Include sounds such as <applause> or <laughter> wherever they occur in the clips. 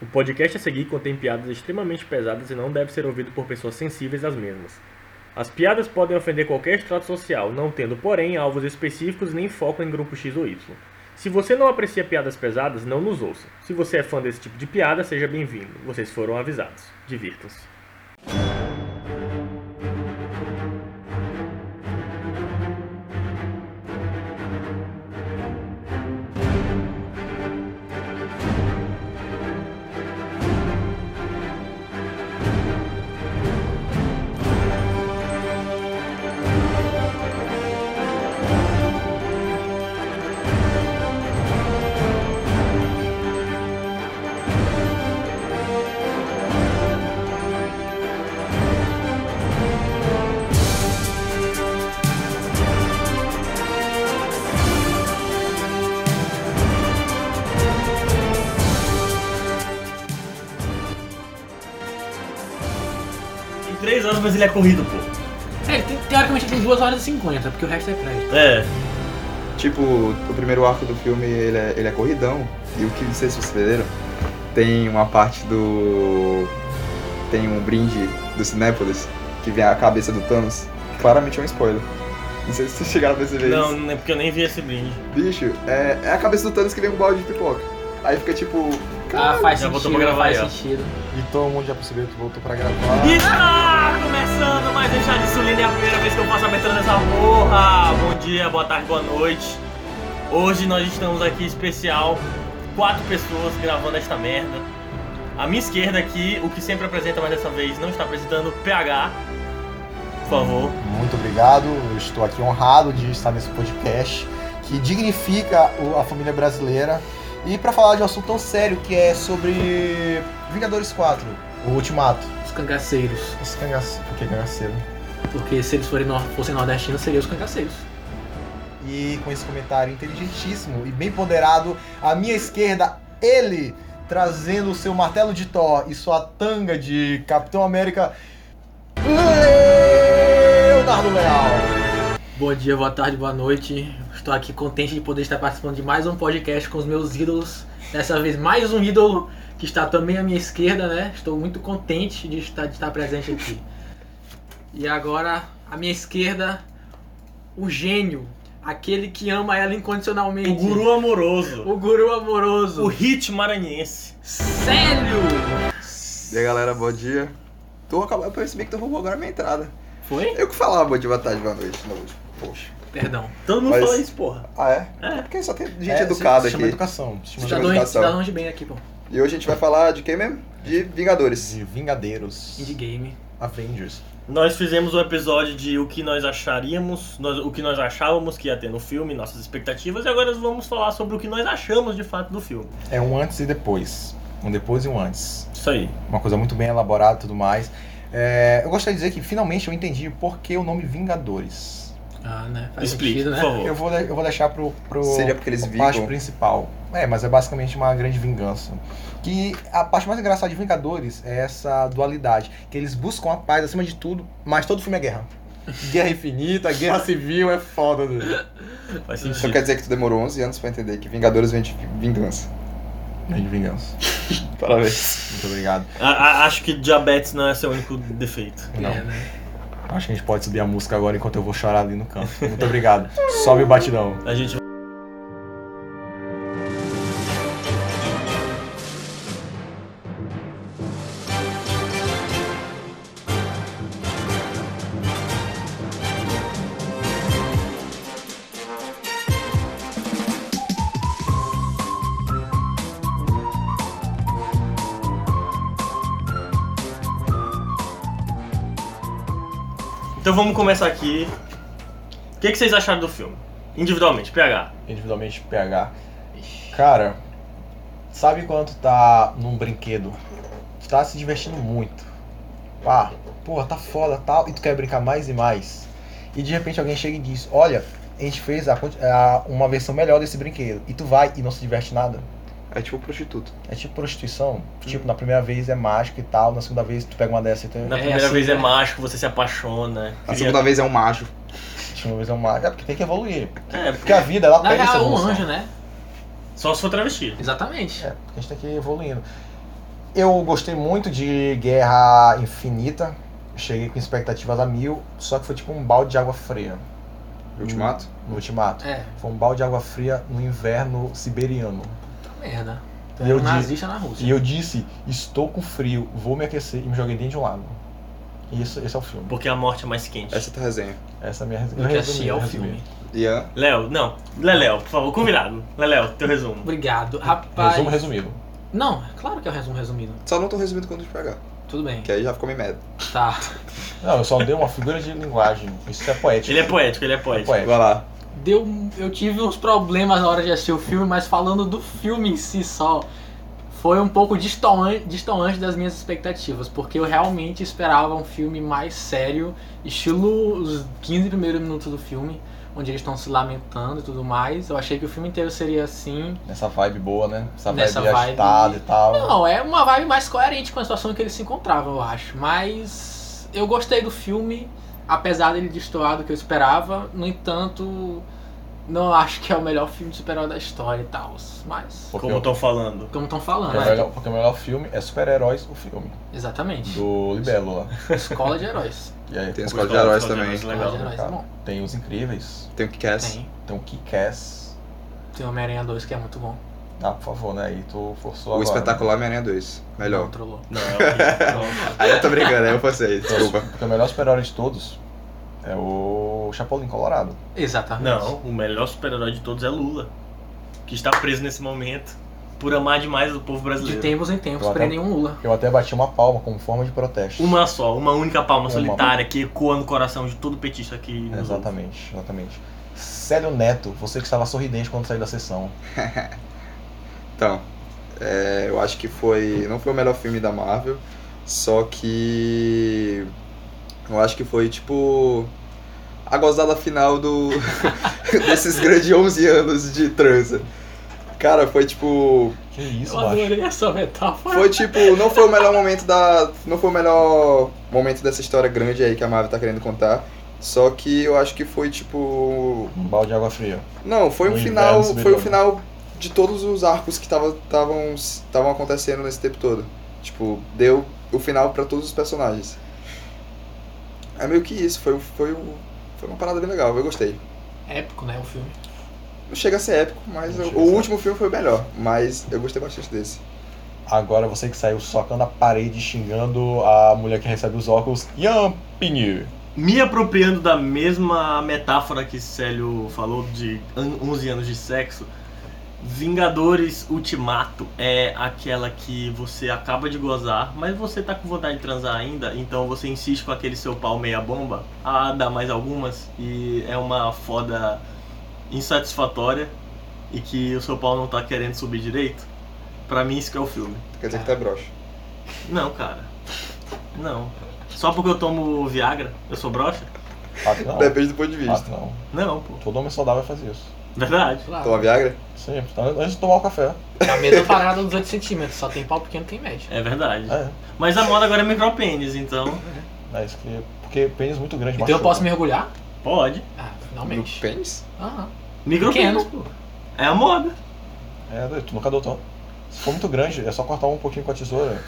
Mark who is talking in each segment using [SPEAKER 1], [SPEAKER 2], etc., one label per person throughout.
[SPEAKER 1] O podcast a seguir contém piadas extremamente pesadas e não deve ser ouvido por pessoas sensíveis às mesmas. As piadas podem ofender qualquer estrato social, não tendo, porém, alvos específicos nem foco em grupo X ou Y. Se você não aprecia piadas pesadas, não nos ouça. Se você é fã desse tipo de piada, seja bem-vindo. Vocês foram avisados. Divirtam-se.
[SPEAKER 2] Tem três horas, mas ele é corrido, pô.
[SPEAKER 3] É, ele tem, teoricamente ele tem 2 horas e 50, porque o resto é crédito.
[SPEAKER 2] É.
[SPEAKER 4] Tipo, o primeiro arco do filme ele é, ele é corridão. E o que não sei se vocês entenderam, tem uma parte do. Tem um brinde do Cinépolis que vem a cabeça do Thanos. Claramente é um spoiler. Não sei se vocês chegaram a perceber
[SPEAKER 2] Não,
[SPEAKER 4] isso.
[SPEAKER 2] não é porque eu nem vi esse brinde.
[SPEAKER 4] Bicho, é, é a cabeça do Thanos que vem com um balde de pipoca. Aí fica tipo.
[SPEAKER 3] Ah, faz
[SPEAKER 2] já voltou
[SPEAKER 3] sentido,
[SPEAKER 2] pra gravar
[SPEAKER 3] faz
[SPEAKER 2] aí, ó.
[SPEAKER 3] sentido.
[SPEAKER 4] E todo mundo já percebeu que voltou pra <laughs> gravar.
[SPEAKER 2] Está começando mais um chá de insulina e é a primeira vez que eu faço a abertura dessa porra. Bom dia, boa tarde, boa noite. Hoje nós estamos aqui especial, quatro pessoas gravando esta merda. A minha esquerda aqui, o que sempre apresenta, mas dessa vez não está apresentando, PH. Por favor.
[SPEAKER 5] Muito obrigado, eu estou aqui honrado de estar nesse podcast que dignifica o- a família brasileira e para falar de um assunto tão sério que é sobre Vingadores 4, o Ultimato.
[SPEAKER 3] Os cangaceiros.
[SPEAKER 5] Esse cangace... Por que é cangaceiro?
[SPEAKER 3] Porque se eles forem nor- fossem nordestinos, seriam os cangaceiros.
[SPEAKER 5] E com esse comentário inteligentíssimo e bem ponderado, à minha esquerda, ele trazendo o seu martelo de Thor e sua tanga de Capitão América, Leonardo Leal.
[SPEAKER 3] Bom dia, boa tarde, boa noite. Estou aqui contente de poder estar participando de mais um podcast com os meus ídolos. Dessa vez, mais um ídolo que está também à minha esquerda, né? Estou muito contente de estar, de estar presente aqui. E agora, à minha esquerda, o gênio. Aquele que ama ela incondicionalmente.
[SPEAKER 2] O guru amoroso.
[SPEAKER 3] O guru amoroso.
[SPEAKER 2] O hit maranhense.
[SPEAKER 3] Sério?
[SPEAKER 4] E aí galera, bom dia. Tô acabando, eu percebi que tu roubou agora a minha entrada.
[SPEAKER 3] Foi?
[SPEAKER 4] Eu que falava bom dia, boa tarde, boa noite. Não, poxa.
[SPEAKER 3] Perdão.
[SPEAKER 2] Todo mundo
[SPEAKER 4] Mas-
[SPEAKER 2] fala isso, porra.
[SPEAKER 4] Ah, é?
[SPEAKER 2] É.
[SPEAKER 4] Porque só tem gente
[SPEAKER 5] É, se-
[SPEAKER 4] educada
[SPEAKER 5] se Chama
[SPEAKER 4] aqui.
[SPEAKER 5] educação. se chama
[SPEAKER 4] Já
[SPEAKER 3] Cidadão,
[SPEAKER 4] educação.
[SPEAKER 3] cidadão de tá bem aqui, pô.
[SPEAKER 4] E hoje a gente vai falar de quem mesmo? De Vingadores.
[SPEAKER 5] de Vingadeiros.
[SPEAKER 3] Indie game.
[SPEAKER 5] Avengers.
[SPEAKER 2] Nós fizemos um episódio de o que nós acharíamos, nós- o que nós achávamos que ia ter no filme, nossas expectativas, e agora vamos falar sobre o que nós achamos de fato do filme.
[SPEAKER 5] É um antes e depois. Um depois e um antes.
[SPEAKER 2] Isso aí.
[SPEAKER 5] Uma coisa muito bem elaborada e tudo mais. É, eu gostaria de dizer que finalmente eu entendi por que o nome Vingadores.
[SPEAKER 3] Ah, né? Faz
[SPEAKER 2] Explique,
[SPEAKER 3] sentido, né?
[SPEAKER 2] por favor.
[SPEAKER 5] Eu vou, de- eu vou deixar pro, pro
[SPEAKER 4] Seria porque eles
[SPEAKER 5] a parte
[SPEAKER 4] vingam.
[SPEAKER 5] principal. É, mas é basicamente uma grande vingança. Que a parte mais engraçada de Vingadores é essa dualidade. Que eles buscam a paz acima de tudo, mas todo filme é guerra. Guerra infinita, guerra civil é foda, né?
[SPEAKER 2] Faz
[SPEAKER 4] Só
[SPEAKER 2] sentido.
[SPEAKER 4] quer dizer que tu demorou 11 anos pra entender que Vingadores vem de vingança.
[SPEAKER 5] Grande vingança.
[SPEAKER 4] Parabéns.
[SPEAKER 5] Muito obrigado.
[SPEAKER 2] A- a- acho que diabetes não é seu único defeito.
[SPEAKER 5] Não.
[SPEAKER 3] É, né?
[SPEAKER 5] Acho que a gente pode subir a música agora enquanto eu vou chorar ali no canto. Muito obrigado. Sobe o batidão.
[SPEAKER 2] A gente. Então vamos começar aqui. O que, que vocês acharam do filme? Individualmente, PH.
[SPEAKER 5] Individualmente PH. Cara, sabe quando tu tá num brinquedo? Tu tá se divertindo muito. Pá, porra, tá foda tal. E tu quer brincar mais e mais. E de repente alguém chega e diz: Olha, a gente fez a quanti- a- uma versão melhor desse brinquedo. E tu vai e não se diverte nada.
[SPEAKER 4] É tipo prostituto.
[SPEAKER 5] É tipo prostituição. Tipo, na primeira vez é mágico e tal. Na segunda vez tu pega uma dessa e tu.
[SPEAKER 2] Na
[SPEAKER 3] É
[SPEAKER 2] primeira
[SPEAKER 3] assim,
[SPEAKER 2] vez é
[SPEAKER 3] né?
[SPEAKER 2] mágico, você se apaixona.
[SPEAKER 4] A
[SPEAKER 2] cria-
[SPEAKER 4] segunda vez é um macho.
[SPEAKER 5] Segunda vez é uma mágica. É porque tem que evoluir.
[SPEAKER 2] É,
[SPEAKER 5] Porque a vida, ela
[SPEAKER 3] Na
[SPEAKER 5] pega essa
[SPEAKER 3] real, é um
[SPEAKER 5] evolução.
[SPEAKER 3] anjo, né?
[SPEAKER 2] só se for travesti.
[SPEAKER 3] Exatamente.
[SPEAKER 5] É, porque a gente tem que ir tá evoluindo. Eu gostei muito de Guerra Infinita. Cheguei com expectativas a mil, só que foi tipo um balde de água fria
[SPEAKER 4] Ultimato?
[SPEAKER 5] no Ultimato.
[SPEAKER 3] É,
[SPEAKER 5] Foi um balde de água fria no inverno siberiano.
[SPEAKER 3] tá merda.
[SPEAKER 5] E
[SPEAKER 3] Era
[SPEAKER 5] eu
[SPEAKER 3] um
[SPEAKER 5] disse-
[SPEAKER 3] nazista na Rússia.
[SPEAKER 5] E eu disse: Estou com frio, vou me aquecer e me joguei dentro de um lago. E Isso, esse é o filme.
[SPEAKER 2] Porque a morte é mais quente.
[SPEAKER 4] Essa é a tua resenha.
[SPEAKER 5] Essa é a minha resenha.
[SPEAKER 3] Eu
[SPEAKER 5] Eu
[SPEAKER 3] que assistir ao
[SPEAKER 5] resumi, eu
[SPEAKER 3] filme.
[SPEAKER 4] Ian,
[SPEAKER 2] Léo, não. Leléo, por favor, combinado. Leléo, teu resumo.
[SPEAKER 3] Obrigado.
[SPEAKER 5] resumi.
[SPEAKER 3] Rapaz.
[SPEAKER 5] Resumo resumido.
[SPEAKER 3] Não, é claro que é um resumo resumido.
[SPEAKER 4] só não tô resumindo quanto de pagar,
[SPEAKER 3] Tudo bem.
[SPEAKER 4] que aí já ficou meio merda.
[SPEAKER 3] Tá.
[SPEAKER 5] Não, eu só dei uma figura de linguagem. Isso é poético.
[SPEAKER 2] Ele é poético, ele é
[SPEAKER 5] É
[SPEAKER 2] poético.
[SPEAKER 5] poético.
[SPEAKER 4] Vai lá.
[SPEAKER 3] Deu, eu tive uns problemas na hora de assistir o filme, mas falando do filme em si só, foi um pouco distoante, distoante das minhas expectativas, porque eu realmente esperava um filme mais sério, estilo os 15 primeiros minutos do filme, onde eles estão se lamentando e tudo mais. Eu achei que o filme inteiro seria assim.
[SPEAKER 5] Nessa vibe boa, né? Essa
[SPEAKER 3] Nessa
[SPEAKER 5] vibe
[SPEAKER 3] vibe-
[SPEAKER 5] agitada e tal.
[SPEAKER 3] Não, é uma vibe mais coerente com a situação em que eles se encontravam, eu acho. Mas eu gostei do filme, apesar dele destoar do que eu esperava. No entanto, não acho que é o melhor filme de super-herói da história e tal. Mas,
[SPEAKER 5] Porque
[SPEAKER 2] Como
[SPEAKER 5] o-
[SPEAKER 2] estão falando.
[SPEAKER 3] como estão falando,
[SPEAKER 5] é o
[SPEAKER 3] né?
[SPEAKER 5] melhor- porque o melhor filme é Super-Heróis, o filme.
[SPEAKER 3] Exatamente.
[SPEAKER 5] Do Libelo lá.
[SPEAKER 3] Escola de
[SPEAKER 5] <laughs>
[SPEAKER 3] heróis.
[SPEAKER 5] E aí
[SPEAKER 4] Tem
[SPEAKER 5] tem,
[SPEAKER 4] a escola de heróis
[SPEAKER 2] Escola de
[SPEAKER 4] também.
[SPEAKER 2] Heróis,
[SPEAKER 3] Escola de
[SPEAKER 2] Legal.
[SPEAKER 3] heróis é bom.
[SPEAKER 5] os incríveis.
[SPEAKER 4] Tem o Kick-Ass.
[SPEAKER 3] Tem.
[SPEAKER 5] Tem o Kick-Ass.
[SPEAKER 3] Tem Homem-Aranha 2, que é muito bom.
[SPEAKER 5] Ah, por favor, né? Aí tu forçou
[SPEAKER 4] O
[SPEAKER 5] agora.
[SPEAKER 4] espetacular é Homem-Aranha 2. Melhor.
[SPEAKER 3] Não, trollou.
[SPEAKER 2] Não, é o quê? Não,
[SPEAKER 3] <laughs>
[SPEAKER 4] Aí eu tô brincando, aí eu passei,
[SPEAKER 5] Então,
[SPEAKER 4] desculpa.
[SPEAKER 5] Porque o melhor super-herói de todos é o Chapolin Colorado.
[SPEAKER 3] Exatamente.
[SPEAKER 2] Não, o melhor super-herói de todos é Lula. Que está preso nesse momento por amar demais o povo
[SPEAKER 3] De
[SPEAKER 2] brasileiro.
[SPEAKER 3] tempos em tempos,
[SPEAKER 5] Eu até-
[SPEAKER 3] prendem um Lula.
[SPEAKER 5] Eu até bati uma palma como forma de protesto.
[SPEAKER 2] Uma só, uma única palma
[SPEAKER 5] Uma.
[SPEAKER 2] solitária que ecoa no coração de todo petista aqui. nos ouve.
[SPEAKER 5] Exatamente, exatamente. Célio Neto, você que estava sorridente quando saiu da sessão.
[SPEAKER 4] Então, é, eu acho que foi. Não foi o melhor filme da Marvel, só que. Eu acho que foi tipo. A gozada final do. <laughs> desses grandes 11 anos de transa. Cara, foi tipo.
[SPEAKER 5] Que isso,
[SPEAKER 3] Eu
[SPEAKER 5] macho.
[SPEAKER 3] adorei essa metáfora.
[SPEAKER 4] Foi tipo. Não foi o melhor momento da. Não foi o melhor momento dessa história grande aí que a Marvel tá querendo contar. Só que eu acho que foi tipo.
[SPEAKER 5] Um balde de água fria.
[SPEAKER 4] Não, foi um
[SPEAKER 5] No
[SPEAKER 4] final,
[SPEAKER 5] inverno
[SPEAKER 4] foi o
[SPEAKER 5] siberiano.
[SPEAKER 4] final de todos os arcos que estavam tavam, tavam acontecendo nesse tempo todo. Tipo, deu o final pra todos os personagens. É meio que isso, foi, foi, um- foi uma parada bem legal, eu gostei.
[SPEAKER 3] Épico, né, o filme.
[SPEAKER 4] Não chega a ser épico, mas
[SPEAKER 5] Não
[SPEAKER 4] eu-
[SPEAKER 5] chega a
[SPEAKER 4] o
[SPEAKER 5] ser
[SPEAKER 4] último filme foi o melhor, mas eu gostei bastante desse.
[SPEAKER 5] Agora você que saiu socando a parede, xingando a mulher que recebe os óculos, Yampini.
[SPEAKER 2] Me apropriando da mesma metáfora que Célio falou de an- 11 anos de sexo, Vingadores Ultimato é aquela que você acaba de gozar, mas você tá com vontade de transar ainda, então você insiste com aquele seu pau meia bomba a dar mais algumas e é uma foda insatisfatória e que o seu pau não tá querendo subir direito. Pra mim isso que é o filme.
[SPEAKER 4] Quer dizer que tá broxa.
[SPEAKER 2] Não, cara. Não. Só porque eu tomo Viagra, eu sou broxa?
[SPEAKER 5] Fato não.
[SPEAKER 4] Depende do ponto de vista.
[SPEAKER 5] Fato não.
[SPEAKER 2] Não, pô.
[SPEAKER 5] Todo homem saudável faz isso.
[SPEAKER 2] Verdade.
[SPEAKER 5] tá.
[SPEAKER 3] Claro.
[SPEAKER 4] Toma Viagra?
[SPEAKER 5] Sempre. Então, Antes de tomar o café.
[SPEAKER 3] É a mesma parada dos 8 centímetros, só tem pau pequeno, tem médio.
[SPEAKER 2] É verdade.
[SPEAKER 5] É.
[SPEAKER 2] Mas a moda agora é micropênis, então
[SPEAKER 5] É isso que. Porque pênis muito grande.
[SPEAKER 3] Então eu
[SPEAKER 5] machuca.
[SPEAKER 3] posso mergulhar?
[SPEAKER 2] pode.
[SPEAKER 3] Ah,
[SPEAKER 4] No
[SPEAKER 3] finalmente. Ah,
[SPEAKER 4] pênis?
[SPEAKER 3] Aham.
[SPEAKER 2] Micropênis, pô. É a moda.
[SPEAKER 5] É, doido, tu nunca adotou. Se for muito grande, é só cortar um pouquinho com a tesoura.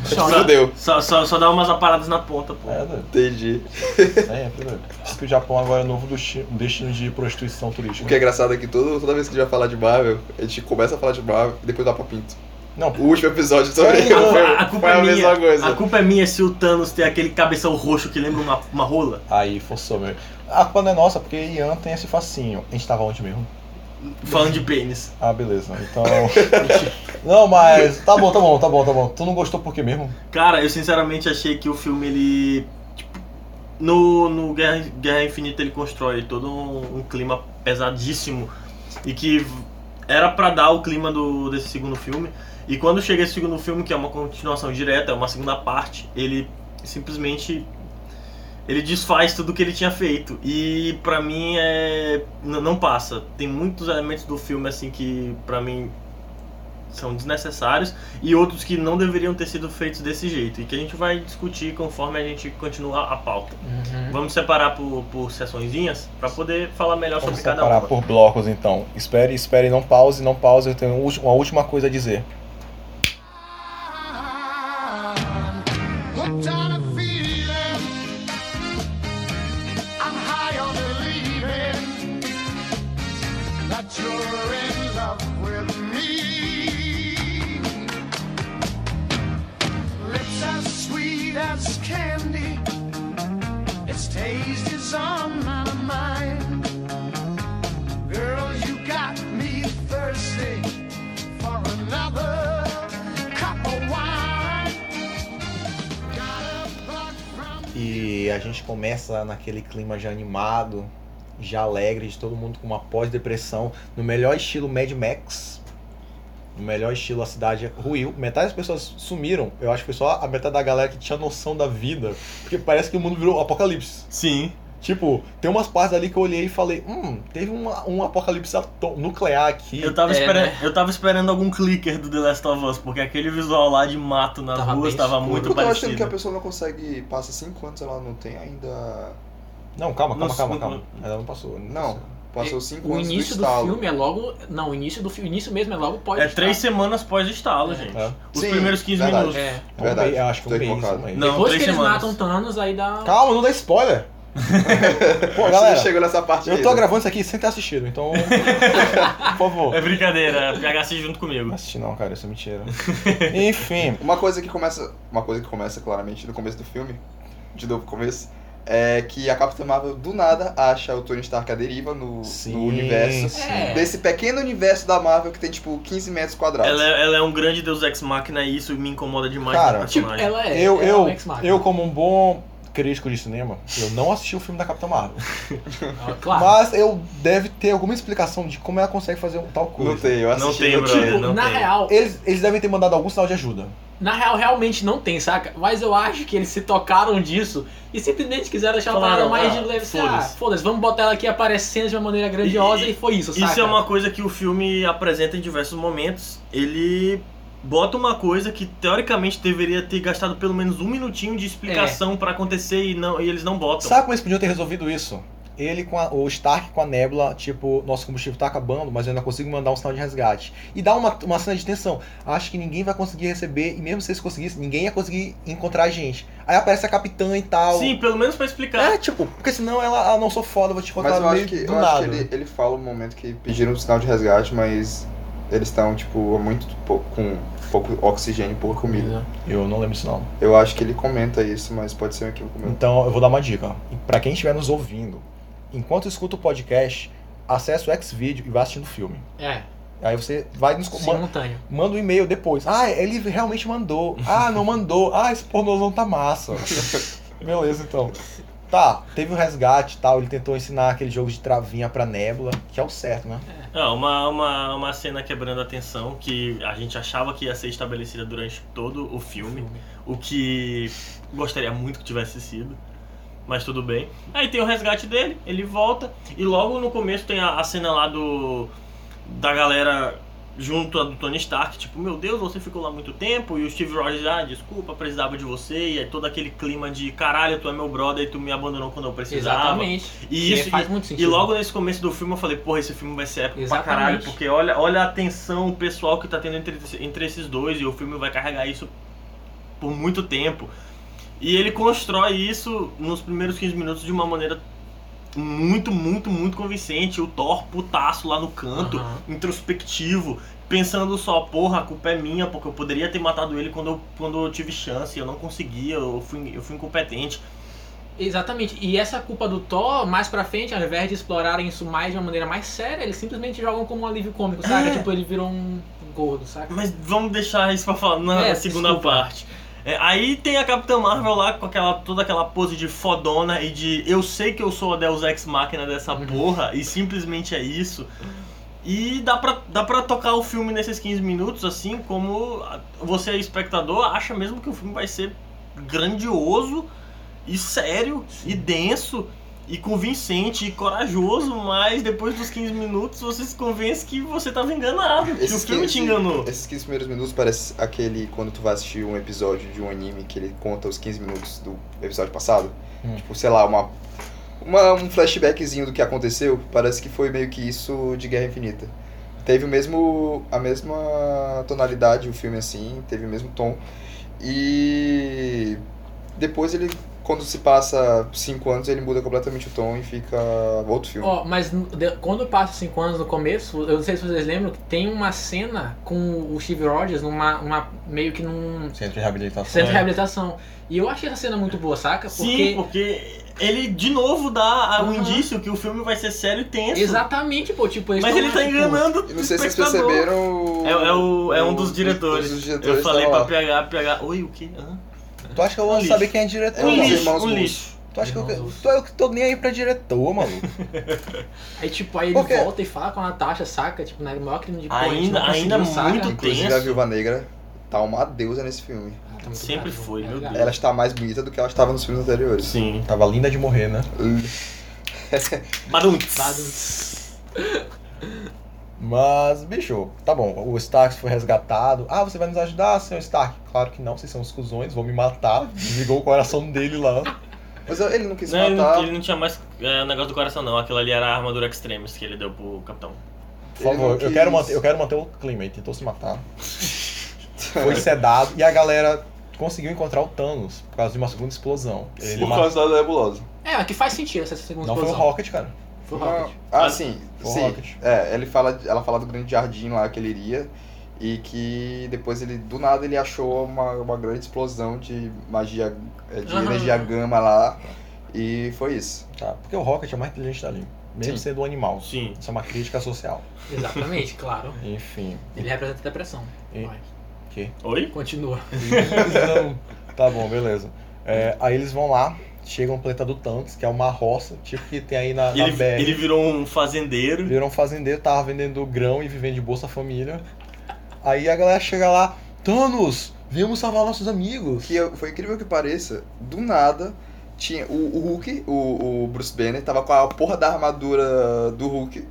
[SPEAKER 3] Funciona.
[SPEAKER 4] Fudeu.
[SPEAKER 2] Só, só, só dá umas aparadas na ponta, pô.
[SPEAKER 5] É, doido.
[SPEAKER 4] Entendi.
[SPEAKER 5] Sempre, doido. Diz que o Japão agora é o novo desti- destino de prostituição
[SPEAKER 4] O
[SPEAKER 5] turística.
[SPEAKER 4] que é engraçado é que todo, toda vez que a gente vai falar de Marvel, a gente começa a falar de Marvel e depois vai pra Pinto.
[SPEAKER 5] Não,
[SPEAKER 4] O último episódio sobre
[SPEAKER 5] É,
[SPEAKER 4] foi,
[SPEAKER 2] a- a culpa
[SPEAKER 4] foi a
[SPEAKER 2] é minha.
[SPEAKER 4] mesma coisa.
[SPEAKER 2] A culpa é minha se o Thanos tem aquele cabeção roxo que lembra uma, uma rola.
[SPEAKER 5] aí forçou, meu. A culpa não é nossa, porque Ian tem esse facinho. A gente tava onde mesmo?
[SPEAKER 2] Falando de pênis.
[SPEAKER 4] <laughs>
[SPEAKER 5] Ah, beleza. Então. não, mas. Tá bom, tá bom, tá bom, tá bom. Tu não gostou por quê mesmo?
[SPEAKER 2] Cara, eu sinceramente achei que o filme, ele. tipo, no no Guerra, Guerra Infinita, ele constrói todo um, um clima pesadíssimo. E que v- era pra dar o clima do, desse segundo filme. E quando chega esse segundo filme, que é uma continuação direta, é uma segunda parte, ele simplesmente. Ele desfaz tudo que ele tinha feito. E pra mim é. n- Não passa. Tem muitos elementos do filme assim que pra mim são desnecessários e outros que não deveriam ter sido feitos desse jeito e que a gente vai discutir conforme a gente continuar a pauta.
[SPEAKER 3] Uhum.
[SPEAKER 2] Vamos separar por, por sessõezinhas para poder falar melhor
[SPEAKER 5] Vamos
[SPEAKER 2] sobre cada
[SPEAKER 5] separar
[SPEAKER 2] uma.
[SPEAKER 5] por blocos então. Espere, espere, não pause, não pause. Eu tenho um ulti- uma última coisa a dizer.
[SPEAKER 6] Ah what kind of feeling? I'm high on believing that you're in love with me. Lips as sweet as candy, its taste is on my mind. Girl, you got me thirsty for another cup of wine. Got a bug from
[SPEAKER 5] E a gente começa naquele clima já animado, já alegre, de todo mundo com uma pós-depressão, no melhor estilo Mad Max. No melhor estilo a cidade ruiu. Metade das pessoas sumiram. Eu acho que foi só a metade da galera que tinha noção da vida. Porque parece que o mundo virou apocalipse.
[SPEAKER 2] Sim.
[SPEAKER 5] Tipo, tem umas partes ali que eu olhei e falei, hum, teve uma- um apocalipse ato- nuclear aqui.
[SPEAKER 2] Eu tava,
[SPEAKER 3] É,
[SPEAKER 2] esperando,
[SPEAKER 3] né?
[SPEAKER 2] eu tava esperando algum clicker do The Last of Us, porque aquele visual lá de mato nas
[SPEAKER 3] Tava
[SPEAKER 2] ruas
[SPEAKER 3] bem
[SPEAKER 2] tava
[SPEAKER 3] escuro.
[SPEAKER 4] eu
[SPEAKER 2] é muito
[SPEAKER 4] tô achando que a
[SPEAKER 2] parecido.
[SPEAKER 4] pessoa não consegue. Passa 5 anos, ela não tem ainda.
[SPEAKER 5] Não, calma, calma,
[SPEAKER 2] Não,
[SPEAKER 5] calma,
[SPEAKER 2] não-
[SPEAKER 5] calma. Ela não passou. né?
[SPEAKER 4] Não, passou 5
[SPEAKER 3] O
[SPEAKER 4] anos do
[SPEAKER 3] início do
[SPEAKER 4] estalo.
[SPEAKER 3] filme é logo. Não, o início do fi- o início mesmo é logo pós.
[SPEAKER 2] É três semanas pós estalo,
[SPEAKER 3] É.
[SPEAKER 2] gente.
[SPEAKER 5] É.
[SPEAKER 2] Os
[SPEAKER 4] Sim,
[SPEAKER 2] primeiros 15
[SPEAKER 4] verdade.
[SPEAKER 2] minutos.
[SPEAKER 3] É.
[SPEAKER 5] Um
[SPEAKER 4] Verdade,
[SPEAKER 5] mês, eu acho que um
[SPEAKER 4] tô
[SPEAKER 5] mês,
[SPEAKER 4] equivocado.
[SPEAKER 5] um mês.
[SPEAKER 2] Não,
[SPEAKER 3] Depois que
[SPEAKER 2] três
[SPEAKER 3] eles
[SPEAKER 2] semanas.
[SPEAKER 3] matam Thanos, aí dá.
[SPEAKER 5] Calma, não
[SPEAKER 2] <laughs>
[SPEAKER 5] dá spoiler. Pô,
[SPEAKER 4] Você
[SPEAKER 5] galera,
[SPEAKER 4] chegou nessa parte
[SPEAKER 5] eu
[SPEAKER 4] aí,
[SPEAKER 5] tô
[SPEAKER 4] né?
[SPEAKER 5] gravando isso aqui sem ter
[SPEAKER 4] <laughs>
[SPEAKER 5] assistido, então. Por favor.
[SPEAKER 2] É brincadeira, PHC junto comigo.
[SPEAKER 5] Não assisti não, cara, isso é mentira. Enfim,
[SPEAKER 4] Uma coisa que começa. Uma coisa que começa claramente no começo do filme, de novo começo, é que a Capitã Marvel do nada acha o Tony Stark à deriva no,
[SPEAKER 5] Sim,
[SPEAKER 4] no universo.
[SPEAKER 5] sim.
[SPEAKER 3] É.
[SPEAKER 4] Desse pequeno universo da Marvel que tem tipo 15 metros quadrados.
[SPEAKER 2] Ela é, ela é um grande deus ex-máquina e isso me incomoda demais
[SPEAKER 5] Cara,
[SPEAKER 2] no
[SPEAKER 3] Tipo,
[SPEAKER 2] personagem.
[SPEAKER 3] ela é.
[SPEAKER 5] eu,
[SPEAKER 3] ela é o
[SPEAKER 5] eu,
[SPEAKER 3] Ex Machina.
[SPEAKER 5] eu, como um bom crítico de cinema, eu não assisti o filme da Capitã Marvel.
[SPEAKER 3] Ah, Claro.
[SPEAKER 5] Mas eu deve ter alguma explicação de como ela consegue fazer um tal coisa.
[SPEAKER 4] Não tem, eu
[SPEAKER 2] Não
[SPEAKER 4] assisti.
[SPEAKER 2] tem,
[SPEAKER 4] eu tive-
[SPEAKER 2] brother, não
[SPEAKER 3] Tipo, na
[SPEAKER 2] tem.
[SPEAKER 3] real,
[SPEAKER 5] Eles, eles devem ter mandado algum sinal de ajuda.
[SPEAKER 3] na real, realmente não tem, saca? Mas eu acho que eles se tocaram disso e simplesmente quiseram deixar uma
[SPEAKER 2] Falaram,
[SPEAKER 3] parada mais
[SPEAKER 2] ah,
[SPEAKER 3] de leve. assim, Ah,
[SPEAKER 2] foda-se.
[SPEAKER 3] foda-se, vamos botar ela aqui aparecendo de uma maneira grandiosa
[SPEAKER 2] E-
[SPEAKER 3] e, foi isso, saca?
[SPEAKER 2] Isso é uma coisa que o filme apresenta em diversos momentos. Ele bota uma coisa que teoricamente deveria ter gastado pelo menos um minutinho de explicação pra acontecer e, não, e eles não botam.
[SPEAKER 5] É. Sabe como eles podiam ter resolvido isso? Ele com a- o Stark com a Nebula, tipo, nosso combustível tá acabando, mas eu ainda consigo mandar um sinal de resgate. E dá uma, uma cena de tensão. Acho que ninguém vai conseguir receber, e mesmo se eles conseguissem, ninguém ia conseguir encontrar a gente. Aí aparece a capitã e tal.
[SPEAKER 2] Sim, pelo menos pra explicar.
[SPEAKER 5] É, tipo, porque senão ela, ah, não sou foda, eu vou te contar
[SPEAKER 4] Mas eu
[SPEAKER 5] no meio
[SPEAKER 4] acho que,
[SPEAKER 5] do
[SPEAKER 4] eu acho
[SPEAKER 5] nada.
[SPEAKER 4] que ele, ele fala um momento que pediram um sinal de resgate, mas eles estão, tipo, muito pouco, com pouco oxigênio e pouca
[SPEAKER 5] É.
[SPEAKER 4] comida.
[SPEAKER 5] Eu não lembro isso não.
[SPEAKER 4] Eu acho que ele comenta isso, mas pode ser um equívoco meu.
[SPEAKER 5] Então eu vou dar uma dica. Pra quem estiver nos ouvindo, enquanto escuta o podcast, acessa o Xvideo e vai assistindo o filme.
[SPEAKER 3] É,
[SPEAKER 5] Aí você vai nos man-
[SPEAKER 3] simultâneo.
[SPEAKER 5] manda um e-mail depois. Ah, ele realmente mandou. Ah, não mandou. Ah, esse pornozão tá massa. <laughs> Beleza, então. Tá, teve o resgate e tal. Ele tentou ensinar aquele jogo de travinha pra Nebula, que é o certo, né?
[SPEAKER 2] É, uma, uma, uma cena quebrando a tensão que a gente achava que ia ser estabelecida durante todo o filme, o que gostaria muito que tivesse sido, mas tudo bem. Aí tem o resgate dele, ele volta, e logo no começo tem a, a cena lá do da galera junto a do Tony Stark, tipo, meu Deus, você ficou lá muito tempo, e o Steve Rogers, ah, desculpa, precisava de você, e é todo aquele clima de caralho, tu é meu brother e tu me abandonou quando eu precisava.
[SPEAKER 3] Exatamente.
[SPEAKER 2] E isso-
[SPEAKER 3] faz muito sentido.
[SPEAKER 2] E logo nesse começo do filme eu falei, porra, esse filme vai ser épico pra
[SPEAKER 3] Exatamente.
[SPEAKER 2] caralho, porque olha, olha a tensão pessoal que tá tendo entre, entre esses dois, e o filme vai carregar isso por muito tempo. E ele constrói isso nos primeiros 15 minutos de uma maneira muito, muito, muito convincente. O Thor putaço lá no canto,
[SPEAKER 3] Aham.
[SPEAKER 2] introspectivo, pensando só, porra, a culpa é minha, porque eu poderia ter matado ele quando eu, quando eu tive chance, eu não conseguia, eu fui, eu fui incompetente.
[SPEAKER 3] Exatamente. E essa culpa do Thor, mais pra frente, ao invés de explorarem isso mais de uma maneira mais séria, eles simplesmente jogam como um alívio cômico, saca?
[SPEAKER 2] É.
[SPEAKER 3] Tipo, ele virou um gordo, saca?
[SPEAKER 2] Mas vamos deixar isso pra falar na
[SPEAKER 3] É,
[SPEAKER 2] segunda
[SPEAKER 3] desculpa.
[SPEAKER 2] parte. É, aí tem a Capitã Marvel lá com aquela, toda aquela pose de fodona e de eu sei que eu sou a Deus Ex Máquina dessa
[SPEAKER 3] Uhum.
[SPEAKER 2] porra e simplesmente é isso. E dá pra, dá pra tocar o filme nesses 15 minutos, assim, como a- você, espectador, acha mesmo que o filme vai ser grandioso e sério e denso e convincente e corajoso, mas depois dos 15 minutos você se convence que você tava enganado, que o filme te enganou.
[SPEAKER 4] Esses 15 primeiros minutos parece aquele quando tu vai assistir um episódio de um anime que ele conta os 15 minutos do episódio passado.
[SPEAKER 5] Hum.
[SPEAKER 4] Tipo, sei lá, uma, uma- um flashbackzinho do que aconteceu. Parece que foi meio que isso de Guerra Infinita. Teve o mesmo, a mesma tonalidade o filme assim, teve o mesmo tom. E depois ele, quando se passa cinco anos, ele muda completamente o tom e fica outro filme.
[SPEAKER 3] Ó, mas n- de- quando passa os 5 anos no começo, eu não sei se vocês lembram que tem uma cena com o Steve Rogers numa uma- meio que num
[SPEAKER 5] Centro de reabilitação.
[SPEAKER 3] centro de reabilitação. E eu achei essa cena muito boa, saca?
[SPEAKER 2] É. Sim, porque ele de novo dá um
[SPEAKER 3] Uhum.
[SPEAKER 2] indício que o filme vai ser sério e tenso.
[SPEAKER 3] Exatamente, pô, tipo, eles
[SPEAKER 2] Mas
[SPEAKER 3] tão
[SPEAKER 2] ele tá
[SPEAKER 3] lá, tipo,
[SPEAKER 2] enganando
[SPEAKER 4] E
[SPEAKER 2] o
[SPEAKER 4] não sei se vocês
[SPEAKER 2] espectador.
[SPEAKER 4] perceberam.
[SPEAKER 2] É, é o, é um dos diretores.
[SPEAKER 4] um dos
[SPEAKER 2] Eu
[SPEAKER 4] diretores
[SPEAKER 2] falei
[SPEAKER 4] tá
[SPEAKER 2] pra
[SPEAKER 4] lá.
[SPEAKER 2] PH, PH. Oi, o quê? Hã?
[SPEAKER 5] Tu acha que eu vou
[SPEAKER 2] Um
[SPEAKER 5] saber
[SPEAKER 2] lixo.
[SPEAKER 5] quem é
[SPEAKER 2] É
[SPEAKER 5] diretor?
[SPEAKER 2] um
[SPEAKER 4] os
[SPEAKER 5] mano?
[SPEAKER 2] lixo,
[SPEAKER 4] irmãos
[SPEAKER 2] um
[SPEAKER 4] Russo.
[SPEAKER 2] lixo.
[SPEAKER 5] Tu acha que
[SPEAKER 3] Irmãos
[SPEAKER 5] eu,
[SPEAKER 3] Russo.
[SPEAKER 5] tu, eu que tô nem aí pra diretor, maluco?
[SPEAKER 3] Aí, tipo, aí ele
[SPEAKER 5] Por quê?
[SPEAKER 3] volta e fala com a Natasha, saca? Tipo, na maior crime de pô, a gente
[SPEAKER 2] Ainda-
[SPEAKER 3] não conseguiu,
[SPEAKER 2] ainda
[SPEAKER 3] saca?
[SPEAKER 2] muito
[SPEAKER 4] Inclusive
[SPEAKER 2] tenso.
[SPEAKER 4] a Viúva Negra tá uma deusa nesse filme.
[SPEAKER 3] Ah, tá muito
[SPEAKER 2] Sempre
[SPEAKER 3] caro,
[SPEAKER 2] foi,
[SPEAKER 3] tá
[SPEAKER 2] meu
[SPEAKER 3] ligado?
[SPEAKER 2] Deus.
[SPEAKER 4] Ela está mais bonita do que ela estava nos filmes anteriores.
[SPEAKER 2] Sim.
[SPEAKER 5] <laughs> Tava linda de morrer, né?
[SPEAKER 2] Badum.
[SPEAKER 3] Badum.
[SPEAKER 5] Mas, bicho, tá bom, o Stark foi resgatado. Ah, você vai nos ajudar, senhor Stark? Claro que não, vocês são os cuzões, vão me matar. Desligou o coração dele lá.
[SPEAKER 4] Mas ele não quis
[SPEAKER 2] Não, ele,
[SPEAKER 4] matar.
[SPEAKER 2] não- ele não tinha mais é, negócio do coração, não. Aquilo ali era a armadura extremis que ele deu pro capitão.
[SPEAKER 5] Por favor,
[SPEAKER 4] Ele
[SPEAKER 5] eu
[SPEAKER 4] não
[SPEAKER 5] quero,
[SPEAKER 4] quis.
[SPEAKER 5] manter, eu quero manter o clima, ele tentou
[SPEAKER 4] <laughs>
[SPEAKER 5] se matar. Foi sedado e a galera conseguiu encontrar o Thanos por causa de uma segunda explosão. Ele
[SPEAKER 4] Por
[SPEAKER 5] ma-
[SPEAKER 4] causa da nebulosa.
[SPEAKER 3] É, mas que faz sentido essa segunda
[SPEAKER 5] Não foi um o
[SPEAKER 3] explosão.
[SPEAKER 5] Rocket, cara.
[SPEAKER 3] Foi um o Rocket.
[SPEAKER 4] Ah,
[SPEAKER 2] Ah,
[SPEAKER 4] sim.
[SPEAKER 5] foi o
[SPEAKER 4] sim.
[SPEAKER 5] Rocket.
[SPEAKER 4] É, ele fala, ela fala do grande jardim lá que ele iria. E que depois ele, do nada, ele achou uma, uma grande explosão de magia, é, de
[SPEAKER 3] Aham.
[SPEAKER 4] energia gama lá. E foi isso.
[SPEAKER 5] Tá, porque o Rocket é o mais inteligente dali, mesmo
[SPEAKER 4] Sim.
[SPEAKER 5] sendo um animal.
[SPEAKER 2] Sim.
[SPEAKER 5] Isso é uma crítica social.
[SPEAKER 3] Exatamente, claro.
[SPEAKER 5] Enfim.
[SPEAKER 3] Ele representa a depressão.
[SPEAKER 5] E-
[SPEAKER 3] Vai,
[SPEAKER 2] Oi?
[SPEAKER 3] Continua.
[SPEAKER 5] tá bom, beleza. É, aí eles vão lá, chegam no planeta do Tantos, que é uma roça, tipo que tem aí na,
[SPEAKER 2] E
[SPEAKER 5] na
[SPEAKER 2] Ele,
[SPEAKER 5] BR.
[SPEAKER 2] ele virou um fazendeiro.
[SPEAKER 5] Virou um fazendeiro, tava vendendo grão e vivendo de Bolsa Família. Aí a galera chega lá, Thanos, viemos salvar nossos amigos.
[SPEAKER 4] Que eu- foi incrível que pareça, do nada, tinha o, o Hulk, o, o Bruce Banner, tava com a porra da armadura do Hulk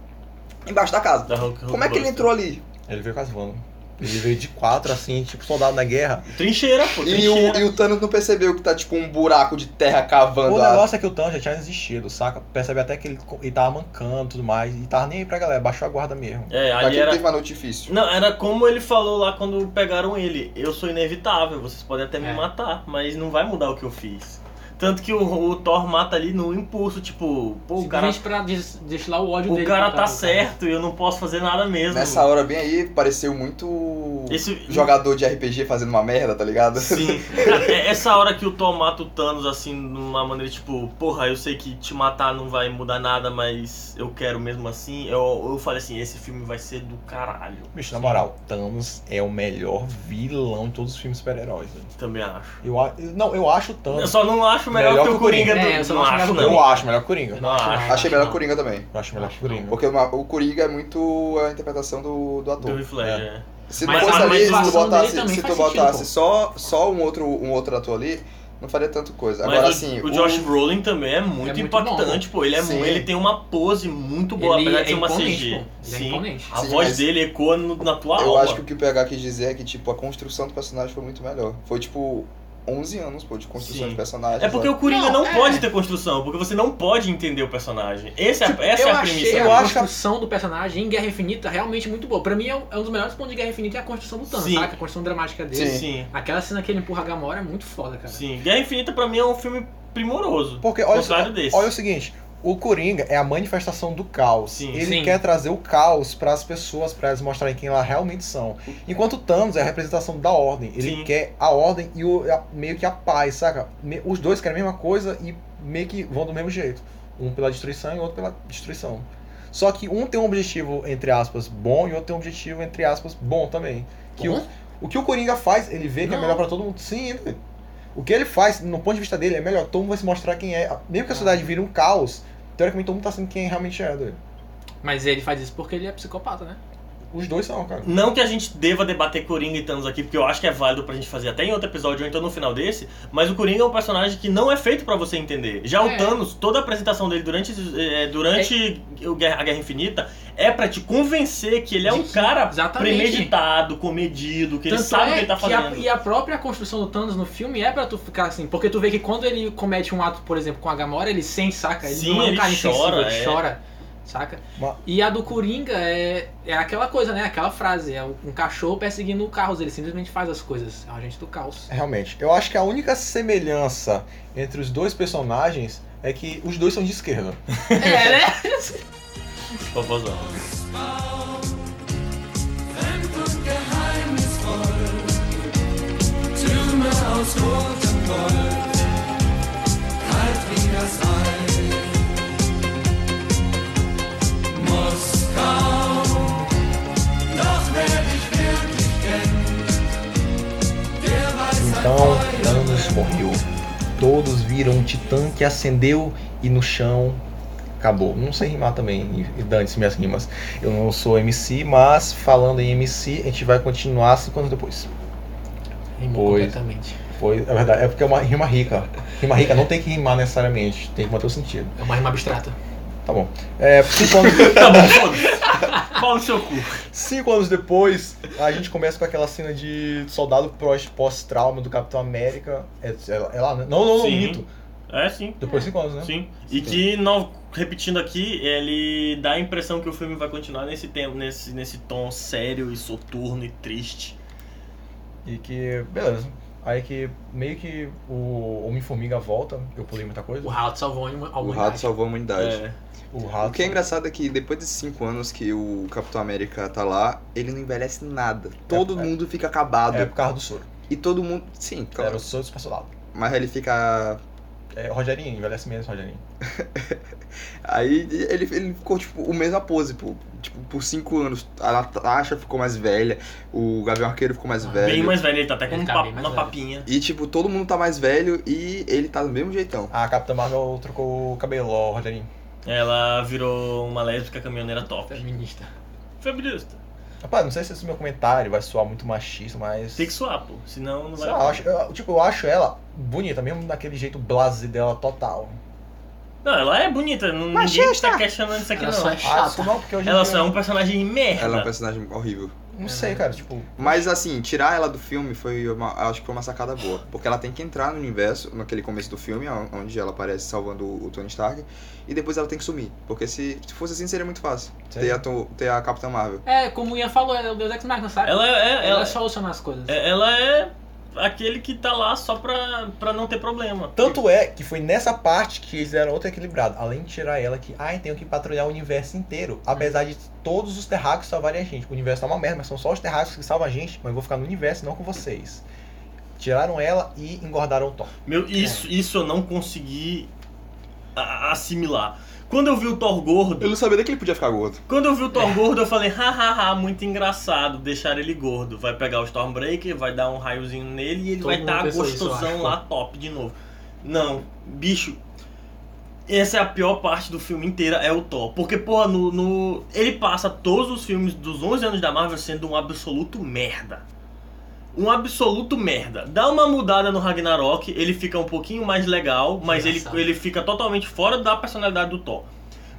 [SPEAKER 4] embaixo da casa.
[SPEAKER 2] Da Hulk-
[SPEAKER 4] Como é que ele entrou ali?
[SPEAKER 5] Ele veio com as vanas. Ele veio de quatro, assim, tipo soldado na guerra.
[SPEAKER 2] tá? Trincheira, pô.
[SPEAKER 4] E o,
[SPEAKER 2] Trincheira.
[SPEAKER 4] e o Thanos não percebeu que tá tipo um buraco de terra cavando
[SPEAKER 5] O
[SPEAKER 4] lá.
[SPEAKER 5] negócio é que o Thanos já tinha existido, saca? Percebe até que ele, ele tava mancando e tudo mais. E tava nem aí pra galera, baixou a guarda mesmo.
[SPEAKER 2] É, ali
[SPEAKER 4] Aqui
[SPEAKER 2] era.
[SPEAKER 4] teve uma noite difícil.
[SPEAKER 2] Não, era como ele falou lá quando pegaram ele. Eu sou inevitável, vocês podem até me
[SPEAKER 3] É.
[SPEAKER 2] matar, mas não vai mudar o que eu fiz. Tanto que o, o Thor mata ali no impulso, tipo, pô, o cara,
[SPEAKER 3] Simplesmente pra des- destilar o ódio
[SPEAKER 2] o
[SPEAKER 3] dele.
[SPEAKER 2] cara
[SPEAKER 3] pra-
[SPEAKER 2] tá
[SPEAKER 3] pra-
[SPEAKER 2] certo e eu não posso fazer nada mesmo.
[SPEAKER 4] Nessa hora bem aí, pareceu muito
[SPEAKER 2] Esse-
[SPEAKER 4] jogador de RPG fazendo uma merda, tá ligado?
[SPEAKER 2] Sim. Cara, é- Essa hora que o Thor mata o Thanos, assim, numa maneira tipo, porra, eu sei que te matar não vai mudar nada, mas eu quero mesmo assim. Eu, eu falei assim, esse filme vai ser do caralho.
[SPEAKER 5] Bicho, na moral, Thanos é o melhor vilão de todos os filmes super-heróis. velho.
[SPEAKER 2] Também acho.
[SPEAKER 5] Eu, a- eu- não, eu acho o
[SPEAKER 2] Eu
[SPEAKER 5] Thanos.
[SPEAKER 2] só não acho melhor, que o Coringa, do.
[SPEAKER 3] É, eu só
[SPEAKER 2] não
[SPEAKER 3] não acho
[SPEAKER 2] acho,
[SPEAKER 3] melhor
[SPEAKER 5] Eu
[SPEAKER 2] não.
[SPEAKER 5] acho melhor que o Coringa.
[SPEAKER 2] Não acho.
[SPEAKER 4] <laughs> Achei melhor
[SPEAKER 2] não.
[SPEAKER 4] o Coringa também.
[SPEAKER 5] Eu acho melhor que o Coringa.
[SPEAKER 4] Porque uma- o Coringa é muito a interpretação do, do
[SPEAKER 2] Do
[SPEAKER 4] ator.
[SPEAKER 2] Heath Ledger, é.
[SPEAKER 4] Se
[SPEAKER 2] Mas
[SPEAKER 4] não fosse
[SPEAKER 2] a
[SPEAKER 4] ali, se tu
[SPEAKER 3] motivação dele
[SPEAKER 4] botasse,
[SPEAKER 3] também
[SPEAKER 4] se
[SPEAKER 3] faz
[SPEAKER 4] tu
[SPEAKER 3] sentido,
[SPEAKER 4] botasse
[SPEAKER 3] pô.
[SPEAKER 4] só, só um, outro, um outro ator ali, não faria tanta coisa. Agora assim,
[SPEAKER 2] Mas o- o,
[SPEAKER 4] sim.
[SPEAKER 2] Josh Brolin também é muito,
[SPEAKER 3] muito
[SPEAKER 2] impactante, pô. Ele, é,
[SPEAKER 4] Sim.
[SPEAKER 2] mu- ele tem uma pose muito boa,
[SPEAKER 3] Ele
[SPEAKER 2] apesar
[SPEAKER 3] é
[SPEAKER 2] de ser uma
[SPEAKER 3] imponente,
[SPEAKER 2] CG.
[SPEAKER 3] pô. Ele é
[SPEAKER 2] Sim.
[SPEAKER 3] imponente.
[SPEAKER 2] A
[SPEAKER 4] Sim,
[SPEAKER 2] voz
[SPEAKER 4] mas-
[SPEAKER 2] dele ecoa no- na tua
[SPEAKER 4] Eu
[SPEAKER 2] alma.
[SPEAKER 4] acho que o que o PH quis dizer é que, tipo, a construção do personagem foi muito melhor. Foi, tipo, 11 anos, pô, de construção
[SPEAKER 2] Sim.
[SPEAKER 4] de personagem.
[SPEAKER 2] É porque o Coringa
[SPEAKER 3] Não,
[SPEAKER 2] não,
[SPEAKER 3] é.
[SPEAKER 2] pode ter construção, porque você não pode entender o personagem. Essa, é- essa
[SPEAKER 3] Tipo, eu
[SPEAKER 2] é a
[SPEAKER 3] achei
[SPEAKER 2] premissa.
[SPEAKER 5] eu
[SPEAKER 3] a
[SPEAKER 5] acho que a-
[SPEAKER 3] construção do personagem em Guerra Infinita é realmente muito boa. Pra mim, é um é um dos melhores pontos de Guerra Infinita é a construção do Thanos,
[SPEAKER 2] Sim.
[SPEAKER 3] saca? A construção dramática dele.
[SPEAKER 4] Sim.
[SPEAKER 2] Sim,
[SPEAKER 3] Aquela cena que ele empurra a Gamora é muito foda, cara.
[SPEAKER 2] sim. Guerra Infinita pra mim é um filme primoroso.
[SPEAKER 5] Porque
[SPEAKER 2] Ao
[SPEAKER 5] olha,
[SPEAKER 2] contrário desse.
[SPEAKER 5] olha o seguinte, o Coringa é a manifestação do caos.
[SPEAKER 2] Sim.
[SPEAKER 5] Ele
[SPEAKER 3] Sim.
[SPEAKER 5] quer trazer o caos para as pessoas, para elas mostrarem quem elas realmente são. Enquanto o Thanos é a representação da ordem. Ele
[SPEAKER 2] Sim.
[SPEAKER 5] quer a ordem e o- a- meio que a paz, saca? Me- os dois querem a mesma coisa e meio que vão do mesmo jeito. Um pela destruição e outro pela destruição. Só que um tem um objetivo, entre aspas, bom e outro tem um objetivo, entre aspas, bom também. Que o,
[SPEAKER 3] Bom?
[SPEAKER 5] o que o Coringa faz, ele vê que é
[SPEAKER 3] Não.
[SPEAKER 5] melhor pra todo mundo. Sim, velho. O que ele faz, no ponto de vista dele, é melhor. Todo mundo vai se mostrar quem é. Mesmo que a sociedade vire um caos, teoricamente todo mundo tá sendo quem realmente é. doido.
[SPEAKER 3] Mas ele faz isso porque ele é psicopata, né?
[SPEAKER 5] Os dois são, cara.
[SPEAKER 2] Não que a gente deva debater Coringa e Thanos aqui, porque eu acho que é válido pra gente fazer até em outro episódio ou então no final desse, mas o Coringa é um personagem que não é feito pra você entender. Já
[SPEAKER 3] É.
[SPEAKER 2] o Thanos, toda a apresentação dele durante, esses- eh, durante o Guerra- a Guerra Infinita é pra te convencer que ele é
[SPEAKER 3] De
[SPEAKER 2] um
[SPEAKER 3] que-
[SPEAKER 2] cara
[SPEAKER 3] exatamente.
[SPEAKER 2] premeditado, comedido, que ele
[SPEAKER 3] Tanto
[SPEAKER 2] sabe o
[SPEAKER 3] é
[SPEAKER 2] que ele tá
[SPEAKER 3] que a-
[SPEAKER 2] fazendo.
[SPEAKER 3] e a própria construção do Thanos no filme é pra tu ficar assim. Porque tu vê que quando ele comete um ato, por exemplo, com a Gamora, ele sente, saca? Ele
[SPEAKER 2] Sim,
[SPEAKER 3] não é um
[SPEAKER 2] ele
[SPEAKER 3] cara
[SPEAKER 2] chora,
[SPEAKER 3] insensível, ele
[SPEAKER 2] é.
[SPEAKER 3] chora. saca?
[SPEAKER 5] Ma-
[SPEAKER 3] E a do Coringa é, é aquela coisa, né? Aquela frase. É um cachorro perseguindo carros. Ele simplesmente faz as coisas. É um agente do
[SPEAKER 2] <laughs>
[SPEAKER 3] caos.
[SPEAKER 5] Realmente. Eu acho que a única semelhança entre os dois personagens é que os dois são de esquerda.
[SPEAKER 3] É, né?
[SPEAKER 2] Fofozão.
[SPEAKER 5] Então Thanos morreu. Todos viram um titã que acendeu e no chão acabou. Não sei rimar também, e dane-se minhas rimas. Eu não sou MC, mas falando em MC, a gente vai continuar cinco anos depois.
[SPEAKER 3] <laughs> Rimou
[SPEAKER 5] Pois.
[SPEAKER 3] completamente.
[SPEAKER 5] Foi, é verdade, é porque é uma rima rica. Rima rica não tem que rimar necessariamente, tem que manter o sentido.
[SPEAKER 3] É uma rima abstrata.
[SPEAKER 5] Tá bom. É, cinco anos,
[SPEAKER 2] Tá bom, foda-se.
[SPEAKER 3] <laughs>
[SPEAKER 2] Pau no seu cu.
[SPEAKER 5] <laughs> cinco anos depois, a gente começa com aquela cena de soldado prós- pós-trauma do Capitão América. É, é lá- é lá, né? Não, não, não,
[SPEAKER 2] Sim.
[SPEAKER 5] mito.
[SPEAKER 2] É, sim.
[SPEAKER 5] Depois de cinco anos, né?
[SPEAKER 2] Sim. E que, não, repetindo aqui, ele dá a impressão que o filme vai continuar nesse tempo, nesse, nesse tom sério e soturno e triste.
[SPEAKER 5] E que, beleza. Aí que meio que o Homem-Formiga volta, eu pulei muita coisa.
[SPEAKER 3] O rato salvou a huma- a
[SPEAKER 4] O rato
[SPEAKER 3] humanidade.
[SPEAKER 4] salvou a humanidade.
[SPEAKER 2] É.
[SPEAKER 5] O
[SPEAKER 4] O
[SPEAKER 5] rato.
[SPEAKER 4] que é engraçado é que depois de cinco anos que o Capitão América tá lá, ele não envelhece nada. Todo
[SPEAKER 5] É-
[SPEAKER 4] mundo fica acabado.
[SPEAKER 5] É por causa do soro.
[SPEAKER 4] E todo mundo. Sim,
[SPEAKER 5] Era
[SPEAKER 4] claro.
[SPEAKER 5] o soro super soldado.
[SPEAKER 4] Mas ele fica.
[SPEAKER 5] É, Rogerinho, envelhece menos, Rogerinho.
[SPEAKER 4] Aí ele, ele ficou, tipo, o mesma pose, pô. Tipo, por cinco anos. A Natasha ficou mais velha, o Gavião Arqueiro ficou mais
[SPEAKER 3] Bem
[SPEAKER 4] velho.
[SPEAKER 2] Bem mais velho, ele tá até com
[SPEAKER 3] Ele
[SPEAKER 2] um
[SPEAKER 3] tá
[SPEAKER 2] pa-
[SPEAKER 3] bem mais
[SPEAKER 2] uma
[SPEAKER 3] velho.
[SPEAKER 2] papinha.
[SPEAKER 4] E, tipo, todo mundo tá mais velho e ele tá do mesmo jeitão.
[SPEAKER 5] A Capitã Marvel trocou o cabelo, ó, Rogerinho.
[SPEAKER 2] Ela virou uma lésbica caminhoneira
[SPEAKER 3] Tá
[SPEAKER 2] top.
[SPEAKER 3] Feminista.
[SPEAKER 2] Feminista.
[SPEAKER 5] Rapaz, não sei se esse meu comentário vai soar muito machista, mas.
[SPEAKER 2] Tem que suar, pô. Senão não
[SPEAKER 5] Sei
[SPEAKER 2] vai.
[SPEAKER 5] lá, eu acho, eu- tipo, eu acho ela bonita, mesmo daquele jeito blase dela total.
[SPEAKER 2] Não, ela é bonita. Não, ninguém tá questionando isso aqui,
[SPEAKER 3] Ela
[SPEAKER 2] não.
[SPEAKER 3] só é
[SPEAKER 5] Ah,
[SPEAKER 3] chata.
[SPEAKER 5] isso não, porque hoje em
[SPEAKER 2] Ela
[SPEAKER 5] dia-
[SPEAKER 2] só é um É. personagem merda.
[SPEAKER 4] Ela é um personagem horrível.
[SPEAKER 5] Não sei, cara, tipo.
[SPEAKER 4] Mas assim, tirar ela do filme foi uma, acho que foi uma sacada boa, porque ela tem que entrar no universo, naquele começo do filme, on- onde ela aparece salvando o o Tony Stark, e depois ela tem que sumir, porque se, se fosse assim seria muito fácil ter a, to- ter a Capitã Marvel.
[SPEAKER 3] É, como o Ian falou, é o Deus Ex Machina, sabe?
[SPEAKER 2] Ela é,
[SPEAKER 3] Ela
[SPEAKER 2] ela,
[SPEAKER 3] soluciona as coisas.
[SPEAKER 2] é- ela é aquele que tá lá só pra, pra não ter problema.
[SPEAKER 5] Tanto é que foi nessa parte que eles deram outro equilibrado. Além de tirar ela que, ai, tenho que patrulhar o universo inteiro. Apesar de todos os terráqueos salvarem a gente. O universo tá uma merda, mas são só os terráqueos que salvam a gente. Mas eu vou ficar no universo, não com vocês. Tiraram ela e engordaram o Thor.
[SPEAKER 3] É.
[SPEAKER 2] Meu, isso, isso eu não consegui a- assimilar. Quando eu vi o Thor gordo,
[SPEAKER 4] Eu não sabia nem que ele podia ficar gordo.
[SPEAKER 2] quando eu vi o Thor
[SPEAKER 3] É.
[SPEAKER 2] gordo, eu falei, hahaha, muito engraçado deixar ele gordo. Vai pegar o Stormbreaker, vai dar um raiozinho nele e ele
[SPEAKER 3] Todo
[SPEAKER 2] vai
[SPEAKER 3] mundo
[SPEAKER 2] estar
[SPEAKER 3] pensou isso, eu
[SPEAKER 2] gostosão
[SPEAKER 3] acho.
[SPEAKER 2] lá, top de novo. Não, bicho, essa é a pior parte do filme inteira, é o Thor. Porque, porra, no, no- ele passa todos os filmes dos 11 anos da Marvel sendo um absoluto merda. Um absoluto merda. Dá uma mudada no Ragnarok, ele fica um pouquinho mais legal, mas ele,
[SPEAKER 3] Engraçado.
[SPEAKER 2] ele fica totalmente fora da personalidade do Thor.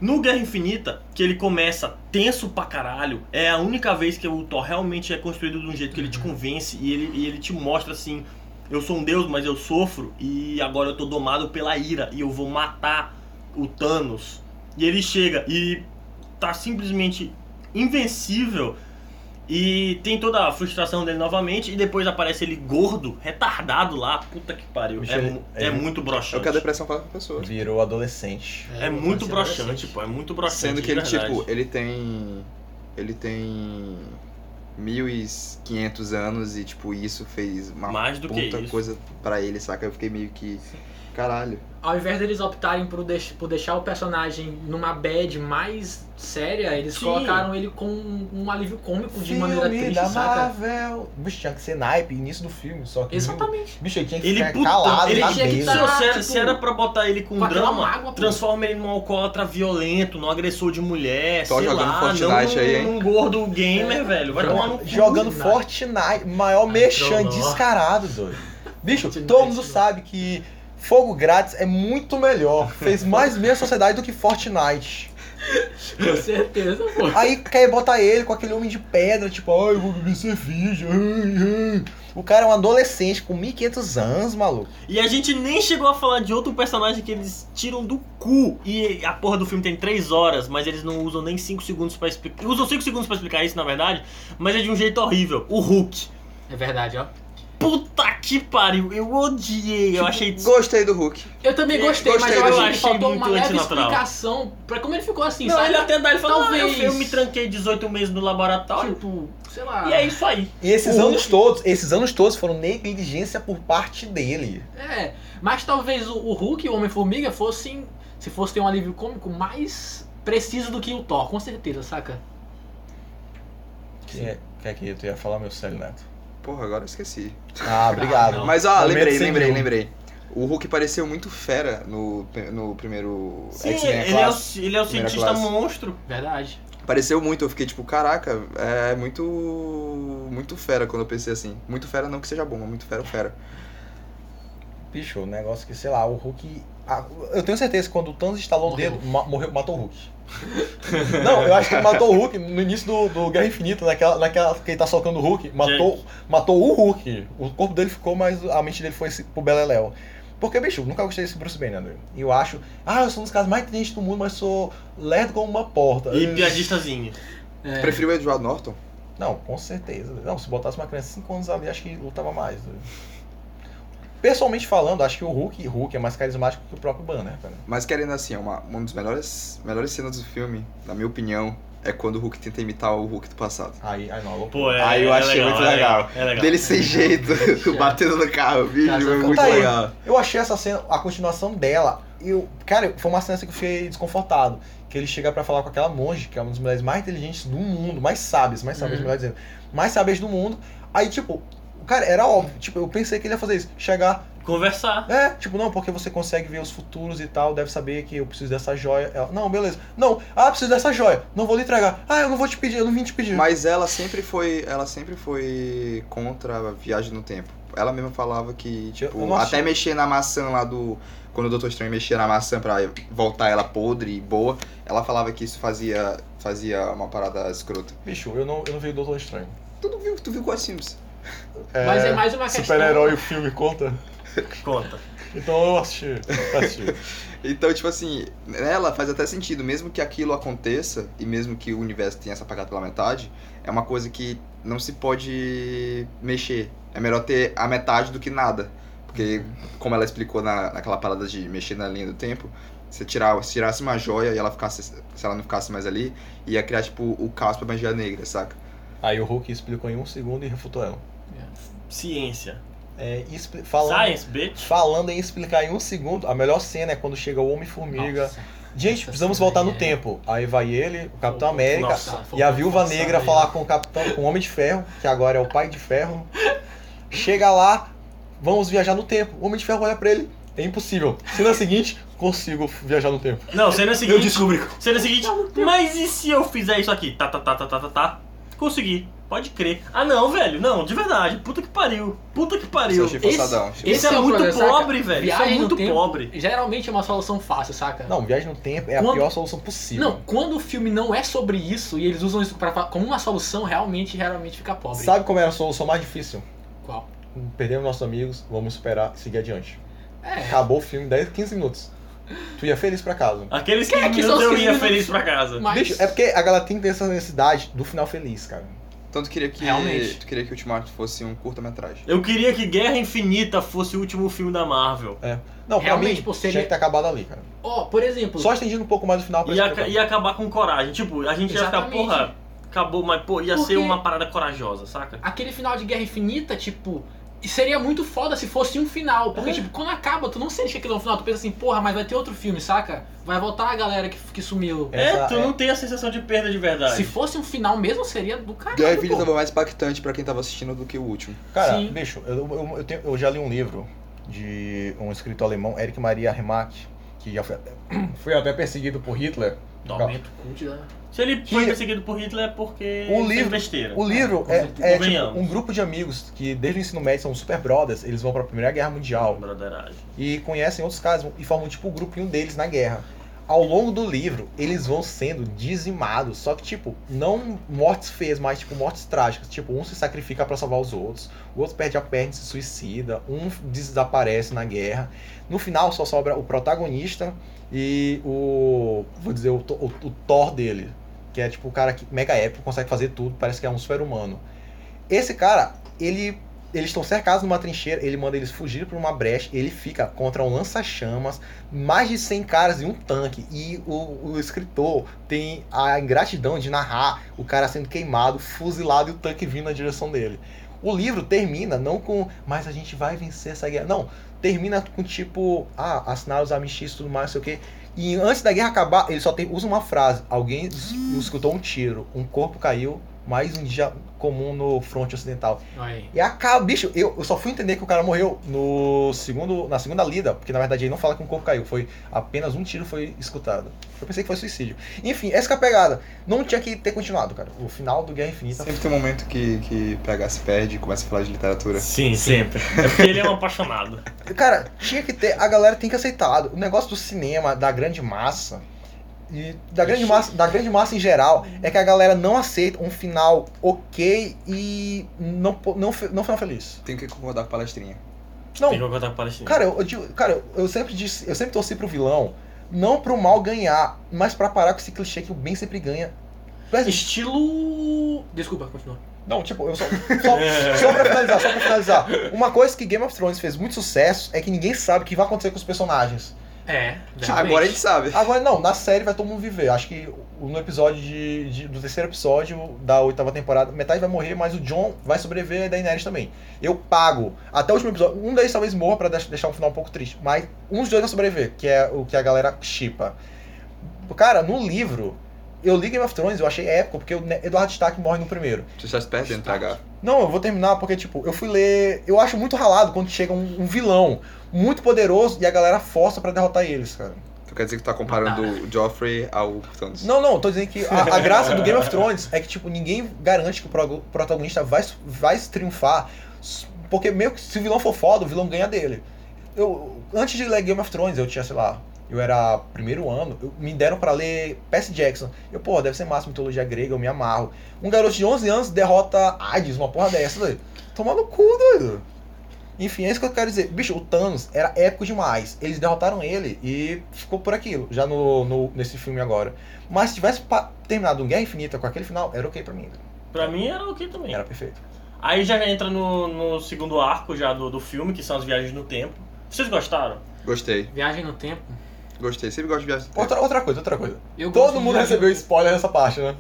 [SPEAKER 2] No Guerra Infinita, que ele começa tenso pra caralho, é a única vez que o Thor realmente é construído de um jeito que ele te convence e ele, e ele te mostra assim: eu sou um deus, mas eu sofro, e agora eu tô domado pela ira e eu vou matar o Thanos. E ele chega e tá simplesmente invencível. E tem toda a frustração dele novamente, e depois aparece ele gordo, retardado lá. Puta que pariu.
[SPEAKER 5] Bicho,
[SPEAKER 2] É,
[SPEAKER 5] ele-
[SPEAKER 2] mu-
[SPEAKER 5] ele-
[SPEAKER 2] é muito
[SPEAKER 4] É o que
[SPEAKER 2] broxante.
[SPEAKER 4] a depressão faz com a pessoa.
[SPEAKER 5] Virou adolescente.
[SPEAKER 2] É muito
[SPEAKER 3] assim.
[SPEAKER 2] broxante, pô. É muito broxante.
[SPEAKER 4] Sendo que
[SPEAKER 2] de
[SPEAKER 4] ele,
[SPEAKER 2] verdade.
[SPEAKER 4] tipo, ele tem. Ele tem. 1500 anos e, tipo, isso fez uma
[SPEAKER 2] Mais do que
[SPEAKER 4] puta
[SPEAKER 2] isso.
[SPEAKER 4] coisa pra ele, saca? Eu fiquei meio que. Caralho.
[SPEAKER 3] Ao invés deles optarem por, deix- por deixar o personagem numa bad mais séria, eles
[SPEAKER 2] Sim.
[SPEAKER 3] colocaram ele com um, um alívio cômico de maneira
[SPEAKER 5] Filme
[SPEAKER 3] triste,
[SPEAKER 5] da
[SPEAKER 3] saca?
[SPEAKER 5] Marvel. Bicho, tinha que ser naipe, início do filme, só que.
[SPEAKER 3] Exatamente. <laughs>
[SPEAKER 5] Bicho, ele tinha que
[SPEAKER 2] Ele
[SPEAKER 5] ficar
[SPEAKER 2] putão,
[SPEAKER 5] calado
[SPEAKER 2] ele
[SPEAKER 5] na
[SPEAKER 3] tinha que
[SPEAKER 5] mesa.
[SPEAKER 3] tá-
[SPEAKER 2] se, era,
[SPEAKER 3] tipo,
[SPEAKER 2] se era pra botar ele com,
[SPEAKER 3] com aquela
[SPEAKER 2] drama,
[SPEAKER 3] mágoa, pô.
[SPEAKER 2] transforma ele num alcoólatra violento, num agressor de mulher,
[SPEAKER 4] Tô
[SPEAKER 2] sei
[SPEAKER 4] jogando
[SPEAKER 2] lá,
[SPEAKER 4] Fortnite
[SPEAKER 2] não
[SPEAKER 4] aí, hein?
[SPEAKER 2] num gordo gamer, velho. Vai
[SPEAKER 3] Joga-
[SPEAKER 2] tomar
[SPEAKER 5] é,
[SPEAKER 2] no cu.
[SPEAKER 5] Jogando
[SPEAKER 3] Fortnite.
[SPEAKER 5] Fortnite, maior
[SPEAKER 3] Ah,
[SPEAKER 5] merchan
[SPEAKER 3] trollou.
[SPEAKER 5] descarado, doido. Bicho,
[SPEAKER 3] Fortnite,
[SPEAKER 5] todo mundo
[SPEAKER 3] trollou.
[SPEAKER 5] sabe que fogo grátis é muito melhor. Fez mais bem à sociedade do que Fortnite.
[SPEAKER 3] Com certeza, pô.
[SPEAKER 5] Aí quer botar ele com aquele homem de pedra, tipo, ai, eu vou beber cerveja. ai, ai." O cara é um adolescente com 1500 anos, maluco.
[SPEAKER 2] E a gente nem chegou a falar de outro personagem que eles tiram do cu. E a porra do filme tem 3 horas, mas eles não usam nem 5 segundos pra explicar. Usam 5 segundos pra explicar isso, na verdade, mas é de um jeito horrível. O Hulk.
[SPEAKER 3] É verdade, ó.
[SPEAKER 2] Puta que pariu, eu odiei, eu achei.
[SPEAKER 4] Gostei do Hulk.
[SPEAKER 3] Eu
[SPEAKER 2] É,
[SPEAKER 3] também gostei,
[SPEAKER 4] gostei,
[SPEAKER 3] mas eu
[SPEAKER 4] eu
[SPEAKER 3] achei que
[SPEAKER 2] achei
[SPEAKER 3] faltou
[SPEAKER 2] muito
[SPEAKER 3] uma leve
[SPEAKER 2] antinatural.
[SPEAKER 3] explicação pra como ele ficou assim,
[SPEAKER 2] Não,
[SPEAKER 3] sabe?
[SPEAKER 2] ele até dá, ele fala,
[SPEAKER 3] Talvez.
[SPEAKER 2] "Ah, eu, eu me tranquei 18 meses no laboratório.
[SPEAKER 3] Tipo, sei lá.
[SPEAKER 2] E é isso aí.
[SPEAKER 5] Esses
[SPEAKER 3] O
[SPEAKER 5] anos
[SPEAKER 3] Hulk-
[SPEAKER 5] todos, esses anos todos foram negligência por parte dele.
[SPEAKER 3] É, mas talvez o, o Hulk e o Homem-Formiga fossem, se fosse ter um alívio cômico, mais preciso do que o Thor, com certeza, saca?
[SPEAKER 5] Que é, que é que tu ia falar, meu sério, Neto?
[SPEAKER 4] Porra, agora eu esqueci.
[SPEAKER 5] Ah, obrigado.
[SPEAKER 3] Não.
[SPEAKER 4] Mas, ah,
[SPEAKER 5] Momento
[SPEAKER 4] lembrei,
[SPEAKER 5] sem
[SPEAKER 4] lembrei,
[SPEAKER 5] nenhum.
[SPEAKER 4] lembrei. O Hulk pareceu muito fera no, no primeiro
[SPEAKER 2] Sim,
[SPEAKER 4] X-Men
[SPEAKER 2] ele é,
[SPEAKER 4] Classe.
[SPEAKER 2] o, ele é o
[SPEAKER 4] Primeira
[SPEAKER 2] cientista
[SPEAKER 4] classe.
[SPEAKER 2] monstro.
[SPEAKER 3] Verdade.
[SPEAKER 4] Pareceu muito, eu fiquei tipo, caraca, é muito. Muito fera quando eu pensei assim. Muito fera não que seja bom, mas muito fera fera.
[SPEAKER 5] Bicho, o negócio que, sei lá, o Hulk. ah, eu tenho certeza que quando o Thanos instalou
[SPEAKER 3] Morreu.
[SPEAKER 5] o dedo, ma- morreu, matou o Hulk. <laughs> Não, eu acho que ele matou o Hulk no início do, do Guerra Infinita, naquela, naquela que ele tá socando o Hulk. Matou, matou o Hulk. O corpo dele ficou, mas a mente dele foi esse- pro Beleléu. Porque, bicho, eu nunca gostei desse Bruce Banner, né? E eu acho, ah, eu sou um dos caras mais tristes do mundo, mas sou lerdo como uma porta.
[SPEAKER 2] E piadistazinho.
[SPEAKER 3] É,
[SPEAKER 4] Preferiu o Edward Norton?
[SPEAKER 5] Não, com certeza. Não, se botasse uma criança de 5 anos ali, acho que lutava mais. né? Pessoalmente falando, acho que o Hulk, Hulk é mais carismático que o próprio Banner, né, cara.
[SPEAKER 4] Mas querendo assim, é uma, uma das melhores, melhores cenas do filme, na minha opinião, é quando o Hulk tenta imitar o Hulk do passado.
[SPEAKER 5] Aí, aí não, louco.
[SPEAKER 2] Pô, é,
[SPEAKER 4] Aí eu
[SPEAKER 2] é
[SPEAKER 4] achei
[SPEAKER 2] legal,
[SPEAKER 4] muito
[SPEAKER 2] é
[SPEAKER 4] legal.
[SPEAKER 2] É legal.
[SPEAKER 4] Dele sem jeito, <laughs> batendo no carro, vídeo,
[SPEAKER 3] Cara,
[SPEAKER 4] é muito
[SPEAKER 5] tá aí.
[SPEAKER 4] legal.
[SPEAKER 5] Eu achei essa cena, a continuação dela, eu, cara, foi uma cena assim que eu fiquei desconfortado. Que ele chega pra falar com aquela monge, que é uma das mulheres mais inteligentes do mundo, mais sábias, mais sábias,
[SPEAKER 3] Uhum.
[SPEAKER 5] melhor dizendo, mais sábias do mundo. Aí, tipo, cara, era óbvio, tipo, eu pensei que ele ia fazer isso, chegar,
[SPEAKER 2] Conversar.
[SPEAKER 5] É, tipo, não, porque você consegue ver os futuros e tal, deve saber que eu preciso dessa joia. Ela, não, beleza. Não, ah, preciso dessa joia. Não vou lhe entregar. Ah, eu não vou te pedir, eu não vim te pedir.
[SPEAKER 4] Mas ela sempre foi, ela sempre foi contra a viagem no tempo. Ela mesma falava que,
[SPEAKER 5] eu
[SPEAKER 4] tipo,
[SPEAKER 5] não achei.
[SPEAKER 4] até mexer na maçã lá do. Quando o Doutor Estranho mexia na maçã pra voltar ela podre e boa, ela falava que isso fazia, fazia uma parada escrota.
[SPEAKER 5] Bicho, eu não, eu não vi o Doutor Estranho.
[SPEAKER 4] Tu não viu, tu viu Quad Sims?
[SPEAKER 3] Mas é mais uma questão-
[SPEAKER 5] Super-herói, o filme conta?
[SPEAKER 2] Conta.
[SPEAKER 5] Então eu assisti. assisti.
[SPEAKER 4] Então, tipo assim, ela faz até sentido, mesmo que aquilo aconteça, e mesmo que o universo tenha essa apagado pela metade, é uma coisa que não se pode mexer. É melhor ter a metade do que nada. Porque, como ela explicou na, naquela parada de mexer na linha do tempo, se, tirar, se tirasse uma joia e ela ficasse. Se ela não ficasse mais ali, ia criar, tipo, o caos pra magia negra, saca?
[SPEAKER 5] <laughs> Aí o Hulk explicou em um segundo e refutou ela.
[SPEAKER 3] É.
[SPEAKER 2] Ciência.
[SPEAKER 5] É, expli- falando,
[SPEAKER 2] Science, bitch.
[SPEAKER 5] falando em explicar em um segundo, a melhor cena é quando chega o Homem-Formiga.
[SPEAKER 3] Nossa.
[SPEAKER 5] Gente,
[SPEAKER 3] Essa
[SPEAKER 5] precisamos
[SPEAKER 3] cena
[SPEAKER 5] voltar
[SPEAKER 3] aí
[SPEAKER 5] no
[SPEAKER 3] é-
[SPEAKER 5] tempo. Aí vai ele, o Capitão
[SPEAKER 2] Nossa.
[SPEAKER 5] América,
[SPEAKER 3] Nossa,
[SPEAKER 5] E a Viúva
[SPEAKER 3] forçado
[SPEAKER 5] Negra
[SPEAKER 3] aí. né?
[SPEAKER 5] falar com o Capitão, com o Homem de Ferro, que agora é o Pai de Ferro. Chega lá, vamos viajar no tempo. O Homem de Ferro olha pra ele, é impossível. Cena seguinte, consigo viajar no tempo.
[SPEAKER 2] Não, cena é seguinte.
[SPEAKER 5] descobri.
[SPEAKER 2] Cena é seguinte. Mas e se eu fizer isso aqui? Tá, tá, tá, tá, tá, tá, tá. Consegui. Pode crer. Ah, não, velho. Não, de verdade. Puta que pariu. Puta que
[SPEAKER 4] Isso eu
[SPEAKER 2] pariu.
[SPEAKER 4] achei forçadão.
[SPEAKER 2] Isso é
[SPEAKER 3] o
[SPEAKER 2] muito
[SPEAKER 3] problema, saca?
[SPEAKER 2] pobre, velho. Isso é
[SPEAKER 3] um Viagem no
[SPEAKER 2] muito
[SPEAKER 3] tempo
[SPEAKER 2] pobre.
[SPEAKER 3] Geralmente é uma solução fácil, saca?
[SPEAKER 5] Não, viagem no tempo é a
[SPEAKER 3] Quando-
[SPEAKER 5] pior solução possível.
[SPEAKER 3] Não, quando o filme não é sobre isso e eles usam isso pra, fa- como uma solução, realmente, realmente fica pobre.
[SPEAKER 5] Sabe como era a solução mais difícil?
[SPEAKER 3] Qual?
[SPEAKER 5] Perdemos nossos amigos, vamos esperar, seguir adiante.
[SPEAKER 3] É.
[SPEAKER 5] Acabou o filme, 10, 15 minutos. Tu ia feliz pra casa.
[SPEAKER 2] Aqueles
[SPEAKER 3] Que-
[SPEAKER 2] que,
[SPEAKER 3] é que são
[SPEAKER 2] não
[SPEAKER 3] os
[SPEAKER 2] eu
[SPEAKER 3] que
[SPEAKER 2] ia
[SPEAKER 3] não-
[SPEAKER 2] feliz pra casa.
[SPEAKER 3] Mas
[SPEAKER 5] Bicho, é porque a galera tem que ter essa necessidade do final feliz, cara.
[SPEAKER 4] Então tu queria que.
[SPEAKER 2] Realmente.
[SPEAKER 4] Tu queria que o Ultimato fosse um curta-metragem.
[SPEAKER 2] Eu queria que Guerra Infinita fosse o último filme da Marvel.
[SPEAKER 5] Não, pra
[SPEAKER 3] Realmente,
[SPEAKER 5] mim,
[SPEAKER 3] pô, seria-
[SPEAKER 5] tinha que ter acabado ali, cara.
[SPEAKER 3] ó, por exemplo,
[SPEAKER 5] Só estendido um pouco mais o final pra
[SPEAKER 2] E ia,
[SPEAKER 5] explicar.
[SPEAKER 2] ia acabar com coragem. Tipo, a gente
[SPEAKER 3] Exatamente.
[SPEAKER 2] ia ficar, porra, acabou, mas pô, ia
[SPEAKER 3] Porque-
[SPEAKER 2] ser uma parada corajosa, saca?
[SPEAKER 3] aquele final de Guerra Infinita, tipo, seria muito foda se fosse um final. Porque, tipo, quando acaba, tu não sente que aquilo é um final, tu pensa assim, porra, mas vai ter outro filme, saca? Vai voltar a galera que, que sumiu.
[SPEAKER 5] Essa
[SPEAKER 2] é, tu
[SPEAKER 5] é-
[SPEAKER 2] não tem a sensação de perda de verdade.
[SPEAKER 3] Se fosse um final mesmo, seria do caralho.
[SPEAKER 4] Guerra
[SPEAKER 3] pô.
[SPEAKER 4] Infinita é foi mais impactante pra quem tava assistindo do que o último.
[SPEAKER 5] Cara,
[SPEAKER 3] Sim.
[SPEAKER 5] bicho, eu, eu, eu tenho- eu já li um livro de um escritor alemão, Erich Maria Remarque, que já foi até, <clears throat> foi até perseguido por Hitler.
[SPEAKER 3] Aumenta o culto, né?
[SPEAKER 2] Se ele
[SPEAKER 5] Que-
[SPEAKER 2] foi perseguido por Hitler é porque
[SPEAKER 5] O
[SPEAKER 2] fez
[SPEAKER 5] livro-
[SPEAKER 2] besteira.
[SPEAKER 5] O livro
[SPEAKER 3] com
[SPEAKER 5] é,
[SPEAKER 3] certeza.
[SPEAKER 5] é tipo,
[SPEAKER 2] Convenhamos.
[SPEAKER 5] um grupo de amigos que desde o ensino médio são super brothers, eles vão pra Primeira Guerra Mundial
[SPEAKER 2] Brotheragem.
[SPEAKER 5] e conhecem outros caras e formam tipo um grupinho um deles na guerra. ao longo do livro, eles vão sendo dizimados. Só que, tipo, não mortes feias, mas, tipo, mortes trágicas. Tipo, um se sacrifica pra salvar os outros, o outro perde a perna e se suicida, um desaparece na guerra. No final, só sobra o protagonista e o. Vou dizer, o, o, o Thor dele. Que é, tipo, o cara que mega épico, consegue fazer tudo, parece que é um super-humano. Esse cara, ele. Eles estão cercados numa trincheira, ele manda eles fugir por uma brecha, ele fica contra um lança-chamas, mais de 100 caras e um tanque. E o, o escritor tem a ingratidão de narrar o cara sendo queimado, fuzilado e o tanque vindo na direção dele. O livro termina não com, mas a gente vai vencer essa guerra. Não, termina com tipo, ah, assinar os amistícios e tudo mais, não sei o quê. E antes da guerra acabar, ele só tem, usa uma frase. Alguém es- escutou um tiro, um corpo caiu, mais um dia comum no fronte ocidental.
[SPEAKER 3] Olha aí.
[SPEAKER 5] E acaba, bicho, eu, eu só fui entender que o cara morreu no segundo, na segunda lida, porque na verdade ele não fala que um corpo caiu, foi apenas um tiro foi escutado. Eu pensei que foi suicídio. Enfim, essa que é a pegada. Não tinha que ter continuado, cara. O final do Guerra Infinita.
[SPEAKER 4] Sempre tem um momento que, que PH se perde e começa a falar de literatura.
[SPEAKER 2] Sim, sempre. É porque ele é um
[SPEAKER 5] <laughs>
[SPEAKER 2] apaixonado.
[SPEAKER 5] Cara, tinha que ter, a galera tem que aceitar. O negócio do cinema, da grande massa, e da grande massa, da grande massa em geral, é que a galera não aceita um final ok e não, po- não, fe- não final feliz.
[SPEAKER 4] Tem que concordar com a palestrinha.
[SPEAKER 5] Não,
[SPEAKER 2] Tem que contar com o palestino.
[SPEAKER 5] Cara, eu, eu digo- cara, eu- eu sempre disse, eu sempre torci pro vilão, não pro mal ganhar, mas pra parar com esse clichê que o bem sempre ganha. Mas,
[SPEAKER 3] Estilo. Desculpa, continua.
[SPEAKER 5] não, tipo, eu só,
[SPEAKER 2] É.
[SPEAKER 5] só, só pra finalizar, só pra finalizar. Uma coisa que Game of Thrones fez muito sucesso é que ninguém sabe o que vai acontecer com os personagens.
[SPEAKER 3] É.
[SPEAKER 4] Ah, Agora a gente sabe.
[SPEAKER 5] Agora, não, na série vai todo mundo viver. Acho que no episódio de, de- do terceiro episódio da oitava temporada, metade vai morrer, mas o John vai sobreviver e a Daenerys também. Eu pago. Até o último episódio, um deles talvez morra pra deix- deixar um final um pouco triste, mas um dos dois vai sobreviver, que é o que a galera chipa. Cara, no livro, eu li Game of Thrones, eu achei épico, porque o Ne- Edward Stark morre no primeiro.
[SPEAKER 4] Você está se perdendo, PH.
[SPEAKER 5] Não, eu vou terminar porque, tipo, eu fui ler. Eu acho muito ralado quando chega um, um vilão muito poderoso e a galera força pra derrotar eles, cara.
[SPEAKER 4] Tu quer dizer que tu tá comparando o Joffrey ao Thanos?
[SPEAKER 5] Não, não, tô dizendo que a, a graça do Game of Thrones é que, tipo, ninguém garante que o progo- protagonista vai, s- vai se triunfar. s- Porque meio que se o vilão for foda, o vilão ganha dele. Eu, antes de ler Game of Thrones, eu tinha, sei lá, eu era primeiro ano, eu- me deram pra ler Percy Jackson. Eu, pô, deve ser massa mitologia grega, eu me amarro. Um garoto de 11 anos derrota Hades, uma porra dessa, doido. Toma no cu, doido. Enfim, é isso que eu quero dizer. Bicho, o Thanos era épico demais. Eles derrotaram ele e ficou por aquilo, já no, no- nesse filme agora. Mas se tivesse pa- terminado um Guerra Infinita com aquele final, era ok pra mim.
[SPEAKER 2] Pra mim era ok também.
[SPEAKER 5] Era perfeito.
[SPEAKER 2] Aí já entra no, no segundo arco já do, do filme, que são as viagens no tempo. Vocês gostaram?
[SPEAKER 4] Gostei,
[SPEAKER 3] Viagem no tempo.
[SPEAKER 4] gostei. Sempre gosto de viagem no tempo.
[SPEAKER 5] Outra, outra coisa, outra coisa.
[SPEAKER 3] É. Eu gosto
[SPEAKER 5] Todo
[SPEAKER 3] de
[SPEAKER 5] mundo
[SPEAKER 3] viagem
[SPEAKER 5] recebeu
[SPEAKER 3] no tempo.
[SPEAKER 5] spoiler nessa parte, né?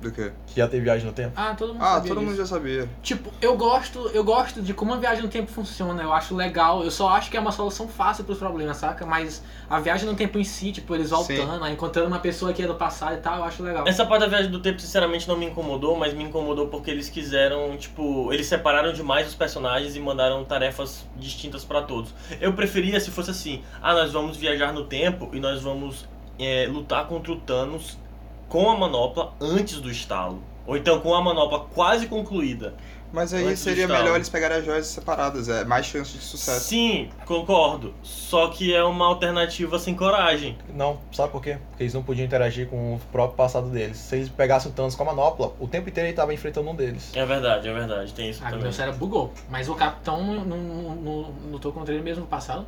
[SPEAKER 4] Do quê?
[SPEAKER 5] Que ia ter viagem no tempo.
[SPEAKER 3] Ah, todo mundo
[SPEAKER 4] Ah,
[SPEAKER 3] sabia
[SPEAKER 4] todo
[SPEAKER 3] disso.
[SPEAKER 4] mundo já sabia.
[SPEAKER 3] Tipo, eu gosto, eu gosto de como a viagem no tempo funciona, eu acho legal, eu só acho que é uma solução fácil pros problemas, saca? Mas a viagem no tempo em si, tipo, eles voltando, aí encontrando uma pessoa que é do passado e tal, eu acho legal.
[SPEAKER 2] Essa parte da viagem do tempo, sinceramente, não me incomodou, mas me incomodou porque eles quiseram, tipo, eles separaram demais os personagens e mandaram tarefas distintas pra todos. Eu preferia se fosse assim: ah, nós vamos viajar no tempo e nós vamos é, lutar contra o Thanos com a manopla antes do estalo. Ou então com a manopla quase concluída.
[SPEAKER 4] Mas aí
[SPEAKER 3] é
[SPEAKER 2] Antes do
[SPEAKER 4] seria
[SPEAKER 2] estalo.
[SPEAKER 4] melhor eles pegarem as joias separadas, é mais chance de sucesso.
[SPEAKER 2] Sim, concordo. Só que é uma alternativa sem coragem.
[SPEAKER 5] Não, sabe por quê? Porque eles não podiam interagir com o próprio passado deles. Se eles pegassem o Thanos com a manopla, o tempo inteiro ele tava enfrentando um deles.
[SPEAKER 2] É verdade, é verdade, tem isso
[SPEAKER 3] Ah,
[SPEAKER 2] também.
[SPEAKER 3] meu cérebro bugou. Mas o capitão não, não, não- lutou contra ele mesmo no passado?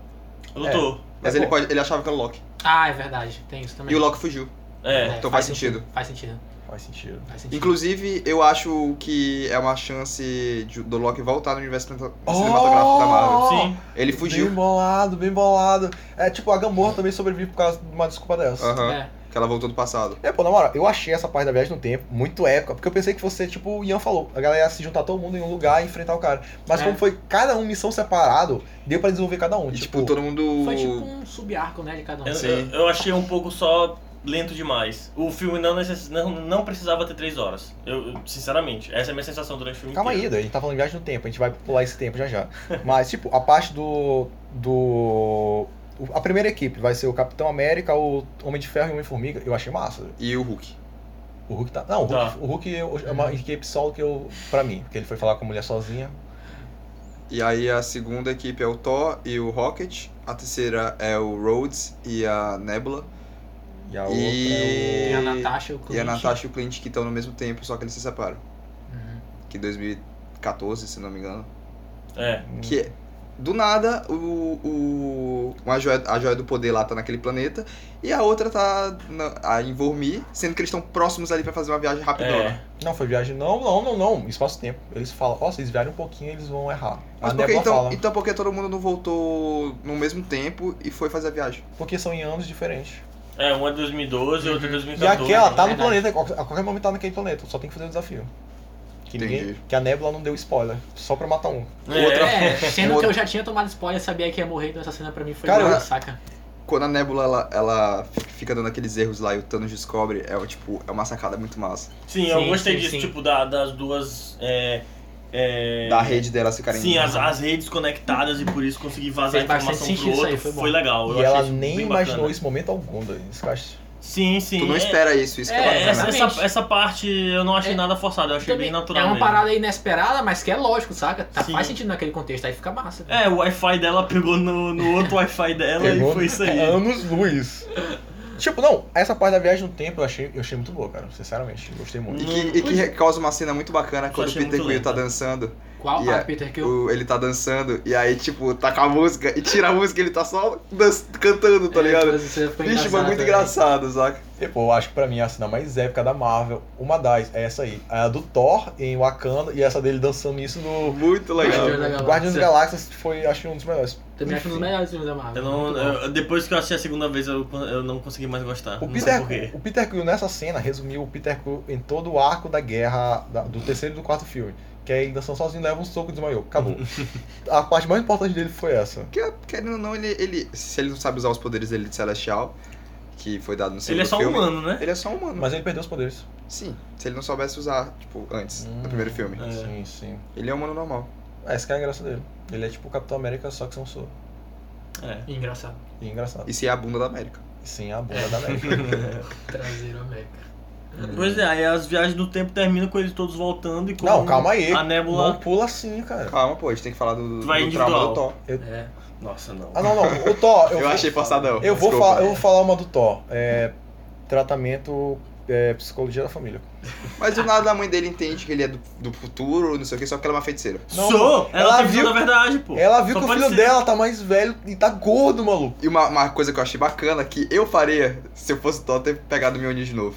[SPEAKER 2] Lutou.
[SPEAKER 4] Mas ele, pode, ele achava que era o Loki.
[SPEAKER 3] Ah, é verdade, tem isso também.
[SPEAKER 4] E o Loki fugiu.
[SPEAKER 2] É.
[SPEAKER 3] É,
[SPEAKER 4] então faz sentido.
[SPEAKER 3] Faz sentido,
[SPEAKER 5] Faz sentido.
[SPEAKER 3] faz sentido.
[SPEAKER 4] Inclusive, eu acho que é uma chance de- do Loki voltar no universo cinema-
[SPEAKER 5] Oh!
[SPEAKER 4] cinematográfico da Marvel.
[SPEAKER 2] Sim.
[SPEAKER 4] Ele fugiu.
[SPEAKER 5] Bem bolado, bem bolado. É tipo, a Gamora também sobrevive por causa de uma desculpa dessa.
[SPEAKER 4] Aham.
[SPEAKER 3] É.
[SPEAKER 4] Que ela voltou do passado.
[SPEAKER 5] É, pô, na moral, eu achei essa parte da viagem no tempo muito épica, porque eu pensei que fosse, tipo, o Ian falou, a galera ia se juntar todo mundo em um lugar e enfrentar o cara. Mas
[SPEAKER 3] É.
[SPEAKER 5] como foi cada um missão separado, deu pra desenvolver cada um.
[SPEAKER 4] E
[SPEAKER 5] tipo,
[SPEAKER 4] tipo, todo mundo.
[SPEAKER 3] Foi tipo um sub-arco, né, de cada um.
[SPEAKER 2] Eu,
[SPEAKER 4] Sim.
[SPEAKER 2] eu- eu achei um pouco só lento demais. O filme não, necess... não, não precisava ter três horas. Eu, eu- sinceramente, essa é a minha sensação durante o filme
[SPEAKER 5] Calma aí,
[SPEAKER 2] inteiro.
[SPEAKER 5] Dudu, a gente tá falando de viagem no tempo, a gente vai pular esse tempo já <laughs> já. Mas, tipo, a parte do. do. o- A primeira equipe vai ser o Capitão América, o Homem de Ferro e o Homem-Formiga. Eu achei massa.
[SPEAKER 4] E o Hulk.
[SPEAKER 5] O Hulk tá. Não, o Hulk,
[SPEAKER 2] Tá.
[SPEAKER 5] o Hulk eu- é uma equipe solo que eu. pra mim, porque ele foi falar com a mulher sozinha.
[SPEAKER 4] E aí a segunda equipe é o Thor e o Rocket. A terceira é o Rhodes e a Nebula.
[SPEAKER 5] E a outra
[SPEAKER 4] E-
[SPEAKER 5] é
[SPEAKER 3] Tem a Natasha e o
[SPEAKER 4] E a
[SPEAKER 3] Clint.
[SPEAKER 4] Natasha e o Clint que estão no mesmo tempo, só que eles se separam.
[SPEAKER 3] Uhum.
[SPEAKER 4] Que em 2014, se não me engano.
[SPEAKER 2] É.
[SPEAKER 5] Hum.
[SPEAKER 4] Que é- do nada, o, o, uma joia- a joia do poder lá tá naquele planeta e a outra tá na, a, em Vormir, sendo que eles estão próximos ali pra fazer uma viagem rapidona.
[SPEAKER 2] É.
[SPEAKER 5] o... Não, foi viagem. Não, não, não, não. Espaço-tempo. Eles falam, ó, vocês viajam um pouquinho eles vão errar.
[SPEAKER 4] Mas
[SPEAKER 5] a
[SPEAKER 4] por que
[SPEAKER 5] Nebula
[SPEAKER 4] então,
[SPEAKER 5] fala,
[SPEAKER 4] então por que todo mundo não voltou no mesmo tempo e foi fazer a viagem?
[SPEAKER 5] porque são em anos diferentes.
[SPEAKER 2] É, uma é 2012 e outra é
[SPEAKER 5] Uhum. E
[SPEAKER 2] 2014.
[SPEAKER 5] aquela tá no
[SPEAKER 3] verdade.
[SPEAKER 5] planeta, a qualquer momento tá naquele planeta, só tem que fazer o desafio. Que, ninguém,
[SPEAKER 4] Entendi.
[SPEAKER 5] que a Nebula não deu spoiler, só pra matar um.
[SPEAKER 2] <laughs> É.
[SPEAKER 3] É, sendo que eu já tinha tomado spoiler, sabia que ia morrer, então essa cena pra mim foi
[SPEAKER 5] Cara,
[SPEAKER 3] boa,
[SPEAKER 5] eu-
[SPEAKER 3] saca?
[SPEAKER 4] Quando a Nebula ela, ela fi- fica dando aqueles erros lá e o Thanos descobre, é o tipo, é uma sacada muito massa.
[SPEAKER 2] Sim, eu
[SPEAKER 3] Sim,
[SPEAKER 2] gostei
[SPEAKER 3] sim,
[SPEAKER 2] disso,
[SPEAKER 3] sim.
[SPEAKER 2] tipo, da- das duas. É, é,
[SPEAKER 4] Da rede delas ficarem
[SPEAKER 2] Sim, assim, as, as redes conectadas e por isso conseguir vazar
[SPEAKER 3] Fez bastante
[SPEAKER 2] informação pro
[SPEAKER 3] sentido isso
[SPEAKER 2] outro.
[SPEAKER 3] aí,
[SPEAKER 2] foi,
[SPEAKER 3] foi bom.
[SPEAKER 2] legal. eu
[SPEAKER 5] e ela
[SPEAKER 2] achei isso
[SPEAKER 5] nem
[SPEAKER 2] bem
[SPEAKER 5] imaginou
[SPEAKER 2] bacana.
[SPEAKER 5] isso momento algum, Dani. Isso que eu acho-
[SPEAKER 2] Sim, sim.
[SPEAKER 4] Tu não
[SPEAKER 2] é- assim,
[SPEAKER 4] espera isso, isso que é
[SPEAKER 3] é,
[SPEAKER 4] bacana.
[SPEAKER 2] Essa, essa,
[SPEAKER 3] Exatamente.
[SPEAKER 2] essa parte eu não achei
[SPEAKER 3] É,
[SPEAKER 2] nada forçado, eu achei
[SPEAKER 3] Também
[SPEAKER 2] bem natural.
[SPEAKER 3] é uma
[SPEAKER 2] mesmo.
[SPEAKER 3] parada inesperada, mas que é lógico, saca? Tá,
[SPEAKER 2] Sim.
[SPEAKER 3] faz sentido naquele contexto, aí fica massa.
[SPEAKER 2] É, o Wi-Fi dela pegou no, no outro Wi-Fi dela
[SPEAKER 5] Pegou
[SPEAKER 2] e foi isso aí.
[SPEAKER 5] anos luz. tipo, não, essa parte da viagem no tempo eu achei, eu achei muito boa, cara. Sinceramente, gostei muito.
[SPEAKER 4] E que, e que causa uma cena muito bacana quando o
[SPEAKER 2] achei
[SPEAKER 4] Peter
[SPEAKER 2] muito
[SPEAKER 4] Quill tá
[SPEAKER 2] lenta.
[SPEAKER 4] dançando.
[SPEAKER 3] Qual
[SPEAKER 4] E é-
[SPEAKER 3] a Peter que eu.
[SPEAKER 4] O- ele tá dançando e aí, tipo, tá com a música e tira a música ele tá só dan- cantando,
[SPEAKER 2] É,
[SPEAKER 4] tá ligado? Bicho, foi
[SPEAKER 3] é.
[SPEAKER 4] muito engraçado, saca?
[SPEAKER 5] E, pô, Tipo, eu acho que pra mim é a cena mais épica da Marvel, uma das, é essa aí. A do Thor em Wakanda e essa dele dançando isso no.
[SPEAKER 4] Muito legal.
[SPEAKER 3] Guardiões da Galáxia.
[SPEAKER 5] Guardiões da Galáxia foi, acho, um dos melhores.
[SPEAKER 3] Também acho um dos melhores filmes da Marvel.
[SPEAKER 2] Eu não,
[SPEAKER 3] muito bom.
[SPEAKER 2] eu- depois que eu achei a segunda vez, eu, eu não consegui mais gostar.
[SPEAKER 5] O
[SPEAKER 2] não sei
[SPEAKER 5] Peter, é
[SPEAKER 2] por quê.
[SPEAKER 5] o Peter Quill nessa cena resumiu o Peter Quill em todo o arco da guerra da- do terceiro e do quarto filme. Que é ele dançando sozinho, leva um soco e desmaiou.
[SPEAKER 2] <laughs>
[SPEAKER 5] Acabou. a parte mais importante dele foi essa.
[SPEAKER 4] Porque, querendo ou não, ele, ele- Se ele não sabe usar os poderes dele de Celestial, que foi dado no
[SPEAKER 2] Ele
[SPEAKER 4] segundo
[SPEAKER 2] é só
[SPEAKER 4] filme.
[SPEAKER 2] humano, né?
[SPEAKER 4] Ele é só humano.
[SPEAKER 5] Mas ele perdeu os poderes.
[SPEAKER 4] Sim. Se ele não soubesse usar, tipo, antes,
[SPEAKER 5] Hum.
[SPEAKER 4] no primeiro filme.
[SPEAKER 2] É.
[SPEAKER 5] Sim, sim.
[SPEAKER 4] Ele é humano normal.
[SPEAKER 5] É, essa que é a graça dele. Ele é tipo o Capitão América, só que sem um soco.
[SPEAKER 2] É.
[SPEAKER 3] Engraçado.
[SPEAKER 5] E engraçado.
[SPEAKER 4] E se é a bunda da América.
[SPEAKER 5] E sim, a bunda
[SPEAKER 2] <laughs>
[SPEAKER 5] da América.
[SPEAKER 3] Traseiro é América.
[SPEAKER 2] <laughs> Pois é, aí as viagens do tempo terminam com eles todos voltando e com
[SPEAKER 5] Não, calma aí.
[SPEAKER 2] a nébula.
[SPEAKER 5] Não pula assim, cara.
[SPEAKER 4] Calma, pô, a gente tem que falar do,
[SPEAKER 2] Tu vai
[SPEAKER 4] do trauma
[SPEAKER 2] individual.
[SPEAKER 4] do Thor.
[SPEAKER 3] É.
[SPEAKER 2] Nossa, não.
[SPEAKER 5] Ah, não, não. O
[SPEAKER 2] <laughs>
[SPEAKER 5] Thor, eu,
[SPEAKER 4] Eu, achei passadão.
[SPEAKER 5] eu vou,
[SPEAKER 4] desculpa.
[SPEAKER 5] falar, eu vou falar uma do Thor. É, tratamento é, psicologia da família.
[SPEAKER 4] Mas do nada a mãe dele entende que ele é do, do futuro, não sei o que, só que ela é uma feiticeira.
[SPEAKER 5] Não,
[SPEAKER 2] Sou!
[SPEAKER 5] pô.
[SPEAKER 2] Ela,
[SPEAKER 5] Ela
[SPEAKER 2] tem viu
[SPEAKER 5] viu-
[SPEAKER 2] na verdade, pô.
[SPEAKER 5] Ela viu
[SPEAKER 2] Só
[SPEAKER 5] que o
[SPEAKER 2] pode
[SPEAKER 5] filho
[SPEAKER 2] ser.
[SPEAKER 5] dela tá mais velho e tá gordo, maluco.
[SPEAKER 4] E uma, uma coisa que eu achei bacana, que eu faria se eu fosse Thor ter pegado o Mjolnir de novo.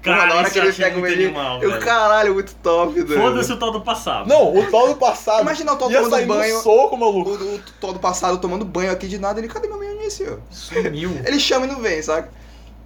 [SPEAKER 2] Cara,
[SPEAKER 4] Porra, na hora
[SPEAKER 2] isso
[SPEAKER 4] que
[SPEAKER 2] eu
[SPEAKER 4] ele
[SPEAKER 2] achei
[SPEAKER 4] pega o
[SPEAKER 2] muito
[SPEAKER 4] menino,
[SPEAKER 2] animal,
[SPEAKER 4] eu,
[SPEAKER 2] velho.
[SPEAKER 4] caralho, muito top, velho.
[SPEAKER 2] Foda-se o tal do passado.
[SPEAKER 5] Não, o Thor do <laughs> passado.
[SPEAKER 4] Imagina o Thor
[SPEAKER 5] ia
[SPEAKER 4] tomando
[SPEAKER 5] sair
[SPEAKER 4] banho.
[SPEAKER 5] no soco,
[SPEAKER 4] O,
[SPEAKER 5] maluco.
[SPEAKER 4] o Thor do passado tomando banho aqui de nada, ele, cadê meu Mjolnir, senhor?
[SPEAKER 3] Sumiu.
[SPEAKER 4] Ele chama e não vem, saca?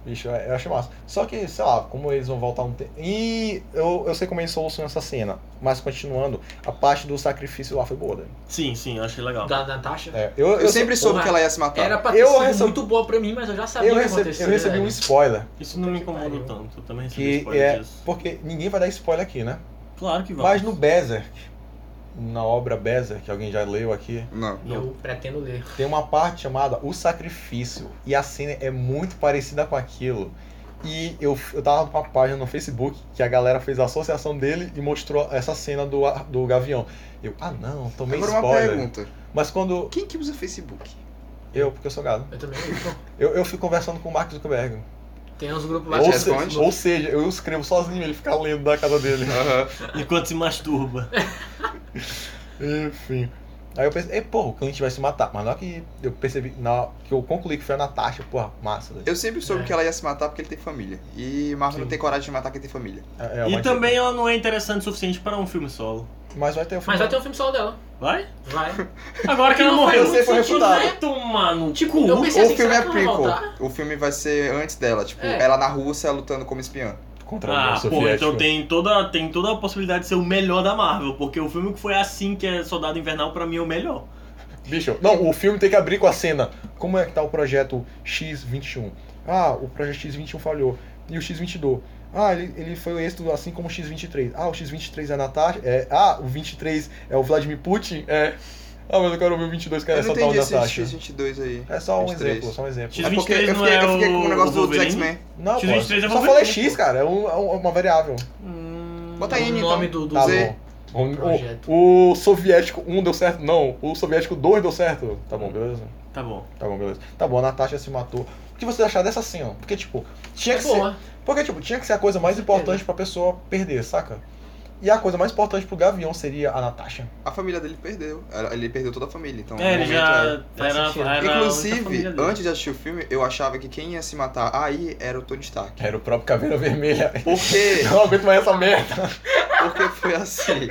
[SPEAKER 5] Bicho, eu eu acho massa. Só que, sei lá, como eles vão voltar um tempo. E eu, eu sei como eles solucionam essa cena. Mas continuando, a parte do sacrifício lá foi boa, né?
[SPEAKER 2] Sim, sim, eu achei legal.
[SPEAKER 3] Da Natasha.
[SPEAKER 5] É, eu,
[SPEAKER 4] Eu, sempre soube
[SPEAKER 3] porra,
[SPEAKER 4] que ela ia se matar.
[SPEAKER 3] Era pra ter
[SPEAKER 5] Eu
[SPEAKER 3] sido
[SPEAKER 5] recebi-
[SPEAKER 3] muito boa pra mim, mas eu já sabia o
[SPEAKER 5] eu
[SPEAKER 3] que né?
[SPEAKER 5] recebi,
[SPEAKER 3] aconteceu.
[SPEAKER 5] eu recebi um spoiler.
[SPEAKER 2] Isso não me incomodou
[SPEAKER 3] Pariu.
[SPEAKER 2] tanto. Eu também recebi
[SPEAKER 5] Que
[SPEAKER 2] spoiler
[SPEAKER 5] é.
[SPEAKER 2] disso.
[SPEAKER 5] Porque ninguém vai dar spoiler aqui, né?
[SPEAKER 2] Claro que vai.
[SPEAKER 5] Mas no Berserk, na obra Berserk, que alguém já leu aqui,
[SPEAKER 4] Não.
[SPEAKER 3] Eu pretendo ler.
[SPEAKER 5] tem uma parte chamada O Sacrifício. E a cena é muito parecida com aquilo. E eu, eu tava numa página no Facebook que a galera fez a associação dele e mostrou essa cena do, a- do Gavião. Eu, ah não, tomei
[SPEAKER 4] Agora uma
[SPEAKER 5] spoiler.
[SPEAKER 4] pergunta.
[SPEAKER 5] Mas quando.
[SPEAKER 4] Quem que usa Facebook?
[SPEAKER 5] Eu, porque eu sou gado.
[SPEAKER 3] Eu também ler.
[SPEAKER 5] Eu, eu fico conversando com o Mark Zuckerberg.
[SPEAKER 3] Tem uns grupos lá é-
[SPEAKER 5] Ou,
[SPEAKER 4] te
[SPEAKER 5] se-
[SPEAKER 4] responde?
[SPEAKER 5] ou seja, eu escrevo sozinho, ele fica lendo da
[SPEAKER 4] <laughs>
[SPEAKER 5] casa dele.
[SPEAKER 4] Aham.
[SPEAKER 2] Enquanto se masturba.
[SPEAKER 5] Enfim. Aí eu pensei, "Ei, porra, o Clint vai se matar. Mas na hora que eu percebi, na hora que eu concluí que foi a Natasha, porra, massa. velho.
[SPEAKER 4] Eu sempre soube
[SPEAKER 3] É.
[SPEAKER 4] que ela ia se matar porque ele tem família. E Marvel não tem coragem de matar quem tem família.
[SPEAKER 5] É, é,
[SPEAKER 2] e
[SPEAKER 5] mas-
[SPEAKER 2] também ela não é interessante o suficiente para um filme solo.
[SPEAKER 5] Mas vai ter o
[SPEAKER 3] Mas vai
[SPEAKER 5] final.
[SPEAKER 3] ter um filme solo dela.
[SPEAKER 2] Vai?
[SPEAKER 3] Vai.
[SPEAKER 2] Agora que ela
[SPEAKER 3] Não faz
[SPEAKER 2] morreu.
[SPEAKER 3] muito
[SPEAKER 5] Você foi
[SPEAKER 3] sentido,
[SPEAKER 5] refutado.
[SPEAKER 3] né?
[SPEAKER 2] Tomar no
[SPEAKER 3] Tipo,
[SPEAKER 2] cu.
[SPEAKER 3] eu
[SPEAKER 4] O,
[SPEAKER 3] pensei assim,
[SPEAKER 4] filme
[SPEAKER 3] será
[SPEAKER 4] é
[SPEAKER 3] que ela vai
[SPEAKER 4] prequel.
[SPEAKER 3] voltar?
[SPEAKER 4] O filme vai ser antes dela, tipo,
[SPEAKER 3] É.
[SPEAKER 4] ela na Rússia lutando como espiã.
[SPEAKER 5] Contra a União
[SPEAKER 2] Ah, pô,
[SPEAKER 5] Soviética.
[SPEAKER 2] então tem toda, tem toda a possibilidade de ser o melhor da Marvel, porque o filme que foi assim que é Soldado Invernal pra mim é o melhor.
[SPEAKER 5] Bicho, não, o filme tem que abrir com a cena. Como é que tá o projeto X21? Ah, o projeto X21 falhou. E o X22? Ah, ele, ele foi o êxito assim como o X23. Ah, o X23 é a Natasha. É, ah, o 23 é o Vladimir Putin? É. Ah, mas eu quero ver o 22 que é
[SPEAKER 4] eu não
[SPEAKER 5] só tal
[SPEAKER 4] entendi esse
[SPEAKER 5] Natasha.
[SPEAKER 4] X22 aí.
[SPEAKER 5] É só um
[SPEAKER 4] 23.
[SPEAKER 5] exemplo, só um exemplo.
[SPEAKER 2] X-
[SPEAKER 4] É porque
[SPEAKER 2] X23
[SPEAKER 4] eu fiquei,
[SPEAKER 2] não é
[SPEAKER 4] eu fiquei com
[SPEAKER 2] o
[SPEAKER 4] um negócio do- do
[SPEAKER 2] Wolverine?
[SPEAKER 4] X-Men.
[SPEAKER 5] Não, pô,
[SPEAKER 2] X23 é
[SPEAKER 5] só
[SPEAKER 2] Wolverine,
[SPEAKER 5] falei
[SPEAKER 2] pô.
[SPEAKER 5] X, cara, é, um- é um- é uma variável.
[SPEAKER 4] Bota aí,
[SPEAKER 3] o
[SPEAKER 4] então.
[SPEAKER 3] nome do, do
[SPEAKER 5] Tá
[SPEAKER 4] Z.
[SPEAKER 5] bom. O- um
[SPEAKER 3] Projeto.
[SPEAKER 5] O, o soviético 1 deu certo? Não. O soviético 2 deu certo? Tá bom, beleza.
[SPEAKER 2] Tá bom.
[SPEAKER 5] Tá bom, beleza. Tá bom, a Natasha se matou. O que vocês acharam dessa cena? Porque, tipo, tinha
[SPEAKER 3] É
[SPEAKER 5] que ser.
[SPEAKER 3] boa.
[SPEAKER 5] Porque, tipo, tinha que ser a coisa mais importante pra pessoa perder, saca? E a coisa mais importante pro Gavião seria a Natasha.
[SPEAKER 4] A família dele perdeu. Ela- Ele perdeu toda a família, então. no
[SPEAKER 2] É, ele
[SPEAKER 4] momento,
[SPEAKER 2] já
[SPEAKER 4] é.
[SPEAKER 2] era,
[SPEAKER 5] faz
[SPEAKER 2] era,
[SPEAKER 5] sentido.
[SPEAKER 2] a única
[SPEAKER 4] Inclusive,
[SPEAKER 2] família dele.
[SPEAKER 4] antes de assistir o filme, eu achava que quem ia se matar aí era o Tony Stark.
[SPEAKER 5] Era o próprio <laughs> Caveira Vermelha.
[SPEAKER 4] Porque,
[SPEAKER 5] Não aguento mais essa merda.
[SPEAKER 4] porque foi assim.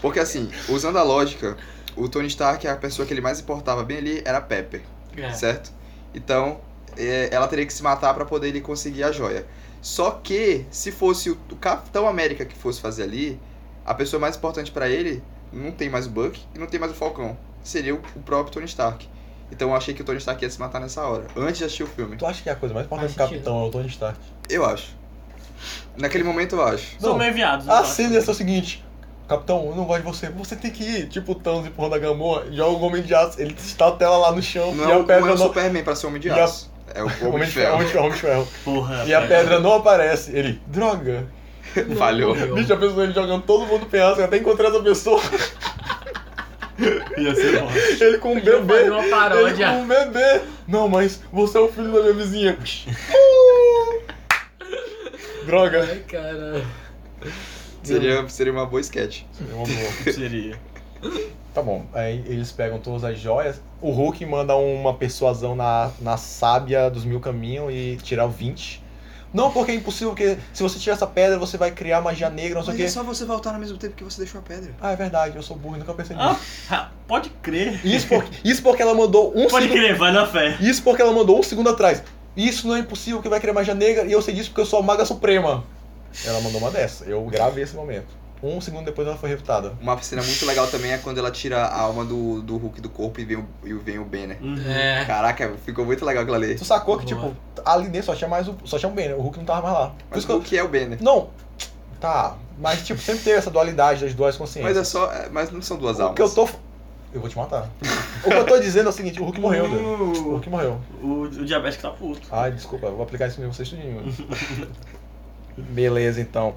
[SPEAKER 4] Porque assim, usando a lógica, o Tony Stark, a pessoa que ele mais importava bem ali era a Pepper,
[SPEAKER 2] É.
[SPEAKER 4] certo? Então, é, ela teria que se matar pra poder ele conseguir a joia. Só que, se fosse o o Capitão América que fosse fazer ali, a pessoa mais importante pra ele não tem mais o Buck e não tem mais o Falcão. Seria o o próprio Tony Stark. Então eu achei que o Tony Stark ia se matar nessa hora, antes de assistir o filme.
[SPEAKER 5] Tu acha que é a coisa mais importante
[SPEAKER 3] Faz
[SPEAKER 5] pro
[SPEAKER 3] sentido.
[SPEAKER 5] Capitão é o Tony Stark?
[SPEAKER 4] Eu acho. Naquele momento eu acho.
[SPEAKER 2] São
[SPEAKER 5] Não. Ah, né?
[SPEAKER 2] meio viados. eu
[SPEAKER 5] A
[SPEAKER 2] acho.
[SPEAKER 5] cena ia ser o seguinte. Capitão, eu não gosto de você. Você tem que ir. Tipo o Thanos empurrando a Gamora, joga o Homem de Aço, ele estatela lá no chão
[SPEAKER 4] Não
[SPEAKER 5] e
[SPEAKER 4] é,
[SPEAKER 5] a
[SPEAKER 4] o, não é
[SPEAKER 5] pedra
[SPEAKER 4] o
[SPEAKER 5] não...
[SPEAKER 4] Superman pra ser homem de É.
[SPEAKER 5] E a-
[SPEAKER 4] aço.
[SPEAKER 5] <laughs>
[SPEAKER 4] É o
[SPEAKER 5] Homem de Ferro,
[SPEAKER 4] <laughs>
[SPEAKER 5] Homem de Ferro, Homem de Ferro.
[SPEAKER 2] Porra.
[SPEAKER 5] E a
[SPEAKER 2] velho.
[SPEAKER 5] pedra não aparece. Ele, droga.
[SPEAKER 4] <laughs> Falhou.
[SPEAKER 3] Morreu.
[SPEAKER 5] Bicho, a pessoa ele jogando todo mundo no penhasco. Eu até encontrei
[SPEAKER 3] <laughs>
[SPEAKER 5] essa pessoa.
[SPEAKER 2] Ia ser bom.
[SPEAKER 5] Ele com um
[SPEAKER 3] Podia
[SPEAKER 5] bebê.
[SPEAKER 3] fazer uma paródia.
[SPEAKER 5] Ele com um bebê. Não, mas você é o filho da
[SPEAKER 3] <laughs>
[SPEAKER 5] minha vizinha. droga.
[SPEAKER 3] Ai, cara.
[SPEAKER 4] Seria, seria uma boa sketch.
[SPEAKER 5] É uma boa.
[SPEAKER 2] Seria.
[SPEAKER 5] Tá bom. Aí eles pegam todas as joias. O Hulk manda uma persuasão na, na sábia dos mil caminhos e tirar o 20. Não, porque é impossível, porque se você tirar essa pedra, você vai criar magia negra, não sei o quê.
[SPEAKER 4] só você voltar no mesmo tempo que você deixou a pedra.
[SPEAKER 5] Ah, é verdade, eu sou burro, nunca pensei
[SPEAKER 2] <laughs> Ah,
[SPEAKER 5] nisso.
[SPEAKER 2] ra- pode crer.
[SPEAKER 5] Isso porque, isso porque ela mandou um
[SPEAKER 2] Pode
[SPEAKER 5] segundo.
[SPEAKER 2] crer, vai na fé.
[SPEAKER 5] Isso porque ela mandou um segundo atrás. Isso não é impossível que vai criar magia negra e eu sei disso porque eu sou a maga suprema. Ela mandou uma dessa. Eu gravei esse momento. Um segundo depois ela foi refutada.
[SPEAKER 4] Uma cena muito legal também é quando ela tira a alma do, do Hulk do corpo e vem, o- e vem o Banner.
[SPEAKER 2] Uhum.
[SPEAKER 3] É.
[SPEAKER 4] Caraca, ficou muito legal aquela ali.
[SPEAKER 5] Tu sacou que,
[SPEAKER 3] Boa.
[SPEAKER 5] tipo, ali dentro só tinha mais o. Só tinha um Banner, o Hulk não tava mais lá. Por
[SPEAKER 4] Mas
[SPEAKER 5] isso que
[SPEAKER 4] o
[SPEAKER 5] eu,
[SPEAKER 4] que é o Banner?
[SPEAKER 5] Não! Tá, mas tipo, sempre teve essa dualidade das duas consciências.
[SPEAKER 4] Mas é só. é- Mas não são duas
[SPEAKER 5] o que eu
[SPEAKER 4] almas.
[SPEAKER 5] tô. Eu vou te matar. o que eu tô dizendo é o seguinte, o Hulk morreu, né? Ah. velho. O Hulk morreu.
[SPEAKER 2] O, o diabético tá puto.
[SPEAKER 5] Ai, desculpa, eu vou aplicar isso em vocês tudinho. <laughs> Beleza, então.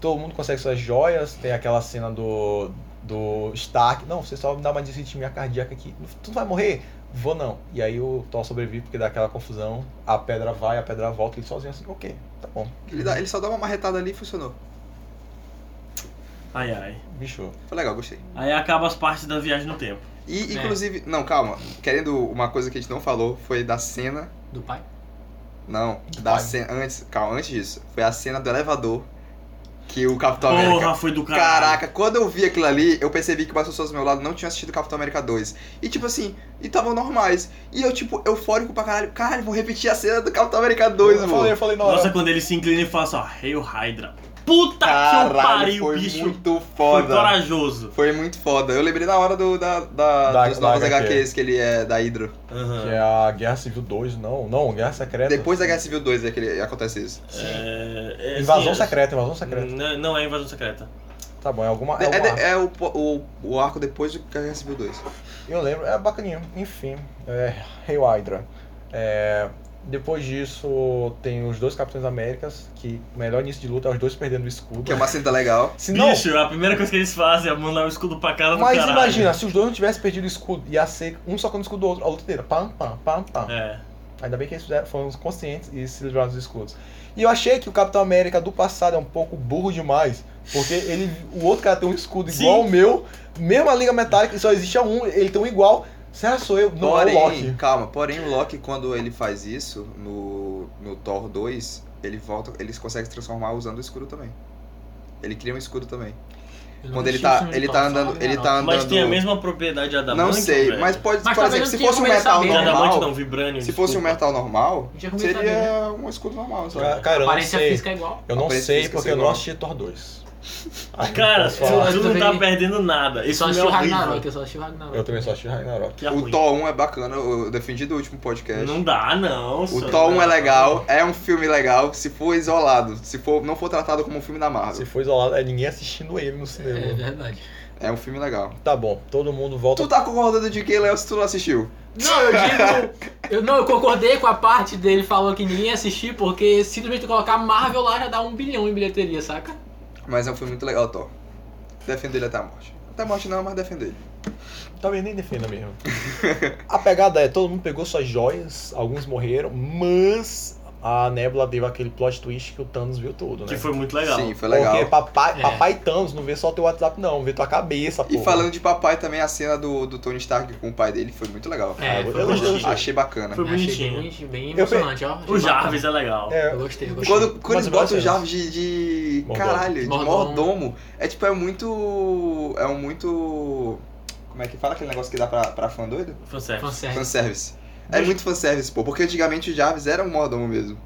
[SPEAKER 5] Todo mundo consegue suas joias, tem aquela cena do. do Stark. Não, você só me dá uma desritmia cardíaca aqui. Tu não vai morrer? Vou não. E aí o Thor sobrevive porque dá aquela confusão. A pedra vai, a pedra volta, ele sozinho assim, ok, tá bom.
[SPEAKER 4] Ele, dá- ele só dá uma marretada ali e funcionou.
[SPEAKER 2] Ai, ai.
[SPEAKER 5] Bicho.
[SPEAKER 4] Foi legal, gostei.
[SPEAKER 2] Aí acaba as partes da viagem no tempo.
[SPEAKER 4] E,
[SPEAKER 3] É.
[SPEAKER 4] inclusive. Não, calma. Querendo uma coisa que a gente não falou, foi da cena
[SPEAKER 3] Do pai?
[SPEAKER 4] Não, da
[SPEAKER 5] Vai.
[SPEAKER 4] cena, antes, calma, antes disso, foi a cena do elevador que o Capitão
[SPEAKER 2] Porra,
[SPEAKER 4] América.
[SPEAKER 2] foi do caralho.
[SPEAKER 4] Caraca, quando eu vi aquilo ali, eu percebi que umas pessoas do meu lado não tinham assistido Capitão América 2. E tipo assim, e estavam normais. E eu, tipo, eufórico pra caralho. Caralho, vou repetir a cena do Capitão América 2,
[SPEAKER 5] eu
[SPEAKER 4] mano.
[SPEAKER 5] falei, eu falei na hora.
[SPEAKER 2] Nossa, quando ele se inclina e fala assim, ó, Hail Hydra. Puta que eu
[SPEAKER 4] Caralho,
[SPEAKER 2] pariu,
[SPEAKER 4] foi
[SPEAKER 2] bicho.
[SPEAKER 4] muito
[SPEAKER 2] Foi
[SPEAKER 4] foda.
[SPEAKER 2] corajoso.
[SPEAKER 4] Foi muito foda. Eu lembrei na hora do, da, da-
[SPEAKER 5] Da-
[SPEAKER 4] dos
[SPEAKER 5] da
[SPEAKER 4] novos
[SPEAKER 5] HQ.
[SPEAKER 4] HQs que ele é da Hydra.
[SPEAKER 5] Que é a Guerra Civil 2, não. Não, Guerra Secreta.
[SPEAKER 4] Depois da Guerra Civil 2 é que ele- acontece isso.
[SPEAKER 2] É, é,
[SPEAKER 5] Invasão
[SPEAKER 2] sim, é-
[SPEAKER 5] Secreta, Invasão Secreta.
[SPEAKER 2] Não, não é invasão secreta.
[SPEAKER 5] Tá bom, é alguma. É
[SPEAKER 4] É,
[SPEAKER 5] alguma-
[SPEAKER 4] de- é o, po- o, o arco depois do Guerra Civil 2.
[SPEAKER 5] Eu lembro, é bacaninha. Enfim, é Rei Hydra. É, depois disso, tem os dois Capitães Américas, que o melhor início de luta é os dois perdendo o escudo.
[SPEAKER 4] Que é uma cena legal.
[SPEAKER 5] Se não,
[SPEAKER 2] Bicho, a primeira coisa que eles fazem é mandar o escudo pra casa do
[SPEAKER 5] mas
[SPEAKER 2] caralho.
[SPEAKER 5] imagina, se os dois não tivessem perdido o escudo, ia ser um só com o escudo do outro, a luta inteira. Pam, pam, pam, pam.
[SPEAKER 2] É.
[SPEAKER 5] Ainda bem que eles fizeram, foram conscientes e se livraram dos escudos. E eu achei que o Capitão América do passado é um pouco burro demais, porque ele, o outro cara tem um escudo
[SPEAKER 2] Sim.
[SPEAKER 5] igual ao meu, mesma liga metálica, e só existe a um, ele tem um igual. Será que sou eu? Não é o
[SPEAKER 4] porém,
[SPEAKER 5] Loki.
[SPEAKER 4] calma, porém o Loki quando ele faz isso no, no Thor 2, ele volta, ele consegue se transformar usando o escudo também. Ele cria um escudo também.
[SPEAKER 3] Eu não
[SPEAKER 4] Quando ele
[SPEAKER 3] assisti o
[SPEAKER 4] tá,
[SPEAKER 3] filme
[SPEAKER 4] ele
[SPEAKER 3] do
[SPEAKER 4] tá
[SPEAKER 3] passado,
[SPEAKER 4] andando,
[SPEAKER 3] né,
[SPEAKER 4] ele
[SPEAKER 3] não.
[SPEAKER 4] tá andando.
[SPEAKER 2] Mas tem a mesma né? propriedade
[SPEAKER 4] não
[SPEAKER 2] adamantium,
[SPEAKER 4] sei,
[SPEAKER 2] velho.
[SPEAKER 4] mas pode,
[SPEAKER 3] Mas
[SPEAKER 4] por
[SPEAKER 3] talvez
[SPEAKER 4] exemplo,
[SPEAKER 3] não
[SPEAKER 4] se
[SPEAKER 3] tinha
[SPEAKER 4] fosse um
[SPEAKER 3] como ele
[SPEAKER 4] metal
[SPEAKER 3] saber, né?
[SPEAKER 2] Adamante não,
[SPEAKER 4] normal,
[SPEAKER 2] vibranium,
[SPEAKER 4] se fosse um
[SPEAKER 2] desculpa.
[SPEAKER 4] metal normal,
[SPEAKER 3] Não tinha como ele
[SPEAKER 4] seria um escudo normal, sabe?
[SPEAKER 5] Ca- Cara, eu não
[SPEAKER 3] Aparência
[SPEAKER 5] sei.
[SPEAKER 3] física é igual.
[SPEAKER 5] Eu não
[SPEAKER 4] Aparência
[SPEAKER 5] sei
[SPEAKER 4] física
[SPEAKER 5] porque
[SPEAKER 4] é
[SPEAKER 5] eu não
[SPEAKER 4] igual.
[SPEAKER 5] assisti
[SPEAKER 4] <laughs>
[SPEAKER 5] Thor 2.
[SPEAKER 2] Cara,
[SPEAKER 5] Eu posso falar.
[SPEAKER 2] tu não tá
[SPEAKER 3] também-
[SPEAKER 2] perdendo nada.
[SPEAKER 3] Eu
[SPEAKER 2] Isso
[SPEAKER 3] só
[SPEAKER 2] não é
[SPEAKER 3] assisti o
[SPEAKER 2] horrível.
[SPEAKER 3] Ragnarok, eu só assisti o Ragnarok.
[SPEAKER 5] Eu também só assisti Ragnarok.
[SPEAKER 2] Que é
[SPEAKER 4] O
[SPEAKER 2] ruim.
[SPEAKER 4] Thor 1 é bacana, eu defendi do último podcast.
[SPEAKER 2] Não dá, não.
[SPEAKER 4] o
[SPEAKER 2] só
[SPEAKER 4] Thor
[SPEAKER 2] não
[SPEAKER 4] 1 é
[SPEAKER 2] dá.
[SPEAKER 4] legal, é um filme legal se for isolado, se for não for tratado como um filme da
[SPEAKER 5] Se
[SPEAKER 4] Marvel.
[SPEAKER 5] for isolado, é ninguém assistindo ele no
[SPEAKER 3] É
[SPEAKER 5] cinema.
[SPEAKER 3] verdade.
[SPEAKER 4] É um filme legal.
[SPEAKER 5] Tá bom, todo mundo volta.
[SPEAKER 4] Tu tá concordando de que, Léo, se tu não assistiu?
[SPEAKER 3] Não, eu digo. Eu, não, eu concordei com a parte dele falou que ninguém ia assistir, porque simplesmente colocar Marvel lá já dá um bilhão em bilheteria, saca?
[SPEAKER 4] Mas é um filme muito legal, Thor. Defendo ele até a morte. Até a morte não, mas defendo ele.
[SPEAKER 5] Talvez Tá nem
[SPEAKER 4] <laughs>
[SPEAKER 5] defenda mesmo. A pegada é, todo mundo pegou suas joias, alguns morreram, mas a Nebula deu aquele plot twist que o Thanos viu tudo, né?
[SPEAKER 2] Que foi muito legal.
[SPEAKER 4] Sim, foi legal.
[SPEAKER 5] Porque papai,
[SPEAKER 3] É.
[SPEAKER 5] papai Thanos não vê só teu WhatsApp não, vê tua cabeça, pô.
[SPEAKER 4] E falando de papai também, a cena do, do Tony Stark com o pai dele foi muito legal.
[SPEAKER 3] É,
[SPEAKER 5] Ah, eu
[SPEAKER 3] foi
[SPEAKER 5] gostei,
[SPEAKER 3] bonitinho.
[SPEAKER 5] gostei.
[SPEAKER 4] Achei bacana.
[SPEAKER 2] Foi
[SPEAKER 3] Achei
[SPEAKER 2] bonitinho.
[SPEAKER 3] bem, bem
[SPEAKER 5] Eu pe-
[SPEAKER 3] emocionante, ó.
[SPEAKER 2] O Jarvis é legal.
[SPEAKER 5] É,
[SPEAKER 3] Eu gostei, eu gostei.
[SPEAKER 4] Quando, quando
[SPEAKER 5] Mas
[SPEAKER 4] eles
[SPEAKER 5] eu gosto
[SPEAKER 4] botam o
[SPEAKER 5] dessa.
[SPEAKER 4] Jarvis de. de
[SPEAKER 5] Mordomo.
[SPEAKER 4] caralho, de
[SPEAKER 3] Mordomo.
[SPEAKER 4] mordomo. É tipo, é muito. É um muito. Como é que fala aquele negócio que dá pra, pra fã doido?
[SPEAKER 2] Fanservice.
[SPEAKER 3] É Fanservice.
[SPEAKER 4] Fanservice. É muito fanservice, pô. Porque antigamente o Jarvis era um mordomo mesmo.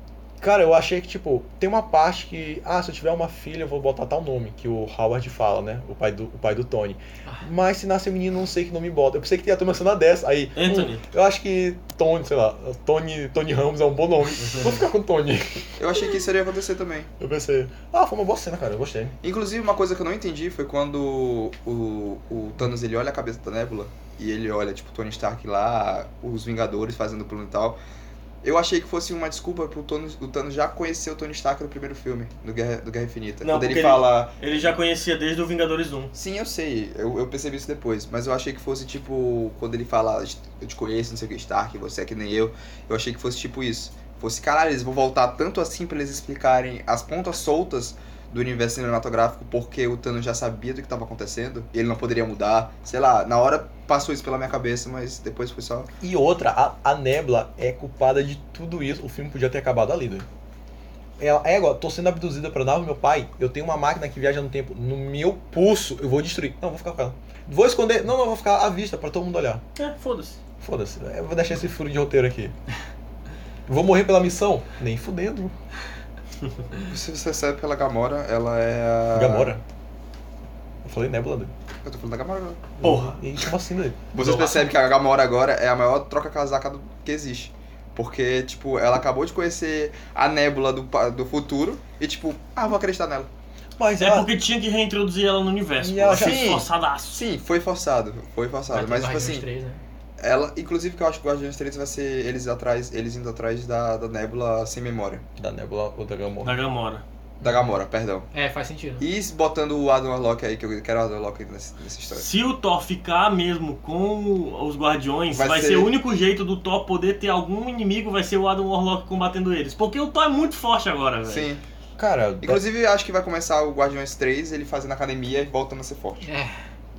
[SPEAKER 5] Cara, eu achei que, tipo, tem uma parte que, ah, se eu tiver uma filha, eu vou botar tal nome, que o Howard fala, né? O pai do, o pai do Tony.
[SPEAKER 3] Ah.
[SPEAKER 5] Mas se nascer menino, não sei que nome bota. Eu pensei que ia ter uma cena dessa. Aí, hum,
[SPEAKER 2] Anthony.
[SPEAKER 5] eu acho que Tony, sei lá, Tony, Tony Ramos é um bom nome.
[SPEAKER 3] né?
[SPEAKER 5] Vou ficar com Tony.
[SPEAKER 4] Eu achei que isso iria acontecer também.
[SPEAKER 5] Eu pensei, ah, foi uma boa cena, cara, eu gostei.
[SPEAKER 4] Inclusive, uma coisa que eu não entendi foi quando o, o Thanos ele olha a cabeça da Nebula e ele olha, tipo, Tony Stark lá, os Vingadores fazendo plano e tal. Eu achei que fosse uma desculpa pro Thanos, o Thanos já conhecer o Tony Stark no primeiro filme, do Guerra, do Guerra Infinita.
[SPEAKER 2] Não,
[SPEAKER 4] quando ele
[SPEAKER 2] porque ele-
[SPEAKER 4] fala.
[SPEAKER 2] Ele já conhecia desde o Vingadores 1.
[SPEAKER 4] Sim, eu sei, eu, eu percebi isso depois, mas eu achei que fosse tipo, quando ele fala, eu te conheço, não sei o que, Stark, você é que nem eu, eu achei que fosse tipo isso. Fosse, caralho, eles vão voltar tanto assim pra eles explicarem as pontas soltas do universo cinematográfico, porque o Thanos já sabia do que tava acontecendo, e ele não poderia mudar, sei lá, na hora passou isso pela minha cabeça, mas depois foi só...
[SPEAKER 5] E outra, a, a Nebla é culpada de tudo isso. O filme podia ter acabado ali, né? Ela, égua, tô sendo abduzida pra nave do meu pai. Eu tenho uma máquina que viaja no tempo. No meu pulso, eu vou destruir. Não, vou ficar com ela. Vou esconder. Não, não, vou ficar à vista pra todo mundo olhar.
[SPEAKER 2] É, foda-se.
[SPEAKER 5] Foda-se. né? Eu vou deixar esse furo de roteiro aqui. Vou morrer pela missão? Nem fudendo.
[SPEAKER 4] Se você sabe pela Gamora, ela é a...
[SPEAKER 5] Gamora. Eu falei Nebula, doido.
[SPEAKER 4] Eu tô falando da Gamora né? agora.
[SPEAKER 2] Porra.
[SPEAKER 5] E como assim, doido?
[SPEAKER 4] Vocês
[SPEAKER 3] Então,
[SPEAKER 4] percebem que a Gamora agora é a maior troca-casaca do- que existe. Porque, tipo, ela acabou de conhecer a nébula do, pa- do futuro e, tipo, ah, vou acreditar nela.
[SPEAKER 5] Mas
[SPEAKER 2] É
[SPEAKER 5] ela-
[SPEAKER 2] porque tinha que reintroduzir ela no universo.
[SPEAKER 5] E
[SPEAKER 2] pô.
[SPEAKER 5] ela
[SPEAKER 2] Achei
[SPEAKER 4] já-
[SPEAKER 2] esforçadaço.
[SPEAKER 4] Sim, foi forçado, foi
[SPEAKER 3] Vai
[SPEAKER 4] forçado.
[SPEAKER 3] ter
[SPEAKER 4] Mas, tipo
[SPEAKER 3] mais de uns
[SPEAKER 4] assim,
[SPEAKER 3] três, né?
[SPEAKER 4] ela, inclusive que eu acho que o Guardiões 3 vai ser eles atrás, eles indo atrás da, da nébula sem memória.
[SPEAKER 5] Da Nebula ou da Gamora.
[SPEAKER 2] Da Gamora.
[SPEAKER 4] Da Gamora, perdão.
[SPEAKER 3] É, faz sentido.
[SPEAKER 4] E se botando o Adam Warlock aí, que eu quero o Adam Warlock nessa, nessa história.
[SPEAKER 2] Se o Thor ficar mesmo com os Guardiões, vai,
[SPEAKER 4] Vai
[SPEAKER 2] ser...
[SPEAKER 4] ser
[SPEAKER 2] o único jeito do Thor poder ter algum inimigo, vai ser o Adam Warlock combatendo eles. Porque o Thor é muito forte agora, velho.
[SPEAKER 4] Sim.
[SPEAKER 5] Cara,
[SPEAKER 4] Inclusive, acho que vai começar o Guardiões 3, ele fazendo academia e voltando a ser forte.
[SPEAKER 3] É,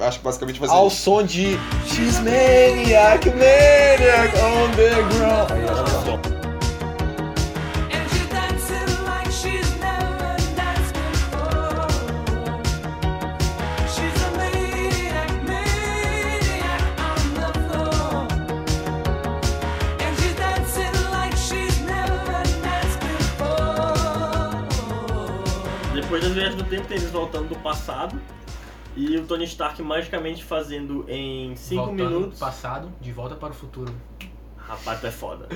[SPEAKER 4] Acho que basicamente vai ser
[SPEAKER 5] ao
[SPEAKER 4] isso.
[SPEAKER 5] som de She's Maniac, Maniac on the ground.
[SPEAKER 7] And she's dancing like she's never danced before. She's a maniac, maniac on the floor. And she's dancing like she's never danced before.
[SPEAKER 2] Depois das viagens do tempo, tem eles voltando do passado. E o Tony Stark magicamente fazendo em 5
[SPEAKER 3] voltando
[SPEAKER 2] minutos.
[SPEAKER 3] do passado, de volta para o futuro.
[SPEAKER 2] Rapaz, tu é foda.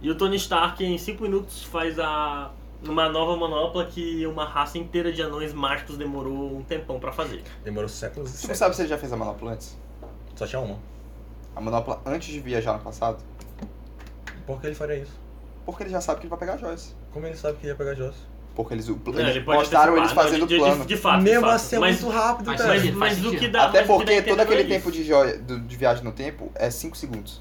[SPEAKER 2] E o Tony Stark, em 5 minutos, faz a uma nova manopla que uma raça inteira de anões mágicos demorou um tempão pra fazer.
[SPEAKER 5] Demorou séculos e
[SPEAKER 4] Tu não
[SPEAKER 5] séculos.
[SPEAKER 4] sabe se ele já fez a manopla antes?
[SPEAKER 5] Só tinha uma.
[SPEAKER 4] a manopla antes de viajar no passado,
[SPEAKER 5] Por que ele faria isso?
[SPEAKER 4] porque ele já sabe que ele vai pegar a Joyce.
[SPEAKER 5] Como ele sabe que ia pegar Joss?
[SPEAKER 4] Porque eles, o pl-
[SPEAKER 2] Não,
[SPEAKER 4] eles
[SPEAKER 2] ele pode
[SPEAKER 4] postaram
[SPEAKER 2] antecipar.
[SPEAKER 4] eles
[SPEAKER 2] Não,
[SPEAKER 4] fazendo
[SPEAKER 2] de,
[SPEAKER 4] o
[SPEAKER 2] de-
[SPEAKER 4] plano.
[SPEAKER 2] de, de fato, de
[SPEAKER 5] Mesmo
[SPEAKER 2] fato.
[SPEAKER 5] assim é
[SPEAKER 2] mas,
[SPEAKER 5] muito rápido,
[SPEAKER 3] Mas faz
[SPEAKER 5] cara.
[SPEAKER 2] mas,
[SPEAKER 3] sentido,
[SPEAKER 2] mas
[SPEAKER 3] faz
[SPEAKER 2] o que
[SPEAKER 3] sentido.
[SPEAKER 2] dá
[SPEAKER 4] Até
[SPEAKER 2] mas o que dá a
[SPEAKER 4] porque
[SPEAKER 2] entender
[SPEAKER 4] todo
[SPEAKER 2] é
[SPEAKER 4] aquele
[SPEAKER 2] isso.
[SPEAKER 4] tempo de, joia, do- de viagem no tempo é 5 segundos.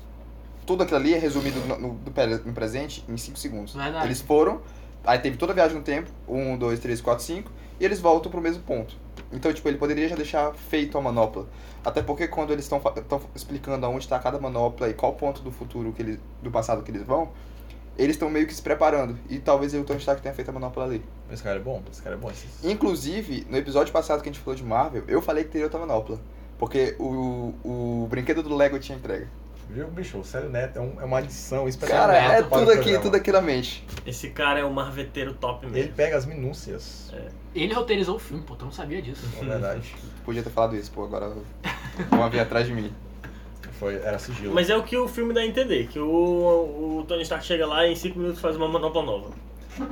[SPEAKER 4] Tudo aquilo ali é resumido no, no- do pre- no presente em 5 segundos.
[SPEAKER 3] Verdade.
[SPEAKER 4] Eles foram, aí teve toda a viagem no tempo, 1, 2, 3, 4, 5, e eles voltam pro mesmo ponto. Então, tipo, ele poderia já deixar feito a manopla. Até porque quando eles estão explicando aonde está cada manopla e qual ponto do futuro que eles, do passado que eles vão, eles estão meio que se preparando. E talvez o Tony Stark tenha feito a manopla ali.
[SPEAKER 5] Esse cara é bom, esse cara é bom. Esse...
[SPEAKER 4] Inclusive, no episódio passado que a gente falou de Marvel, eu falei que teria outra manopla. Porque o, o brinquedo do Lego tinha entrega.
[SPEAKER 5] Viu, bicho? O Célio Neto é, um- é uma adição especial.
[SPEAKER 4] Cara, é
[SPEAKER 5] para o
[SPEAKER 4] tudo aqui,
[SPEAKER 5] programa.
[SPEAKER 4] tudo aqui na mente.
[SPEAKER 2] Esse cara é um marveteiro top
[SPEAKER 5] Ele
[SPEAKER 2] mesmo.
[SPEAKER 5] pega as minúcias. É.
[SPEAKER 3] Ele roteirizou o filme, pô, tu não sabia disso.
[SPEAKER 5] verdade.
[SPEAKER 4] Podia ter falado isso, pô, agora vão vir atrás de mim.
[SPEAKER 5] Foi, era sigilo.
[SPEAKER 2] Mas é o que o filme dá a entender, que o, o Tony Stark chega lá e em 5 minutos faz uma manopla nova.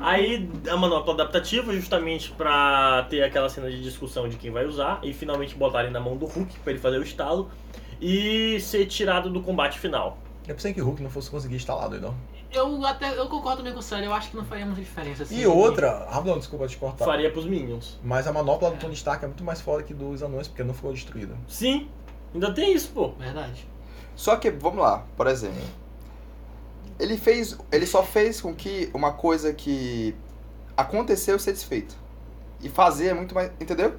[SPEAKER 2] Aí a manopla adaptativa, justamente pra ter aquela cena de discussão de quem vai usar, e finalmente botarem na mão do Hulk pra ele fazer o estalo, e ser tirado do combate final.
[SPEAKER 5] Eu pensei que o Hulk não fosse conseguir instalar, doidão.
[SPEAKER 3] Eu até eu concordo meio com o Sérgio, eu acho que não faria muita diferença assim.
[SPEAKER 5] E outra, ah, não, desculpa te cortar.
[SPEAKER 2] Faria pros Minions.
[SPEAKER 5] Mas a manopla do Tony Stark é muito mais foda que dos anões, porque não ficou destruída.
[SPEAKER 2] Sim, Ainda tem isso, pô.
[SPEAKER 3] Verdade.
[SPEAKER 4] Só que, vamos lá, por exemplo. Ele fez. Ele só fez com que uma coisa que aconteceu ser desfeita. E fazer é muito mais. Entendeu?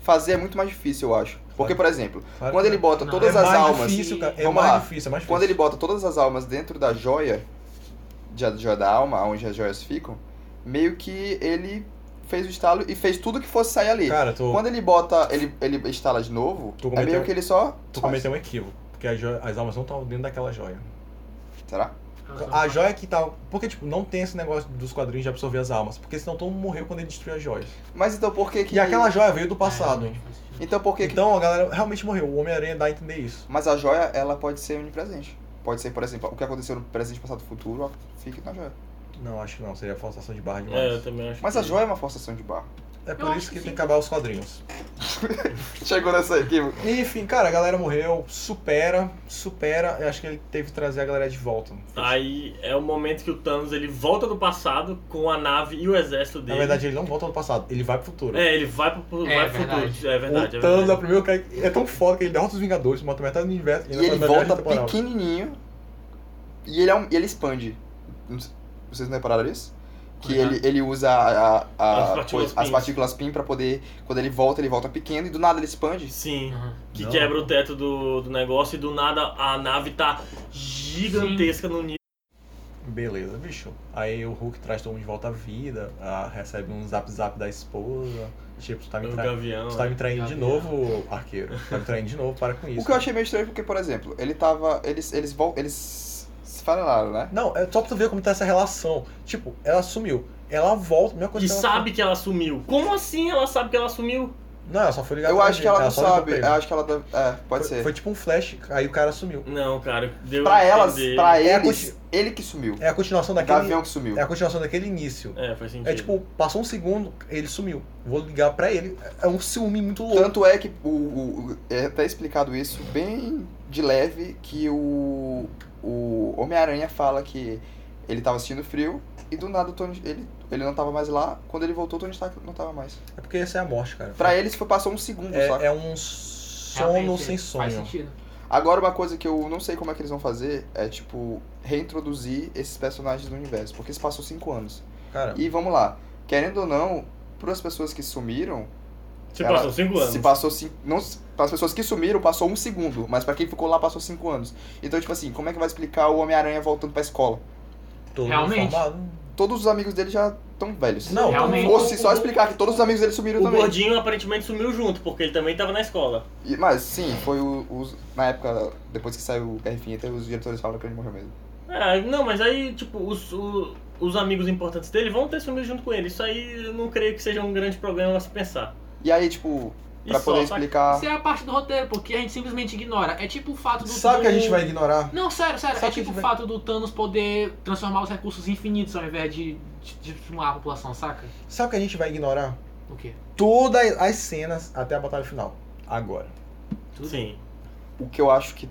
[SPEAKER 4] Fazer é muito mais difícil, eu acho. Porque, por exemplo,
[SPEAKER 5] Claro
[SPEAKER 4] quando
[SPEAKER 5] que
[SPEAKER 4] ele bota
[SPEAKER 3] Não,
[SPEAKER 4] todas
[SPEAKER 5] é
[SPEAKER 4] as
[SPEAKER 5] mais
[SPEAKER 4] almas.
[SPEAKER 5] Difícil, cara. É
[SPEAKER 4] Vamos
[SPEAKER 5] mais
[SPEAKER 4] lá.
[SPEAKER 5] difícil, é mais difícil.
[SPEAKER 4] Quando ele bota todas as almas dentro da joia, da joia da alma, onde as joias ficam, meio que ele fez o estalo e fez tudo que fosse sair ali.
[SPEAKER 5] Cara, tu,
[SPEAKER 4] Quando ele bota, ele, ele instala de novo,
[SPEAKER 5] Tu
[SPEAKER 4] é
[SPEAKER 5] cometeu-
[SPEAKER 4] meio que ele só.
[SPEAKER 5] tu
[SPEAKER 4] faz.
[SPEAKER 5] cometeu um equívoco. Porque as, jo- as almas não estão dentro daquela joia.
[SPEAKER 4] Será?
[SPEAKER 5] A joia que tá. Porque, tipo, não tem esse negócio dos quadrinhos de absorver as almas. Porque senão todo mundo morreu quando ele destruiu as joias.
[SPEAKER 4] Mas então por que que.
[SPEAKER 5] E aquela joia veio do passado.
[SPEAKER 3] É,
[SPEAKER 4] Então por que que.
[SPEAKER 5] Então a galera realmente morreu. O Homem-Aranha dá a entender isso.
[SPEAKER 4] Mas a joia, ela pode ser onipresente. Pode ser, por exemplo, o que aconteceu no presente, passado, futuro, fica na joia.
[SPEAKER 5] Não, acho que não. Seria forçação de barra
[SPEAKER 2] É, eu
[SPEAKER 5] demais.
[SPEAKER 2] também acho.
[SPEAKER 4] Mas a joia é uma forçação de barra.
[SPEAKER 5] É,
[SPEAKER 3] Eu
[SPEAKER 5] por
[SPEAKER 3] acho
[SPEAKER 5] isso
[SPEAKER 3] que
[SPEAKER 5] que,
[SPEAKER 3] sim.
[SPEAKER 5] tem que acabar os quadrinhos.
[SPEAKER 4] <laughs> Chegou nessa aqui. mano.
[SPEAKER 5] Enfim, cara, a galera morreu. Supera, supera. Eu acho que ele teve que trazer a galera de volta.
[SPEAKER 2] Aí é o momento que o Thanos ele volta do passado com a nave e o exército
[SPEAKER 5] Na
[SPEAKER 2] dele.
[SPEAKER 5] verdade, ele não volta no passado. Ele vai pro futuro.
[SPEAKER 2] É, ele vai pro, pro,
[SPEAKER 3] É,
[SPEAKER 2] vai pro
[SPEAKER 3] verdade.
[SPEAKER 2] futuro. É verdade, é
[SPEAKER 5] o Thanos é o
[SPEAKER 2] verdade.
[SPEAKER 5] primeiro cara que é tão foda que ele derrota os Vingadores, mata metade do universo
[SPEAKER 4] E
[SPEAKER 5] ainda
[SPEAKER 4] ele
[SPEAKER 5] faz uma viagem
[SPEAKER 4] volta
[SPEAKER 5] temporal.
[SPEAKER 4] pequenininho. E ele, é um, e ele expande. Não sei- Vocês não repararam isso? Que
[SPEAKER 2] Cuidado.
[SPEAKER 4] ele, ele usa a, a- a-
[SPEAKER 2] As partículas
[SPEAKER 4] as
[SPEAKER 2] pins.
[SPEAKER 4] partículas PIN pra poder. Quando ele volta, ele volta pequeno e do nada ele expande.
[SPEAKER 2] Sim.
[SPEAKER 5] Então,
[SPEAKER 2] Que
[SPEAKER 5] Não.
[SPEAKER 2] quebra o teto do, do negócio e do nada a nave tá gigantesca no nível.
[SPEAKER 5] Beleza, bicho. Aí o Hulk traz todo mundo de volta à vida, ah, recebe um zap zap da esposa. Tipo, tu tá me
[SPEAKER 2] do
[SPEAKER 5] traindo.
[SPEAKER 2] Gavião. né?
[SPEAKER 5] Tu tá me traindo de novo, arqueiro. Tu tá me traindo de novo, para com isso.
[SPEAKER 4] O que eu achei meio estranho porque, por exemplo, ele tava. Eles. Eles. vol- Eles. Se falaram, né?
[SPEAKER 5] Não, é só pra tu ver como tá essa relação. Tipo, ela sumiu. Ela volta, mesma
[SPEAKER 4] Tá.
[SPEAKER 5] coisa
[SPEAKER 2] Que
[SPEAKER 5] ela-
[SPEAKER 2] sabe que ela sumiu. Como assim ela sabe que ela sumiu?
[SPEAKER 5] Não, tá ela só foi ligada
[SPEAKER 4] Eu acho que ela não
[SPEAKER 5] só ligou
[SPEAKER 4] sabe.
[SPEAKER 5] pra ele.
[SPEAKER 4] Eu acho que ela deve. É, pode
[SPEAKER 5] foi,
[SPEAKER 4] ser.
[SPEAKER 5] Foi tipo um flash, aí o cara sumiu.
[SPEAKER 2] Não, cara. Deu
[SPEAKER 4] Pra
[SPEAKER 2] a
[SPEAKER 4] elas,
[SPEAKER 2] entender.
[SPEAKER 4] pra
[SPEAKER 5] É a
[SPEAKER 4] eles, ele que sumiu.
[SPEAKER 5] É a continuação
[SPEAKER 4] O
[SPEAKER 5] daquele.
[SPEAKER 4] Gavião que sumiu.
[SPEAKER 5] É a continuação daquele início.
[SPEAKER 2] É, faz sentido.
[SPEAKER 5] É tipo, passou um segundo, ele sumiu. Vou ligar pra ele. É um ciúme muito louco.
[SPEAKER 4] Tanto é que o, o- o- é até explicado isso bem de leve que o, o Homem-Aranha fala que ele tava sentindo frio e do nada o Tony, ele, ele não tava mais lá. Quando ele voltou, o Tony Stark não tava mais.
[SPEAKER 5] É porque essa é a morte, cara.
[SPEAKER 4] Pra eles foi passou um segundo, saca?
[SPEAKER 5] é, é um sono sem
[SPEAKER 3] Faz
[SPEAKER 5] sonho.
[SPEAKER 3] sentido.
[SPEAKER 4] Agora uma coisa que eu não sei como é que eles vão fazer é tipo reintroduzir esses personagens no universo, porque se passou cinco anos.
[SPEAKER 5] Cara,
[SPEAKER 4] E vamos lá, querendo ou não, para as pessoas que sumiram,
[SPEAKER 2] Se
[SPEAKER 4] Ela-
[SPEAKER 2] Tipo, passou cinco anos.
[SPEAKER 4] Se passou cinco. Não, para as pessoas que sumiram, passou um segundo. Mas pra quem ficou lá, passou cinco anos. Então, tipo assim, como é que vai explicar o Homem-Aranha voltando pra escola?
[SPEAKER 5] todo mundo
[SPEAKER 3] realmente.
[SPEAKER 5] formado.
[SPEAKER 4] Todos os amigos dele já estão velhos.
[SPEAKER 5] Não,
[SPEAKER 3] Realmente.
[SPEAKER 4] Ou se só
[SPEAKER 2] o-
[SPEAKER 4] explicar que todos os amigos dele sumiram
[SPEAKER 2] O
[SPEAKER 4] também.
[SPEAKER 2] gordinho aparentemente sumiu junto, porque ele também tava na escola.
[SPEAKER 4] E- mas sim, foi o, os- na época, depois que saiu o Guerra Infinita, os diretores falaram que ele morreu mesmo.
[SPEAKER 2] É, não, mas aí, tipo, os, o- os amigos importantes dele vão ter sumido junto com ele. Isso aí eu não creio que seja um grande problema a se pensar.
[SPEAKER 4] E aí, tipo,
[SPEAKER 2] E
[SPEAKER 4] pra
[SPEAKER 2] só,
[SPEAKER 4] poder
[SPEAKER 2] tá?
[SPEAKER 4] explicar.
[SPEAKER 3] Isso é a parte do roteiro, porque a gente simplesmente ignora. É tipo o fato do.
[SPEAKER 5] Sabe
[SPEAKER 3] do-
[SPEAKER 5] que a gente vai ignorar?
[SPEAKER 3] Não, sério, sério.
[SPEAKER 5] Sabe
[SPEAKER 3] é tipo
[SPEAKER 5] que a gente
[SPEAKER 3] o fato do Thanos poder transformar os recursos em infinitos ao invés de, de, de dissimular a população, saca?
[SPEAKER 5] Sabe que a gente vai ignorar?
[SPEAKER 3] O quê?
[SPEAKER 5] Todas as cenas até a batalha final. Agora.
[SPEAKER 3] Tudo?
[SPEAKER 2] Sim. é-
[SPEAKER 4] O que eu acho que,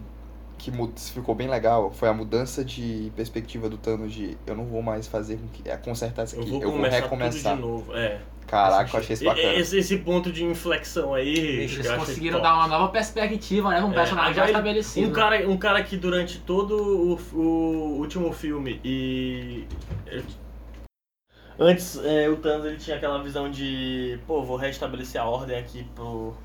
[SPEAKER 4] que mu- ficou bem legal foi a mudança de perspectiva do Thanos de eu não vou mais fazer com que. É, consertar isso
[SPEAKER 2] Eu
[SPEAKER 4] aqui.
[SPEAKER 2] vou
[SPEAKER 4] eu vou
[SPEAKER 2] começar
[SPEAKER 4] recomeçar.
[SPEAKER 2] tudo de novo. É.
[SPEAKER 4] Caraca, eu achei isso
[SPEAKER 2] E-
[SPEAKER 4] bacana.
[SPEAKER 2] Esse, esse ponto de inflexão aí.
[SPEAKER 3] Eles
[SPEAKER 2] eu achei
[SPEAKER 3] conseguiram
[SPEAKER 2] top.
[SPEAKER 3] dar uma nova perspectiva, né? pra Um
[SPEAKER 2] É,
[SPEAKER 3] personagem já
[SPEAKER 2] agora ele-
[SPEAKER 3] estabelecido.
[SPEAKER 2] Um
[SPEAKER 3] né?
[SPEAKER 2] cara, um cara que durante todo o, o último filme e. eh, Antes, é, o Thanos ele tinha aquela visão de. Pô, vou restabelecer a ordem aqui pro.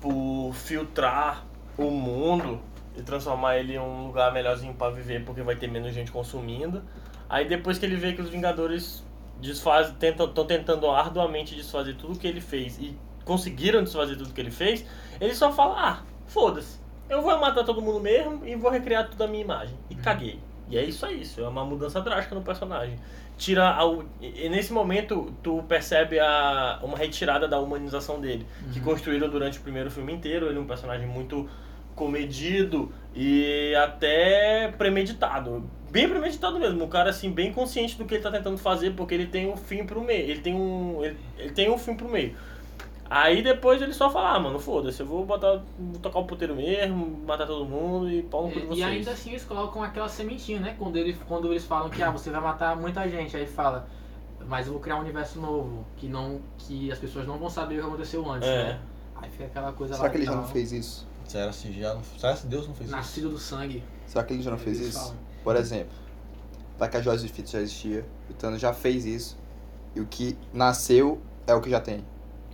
[SPEAKER 2] por filtrar o mundo e transformar ele em um lugar melhorzinho pra viver porque vai ter menos gente consumindo. Aí depois que ele vê que os Vingadores desfazem, tentam, estão tentando arduamente desfazer tudo que ele fez e conseguiram desfazer tudo que ele fez, ele só fala, ah, foda-se. Eu vou matar todo mundo mesmo e vou recriar tudo a minha imagem. E caguei. E é isso, é isso. É uma mudança drástica no personagem. Tira a, hu- e e nesse momento, tu percebe a, uma retirada da humanização dele.
[SPEAKER 3] Uhum.
[SPEAKER 2] Que construíram durante o primeiro filme inteiro. Ele é um personagem muito comedido e até premeditado. Bem premeditado mesmo. Um cara, assim, bem consciente do que ele tá tentando fazer. Porque ele tem um fim pro meio. Ele tem um, ele, ele tem um fim pro meio. Aí depois ele só fala, ah, mano, foda-se, eu vou botar. Vou tocar o puteiro mesmo, matar todo mundo e pau no cu de
[SPEAKER 3] E,
[SPEAKER 2] vocês.
[SPEAKER 3] e ainda assim eles colocam aquela sementinha, né? Quando, ele, quando eles falam que ah, você vai matar muita gente, aí ele fala, mas eu vou criar um universo novo, que não que as pessoas não vão saber o que aconteceu antes,
[SPEAKER 2] É.
[SPEAKER 3] né? Aí fica aquela coisa
[SPEAKER 4] Será
[SPEAKER 3] lá.
[SPEAKER 4] que ele
[SPEAKER 3] e
[SPEAKER 4] já
[SPEAKER 3] tal.
[SPEAKER 4] não fez isso?
[SPEAKER 5] Será se assim, já não. Será se Deus não fez isso?
[SPEAKER 3] Nascido do sangue.
[SPEAKER 4] Será que ele já não fez
[SPEAKER 3] eles
[SPEAKER 4] isso?
[SPEAKER 3] falam.
[SPEAKER 4] Por exemplo, Tapajós e Fito já existia, o Thanos já fez isso, e o que nasceu é o que já tem,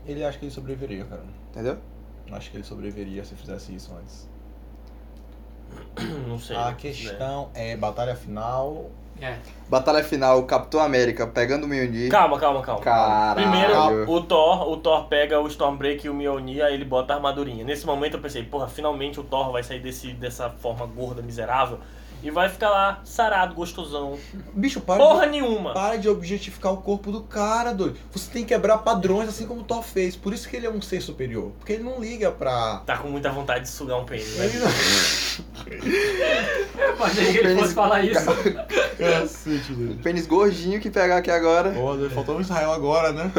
[SPEAKER 5] Ele acha que ele sobreviveria, cara.
[SPEAKER 4] entendeu?
[SPEAKER 5] Acho que ele sobreviveria se fizesse isso antes.
[SPEAKER 2] <clears throat> Não sei.
[SPEAKER 5] A
[SPEAKER 2] né?
[SPEAKER 5] questão é batalha final.
[SPEAKER 4] <laughs>
[SPEAKER 3] É.
[SPEAKER 4] Batalha final, Capitão América pegando o Mjolnir.
[SPEAKER 2] Calma, calma, calma.
[SPEAKER 4] Caralho.
[SPEAKER 2] Primeiro, o Thor, o Thor pega o Stormbreaker e o Mjolnir, aí ele bota a armadurinha. Nesse momento eu pensei, porra, finalmente o Thor vai sair desse, dessa forma gorda, miserável, e vai ficar lá sarado, gostosão.
[SPEAKER 5] Bicho, para,
[SPEAKER 2] Porra
[SPEAKER 5] de,
[SPEAKER 2] nenhuma!
[SPEAKER 5] para de objetificar o corpo do cara, doido. Você tem que quebrar padrões assim como o Thor fez. Por isso que ele é um ser superior. Porque ele não liga pra.
[SPEAKER 2] Tá com muita vontade de sugar um pênis, né?
[SPEAKER 5] Ele não... <laughs>
[SPEAKER 3] Eu achei que ele fosse falar isso.
[SPEAKER 5] Cacete, doido.
[SPEAKER 4] O pênis gordinho que pegar aqui agora.
[SPEAKER 5] Pô, É. doido, faltou um Israel agora, né?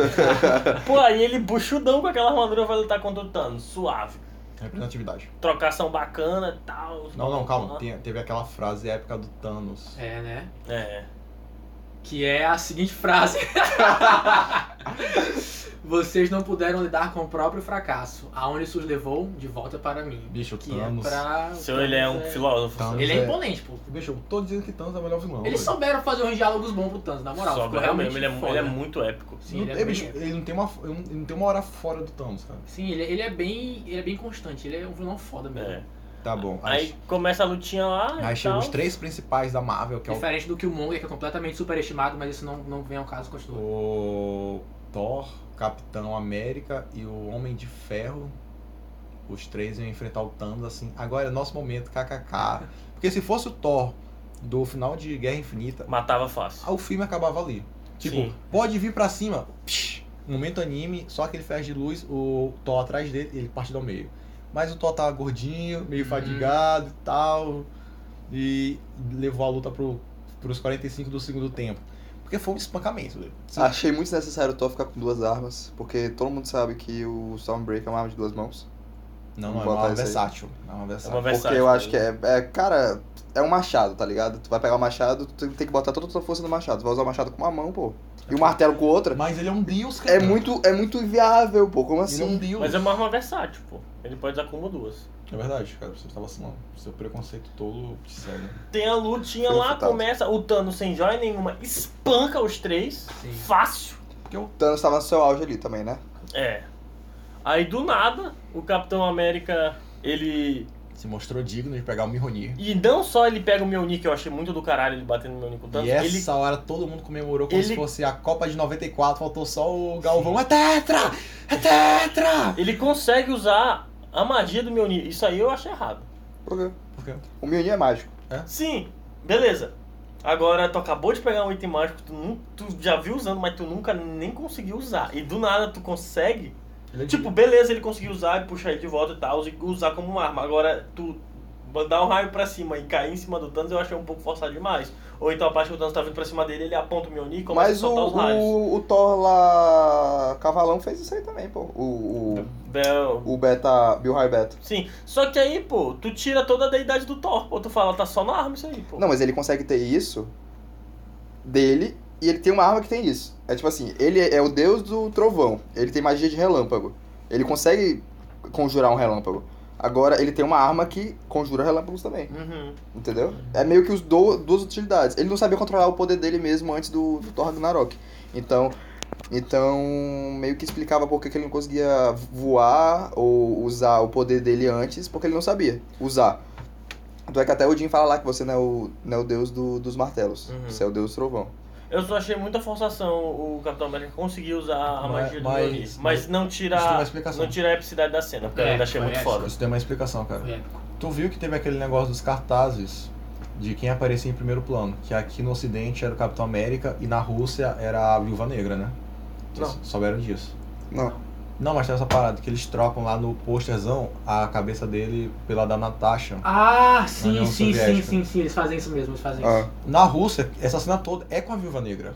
[SPEAKER 2] Pô, aí ele buchudão com aquela armadura vai lutar contra o Thanos, suave.
[SPEAKER 5] Representatividade.
[SPEAKER 2] Trocação bacana e tal.
[SPEAKER 5] Não, não, calma. Tem- teve aquela frase épica do Thanos.
[SPEAKER 3] É, né?
[SPEAKER 2] É.
[SPEAKER 3] Que é a seguinte
[SPEAKER 4] <laughs>
[SPEAKER 3] frase. Vocês não puderam lidar com o próprio fracasso, aonde isso os levou de volta para mim.
[SPEAKER 5] Bicho,
[SPEAKER 3] Que
[SPEAKER 5] Thanos.
[SPEAKER 3] é pra.
[SPEAKER 2] Seu ele é um filósofo.
[SPEAKER 5] Thanos
[SPEAKER 3] Ele
[SPEAKER 5] é-
[SPEAKER 3] é imponente, pô.
[SPEAKER 5] Bicho, eu tô dizendo que Thanos é o melhor vilão.
[SPEAKER 3] Eles
[SPEAKER 5] doido.
[SPEAKER 3] souberam fazer uns diálogos bons pro Thanos, na moral.
[SPEAKER 2] Só
[SPEAKER 3] ficou
[SPEAKER 2] ganha
[SPEAKER 3] realmente
[SPEAKER 2] mesmo, ele é, mu-
[SPEAKER 3] foda.
[SPEAKER 2] ele é muito épico.
[SPEAKER 3] Sim, ele
[SPEAKER 5] Não-
[SPEAKER 3] é
[SPEAKER 5] é,
[SPEAKER 3] bem-
[SPEAKER 5] bicho, ele não tem uma, ele não tem uma hora fora do Thanos, cara.
[SPEAKER 3] Sim, ele, ele é bem. Ele é bem constante, ele é um vilão foda mesmo.
[SPEAKER 2] É.
[SPEAKER 5] Tá bom.
[SPEAKER 2] Aí começa a lutinha lá.
[SPEAKER 3] ah,
[SPEAKER 2] e
[SPEAKER 5] aí
[SPEAKER 3] então.
[SPEAKER 5] chegam
[SPEAKER 2] tal.
[SPEAKER 5] os três principais da Marvel, que é
[SPEAKER 3] Diferente do que o Monger, que é completamente superestimado, mas isso não, não vem ao caso,
[SPEAKER 5] o,
[SPEAKER 3] continua.
[SPEAKER 5] o Thor, Capitão América e o Homem de Ferro. Os três iam enfrentar o Thanos assim. Agora é nosso momento, kkk. Porque se fosse o Thor do final de Guerra Infinita,
[SPEAKER 2] Matava fácil.
[SPEAKER 5] o filme acabava ali. Tipo,
[SPEAKER 2] Sim.
[SPEAKER 5] pode vir pra cima. Psh, momento anime, só aquele flash de luz, o Thor atrás dele, ele parte do meio. Mas o Thor tava gordinho, meio
[SPEAKER 3] Uhum.
[SPEAKER 5] fadigado e tal. E levou a luta pro, pros 45 do segundo tempo. Porque foi um espancamento. velho. Sim.
[SPEAKER 4] Achei muito necessário o Thor ficar com duas armas, porque todo mundo sabe que o Stormbreaker é uma arma de duas mãos.
[SPEAKER 5] Não, não, é
[SPEAKER 4] Vou
[SPEAKER 5] uma
[SPEAKER 4] botar
[SPEAKER 5] arma
[SPEAKER 4] isso aí.
[SPEAKER 5] versátil. É uma
[SPEAKER 2] É
[SPEAKER 5] versátil.
[SPEAKER 2] uma versátil.
[SPEAKER 4] Porque eu acho que é, é, cara, é um machado, tá ligado? Tu vai pegar o machado, tu tem- tem que botar toda a tua força no machado. Tu vai usar o machado com uma mão, pô. E o martelo com outra.
[SPEAKER 5] Mas ele é um deus, cara.
[SPEAKER 4] É muito, é muito inviável, pô. Como
[SPEAKER 5] Ele é um
[SPEAKER 4] assim?
[SPEAKER 5] deus.
[SPEAKER 2] Mas é uma arma versátil, pô. Ele pode usar como duas.
[SPEAKER 5] É verdade, cara. Você tava assim, Seu preconceito todo te segue.
[SPEAKER 2] Tem a lutinha
[SPEAKER 4] Foi
[SPEAKER 2] lá,
[SPEAKER 4] refutado.
[SPEAKER 2] começa. O Thanos sem joia nenhuma espanca os três.
[SPEAKER 3] Sim.
[SPEAKER 2] Fácil.
[SPEAKER 4] O Thanos tava no seu auge ali também, né?
[SPEAKER 2] É. Aí do nada, o Capitão América, ele.
[SPEAKER 5] Se mostrou digno de pegar o Mihonir.
[SPEAKER 2] E não só ele pega o Mjolnir, que eu achei muito do caralho ele batendo no Mjolnir com o Thanos,
[SPEAKER 5] E essa
[SPEAKER 2] Então, ele
[SPEAKER 5] hora todo mundo comemorou como
[SPEAKER 2] ele-
[SPEAKER 5] se fosse a Copa de 94, faltou só o Galvão. É tetra! É tetra!
[SPEAKER 2] Ele consegue usar a magia do Mjolnir. Isso aí eu achei errado.
[SPEAKER 4] Por quê?
[SPEAKER 5] Por quê?
[SPEAKER 4] O Mjolnir é mágico.
[SPEAKER 2] Sim, beleza. Agora, tu acabou de pegar um item mágico, tu, nun- tu já viu usando, mas tu nunca nem conseguiu usar. E do nada tu consegue.
[SPEAKER 4] é
[SPEAKER 2] Tipo, beleza, ele conseguiu usar e puxar ele de volta e tal, e usar como uma arma. Agora, tu mandar um raio pra cima e cair em cima do Thanos, eu achei um pouco forçado demais. Ou então a parte que o Thanos tá vindo pra cima dele, ele aponta o Mjolnir e começa
[SPEAKER 4] Mas
[SPEAKER 2] a
[SPEAKER 4] o,
[SPEAKER 2] soltar os raios.
[SPEAKER 4] o, o Thor lá. Cavalão fez isso aí também, pô. O.
[SPEAKER 2] Bel-
[SPEAKER 4] O, o Beta. Bill High Beta.
[SPEAKER 2] Sim, só que aí, pô, tu tira toda a deidade do Thor, pô, tu fala, tá só na arma isso aí, pô.
[SPEAKER 4] Não, mas ele consegue ter isso dele e ele tem uma arma que tem isso. É tipo assim, ele é o deus do trovão, ele tem magia de relâmpago. Ele consegue conjurar um relâmpago. Agora ele tem uma arma que conjura relâmpagos também,
[SPEAKER 2] Uhum.
[SPEAKER 4] entendeu? É meio que os do- duas utilidades. Ele não sabia controlar o poder dele mesmo antes do, do Thor Ragnarok. Então, então meio que explicava por que que ele não conseguia voar ou usar o poder dele antes, porque ele não sabia usar. Tanto é que até o Jim fala lá que você não é o, não é o deus do- dos martelos,
[SPEAKER 2] Uhum.
[SPEAKER 4] você é o deus do trovão.
[SPEAKER 2] Eu só achei muita forçação o Capitão América conseguir usar a
[SPEAKER 5] Mas-
[SPEAKER 2] magia do
[SPEAKER 5] mas-
[SPEAKER 2] Mjolnir. Mas, não tira,
[SPEAKER 5] isso tem uma explicação.
[SPEAKER 2] não tira a epicidade da cena, porque eu
[SPEAKER 3] É,
[SPEAKER 2] ainda achei
[SPEAKER 3] foi
[SPEAKER 2] muito
[SPEAKER 3] essa.
[SPEAKER 2] foda.
[SPEAKER 5] Isso tem uma explicação, cara.
[SPEAKER 3] É.
[SPEAKER 5] Tu viu que teve aquele negócio dos cartazes de quem aparecia em primeiro plano? Que aqui no Ocidente era o Capitão América e na Rússia era a Viúva Negra, né? Vocês souberam disso.
[SPEAKER 4] Não.
[SPEAKER 5] Não, mas tem essa parada que eles trocam lá no posterzão a cabeça dele pela da Natasha.
[SPEAKER 3] Ah, sim,
[SPEAKER 5] União
[SPEAKER 3] sim, sim,
[SPEAKER 5] Soviética.
[SPEAKER 3] sim, sim, eles fazem isso mesmo, eles fazem
[SPEAKER 4] Ah.
[SPEAKER 3] isso.
[SPEAKER 5] Na Rússia, essa cena toda é com a Viúva Negra.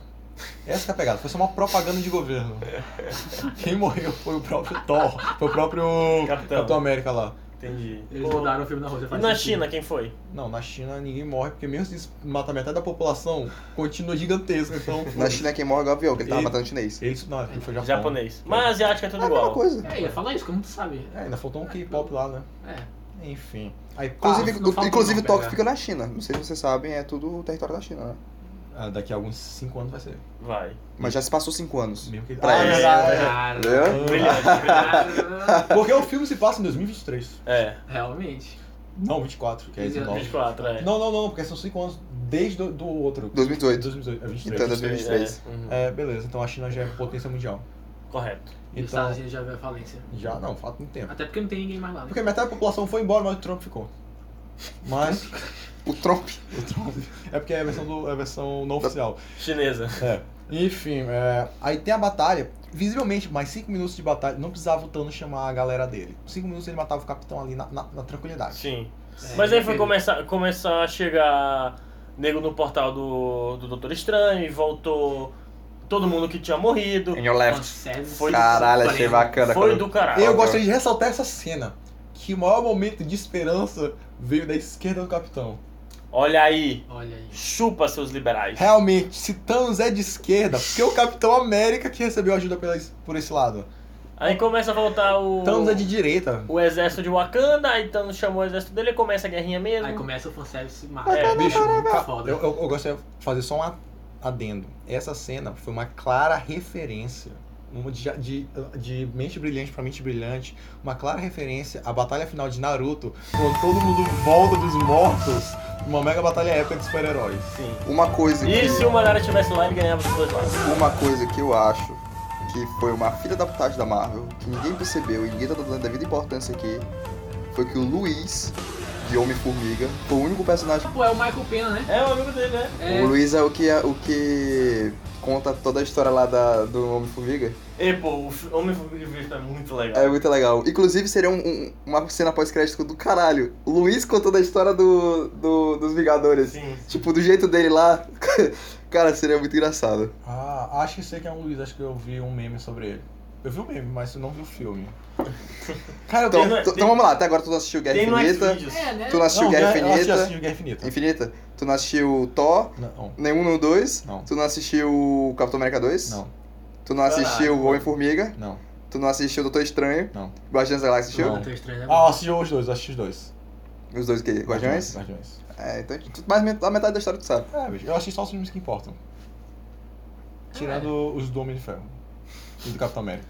[SPEAKER 5] Essa que é a pegada, foi só uma propaganda de governo. Quem morreu foi o próprio Thor, foi o próprio
[SPEAKER 2] Capitão.
[SPEAKER 5] Capitão, América lá.
[SPEAKER 2] Entendi.
[SPEAKER 3] Eles
[SPEAKER 2] Pô,
[SPEAKER 3] mudaram o filme na Rússia.
[SPEAKER 2] E
[SPEAKER 3] faz
[SPEAKER 2] na
[SPEAKER 3] sentido.
[SPEAKER 2] China, quem foi?
[SPEAKER 5] Não, na China ninguém morre, porque mesmo se isso mata metade da população, continua gigantesca. Então,
[SPEAKER 4] Na China quem morre é o Gavião, que ele tava
[SPEAKER 5] E-
[SPEAKER 4] matando chinês.
[SPEAKER 5] Eles, não, ele foi Japão.
[SPEAKER 2] Japonês. Mas asiático é tudo
[SPEAKER 4] É a mesma
[SPEAKER 2] igual.
[SPEAKER 4] coisa.
[SPEAKER 3] É, ia falar isso, como tu sabe.
[SPEAKER 5] É, ainda faltou um K-pop lá, né?
[SPEAKER 3] É.
[SPEAKER 5] Enfim. Aí, pá,
[SPEAKER 4] Inclusive,
[SPEAKER 3] não
[SPEAKER 4] do-
[SPEAKER 3] fala
[SPEAKER 4] inclusive
[SPEAKER 3] não,
[SPEAKER 4] o Tóquio
[SPEAKER 3] pega.
[SPEAKER 4] fica na China. Não sei se vocês sabem, é tudo território da China, né?
[SPEAKER 5] ah, daqui a alguns 5 anos vai ser.
[SPEAKER 2] Vai.
[SPEAKER 4] Mas já se passou cinco anos.
[SPEAKER 5] Mesmo que...
[SPEAKER 4] Pra
[SPEAKER 2] É.
[SPEAKER 5] Ah,
[SPEAKER 3] É.
[SPEAKER 4] eles.
[SPEAKER 5] verdade. É. Ah.
[SPEAKER 3] Cara,
[SPEAKER 4] Entendeu?
[SPEAKER 2] Brilhante,
[SPEAKER 3] <laughs>
[SPEAKER 5] <laughs> Porque o filme se passa em 2023.
[SPEAKER 2] É,
[SPEAKER 3] realmente.
[SPEAKER 5] Não, 24, que é 19.
[SPEAKER 2] 24, é.
[SPEAKER 5] Não, não, não, porque são 5 anos desde do, do outro.
[SPEAKER 4] 2018.
[SPEAKER 5] 2018. É 23.
[SPEAKER 4] Então, 2023.
[SPEAKER 2] É, uhum.
[SPEAKER 5] É, beleza. Então a China já é potência mundial.
[SPEAKER 2] Correto.
[SPEAKER 3] E os
[SPEAKER 5] Então,
[SPEAKER 3] Estados Unidos já veio a falência.
[SPEAKER 5] já não, fato muito tempo.
[SPEAKER 3] Até porque não tem ninguém mais lá. Né?
[SPEAKER 5] Porque metade da população foi embora, mas o Trump ficou. Mas
[SPEAKER 4] O Trump.
[SPEAKER 5] o Trump é porque é a versão, do, é a versão não oficial.
[SPEAKER 2] Chinesa.
[SPEAKER 5] É. Enfim, é, aí tem a batalha. Visivelmente, mais 5 minutos de batalha. Não precisava o Thanos chamar a galera dele. 5 minutos ele matava o capitão ali na, na- na tranquilidade.
[SPEAKER 2] Sim.
[SPEAKER 3] É,
[SPEAKER 2] Mas aí foi
[SPEAKER 3] ele-
[SPEAKER 2] começar, começar a chegar nego no portal do, do Doutor Estranho e voltou todo mundo que tinha morrido.
[SPEAKER 4] In your
[SPEAKER 5] é
[SPEAKER 4] left.
[SPEAKER 3] Consegue-
[SPEAKER 2] Foi-
[SPEAKER 4] É. Caralho, achei
[SPEAKER 3] Porém,
[SPEAKER 4] bacana.
[SPEAKER 2] Foi
[SPEAKER 4] quando-
[SPEAKER 2] do caralho.
[SPEAKER 5] Eu gostaria de ressaltar essa cena. Que o maior momento de esperança veio da esquerda do capitão.
[SPEAKER 2] Olha aí.
[SPEAKER 3] Olha aí.
[SPEAKER 2] Chupa seus liberais.
[SPEAKER 5] Realmente, se Thanos é de esquerda, porque é o Capitão América que recebeu ajuda pela, por esse lado.
[SPEAKER 2] Aí começa a voltar o.
[SPEAKER 5] Thanos é de direita.
[SPEAKER 2] O exército de Wakanda, aí Thanos chamou o exército dele e começa a guerrinha mesmo.
[SPEAKER 3] Aí começa o fanservice
[SPEAKER 2] É,
[SPEAKER 3] mágico.
[SPEAKER 5] Bicho,
[SPEAKER 3] muito
[SPEAKER 5] ca-
[SPEAKER 3] tá foda.
[SPEAKER 5] eu, eu, eu gostaria de fazer só um a- adendo. Essa cena foi uma clara referência. Uma de, de, de mente brilhante pra mente brilhante. Uma clara referência à batalha final de Naruto, quando todo mundo volta dos mortos. Uma mega batalha épica de super-heróis.
[SPEAKER 2] Sim.
[SPEAKER 4] Uma coisa que.
[SPEAKER 2] E se o Manara estivesse lá, ele ganhava os dois lados.
[SPEAKER 4] Uma coisa que eu acho que foi uma filha da putagem da Marvel, que ninguém percebeu e ninguém tá dando a devida importância aqui, foi que o Luiz, de Homem-Formiga, foi o único personagem.
[SPEAKER 3] Pô, é o Michael Pena, né?
[SPEAKER 2] É o amigo dele, né?
[SPEAKER 4] O
[SPEAKER 3] É,
[SPEAKER 4] Luiz é o que, o que conta toda a história lá da, do Homem-Formiga.
[SPEAKER 2] E pô, o f- homem vivo é muito legal.
[SPEAKER 4] É muito legal. Inclusive, seria um- um- uma cena pós-crédito do caralho. O Luiz contando a história do, do- dos Vingadores.
[SPEAKER 2] Sim.
[SPEAKER 4] Tipo, do jeito dele lá. <laughs> Cara, seria muito engraçado.
[SPEAKER 5] Ah, acho que sei que é um Luiz, acho que eu vi um meme sobre ele. Eu vi o meme, mas eu não vi o filme. Cara, eu
[SPEAKER 4] Então,
[SPEAKER 5] tenho-
[SPEAKER 2] no-
[SPEAKER 4] t- então
[SPEAKER 2] tem-
[SPEAKER 4] vamos lá, até agora tu não assistiu Guerra
[SPEAKER 2] Tem no
[SPEAKER 4] Infinita.
[SPEAKER 2] Xvideos.
[SPEAKER 3] é né?
[SPEAKER 4] Tu não assistiu
[SPEAKER 5] Não,
[SPEAKER 4] Guerra
[SPEAKER 5] eu assisti, assim, eu
[SPEAKER 4] Infinita.
[SPEAKER 5] assisti Guerra Infinita.
[SPEAKER 4] Infinita. Tu não assistiu Thor,
[SPEAKER 5] Não,
[SPEAKER 4] nenhum no 2.
[SPEAKER 5] Não.
[SPEAKER 4] Tu não assistiu Capitão América 2.
[SPEAKER 5] não,
[SPEAKER 4] Tu não assistiu
[SPEAKER 2] Caralho.
[SPEAKER 4] Homem-Formiga.
[SPEAKER 5] não,
[SPEAKER 4] Tu não assistiu Doutor Estranho.
[SPEAKER 5] não.
[SPEAKER 4] Guardiões da Galáxia
[SPEAKER 3] Não,
[SPEAKER 4] assistiu?
[SPEAKER 3] Doutor Estranho é
[SPEAKER 5] Ah, eu
[SPEAKER 3] bom.
[SPEAKER 5] assisti os dois, eu assisti os dois.
[SPEAKER 4] Os dois que Guardiões?
[SPEAKER 5] Guardiões.
[SPEAKER 4] É, então tu- mais met- a metade da história tu sabe.
[SPEAKER 5] É, bicho, eu assisti só os filmes que importam. Tirando
[SPEAKER 2] Ah, é.
[SPEAKER 5] os do Homem de Ferro. E do Capitão América.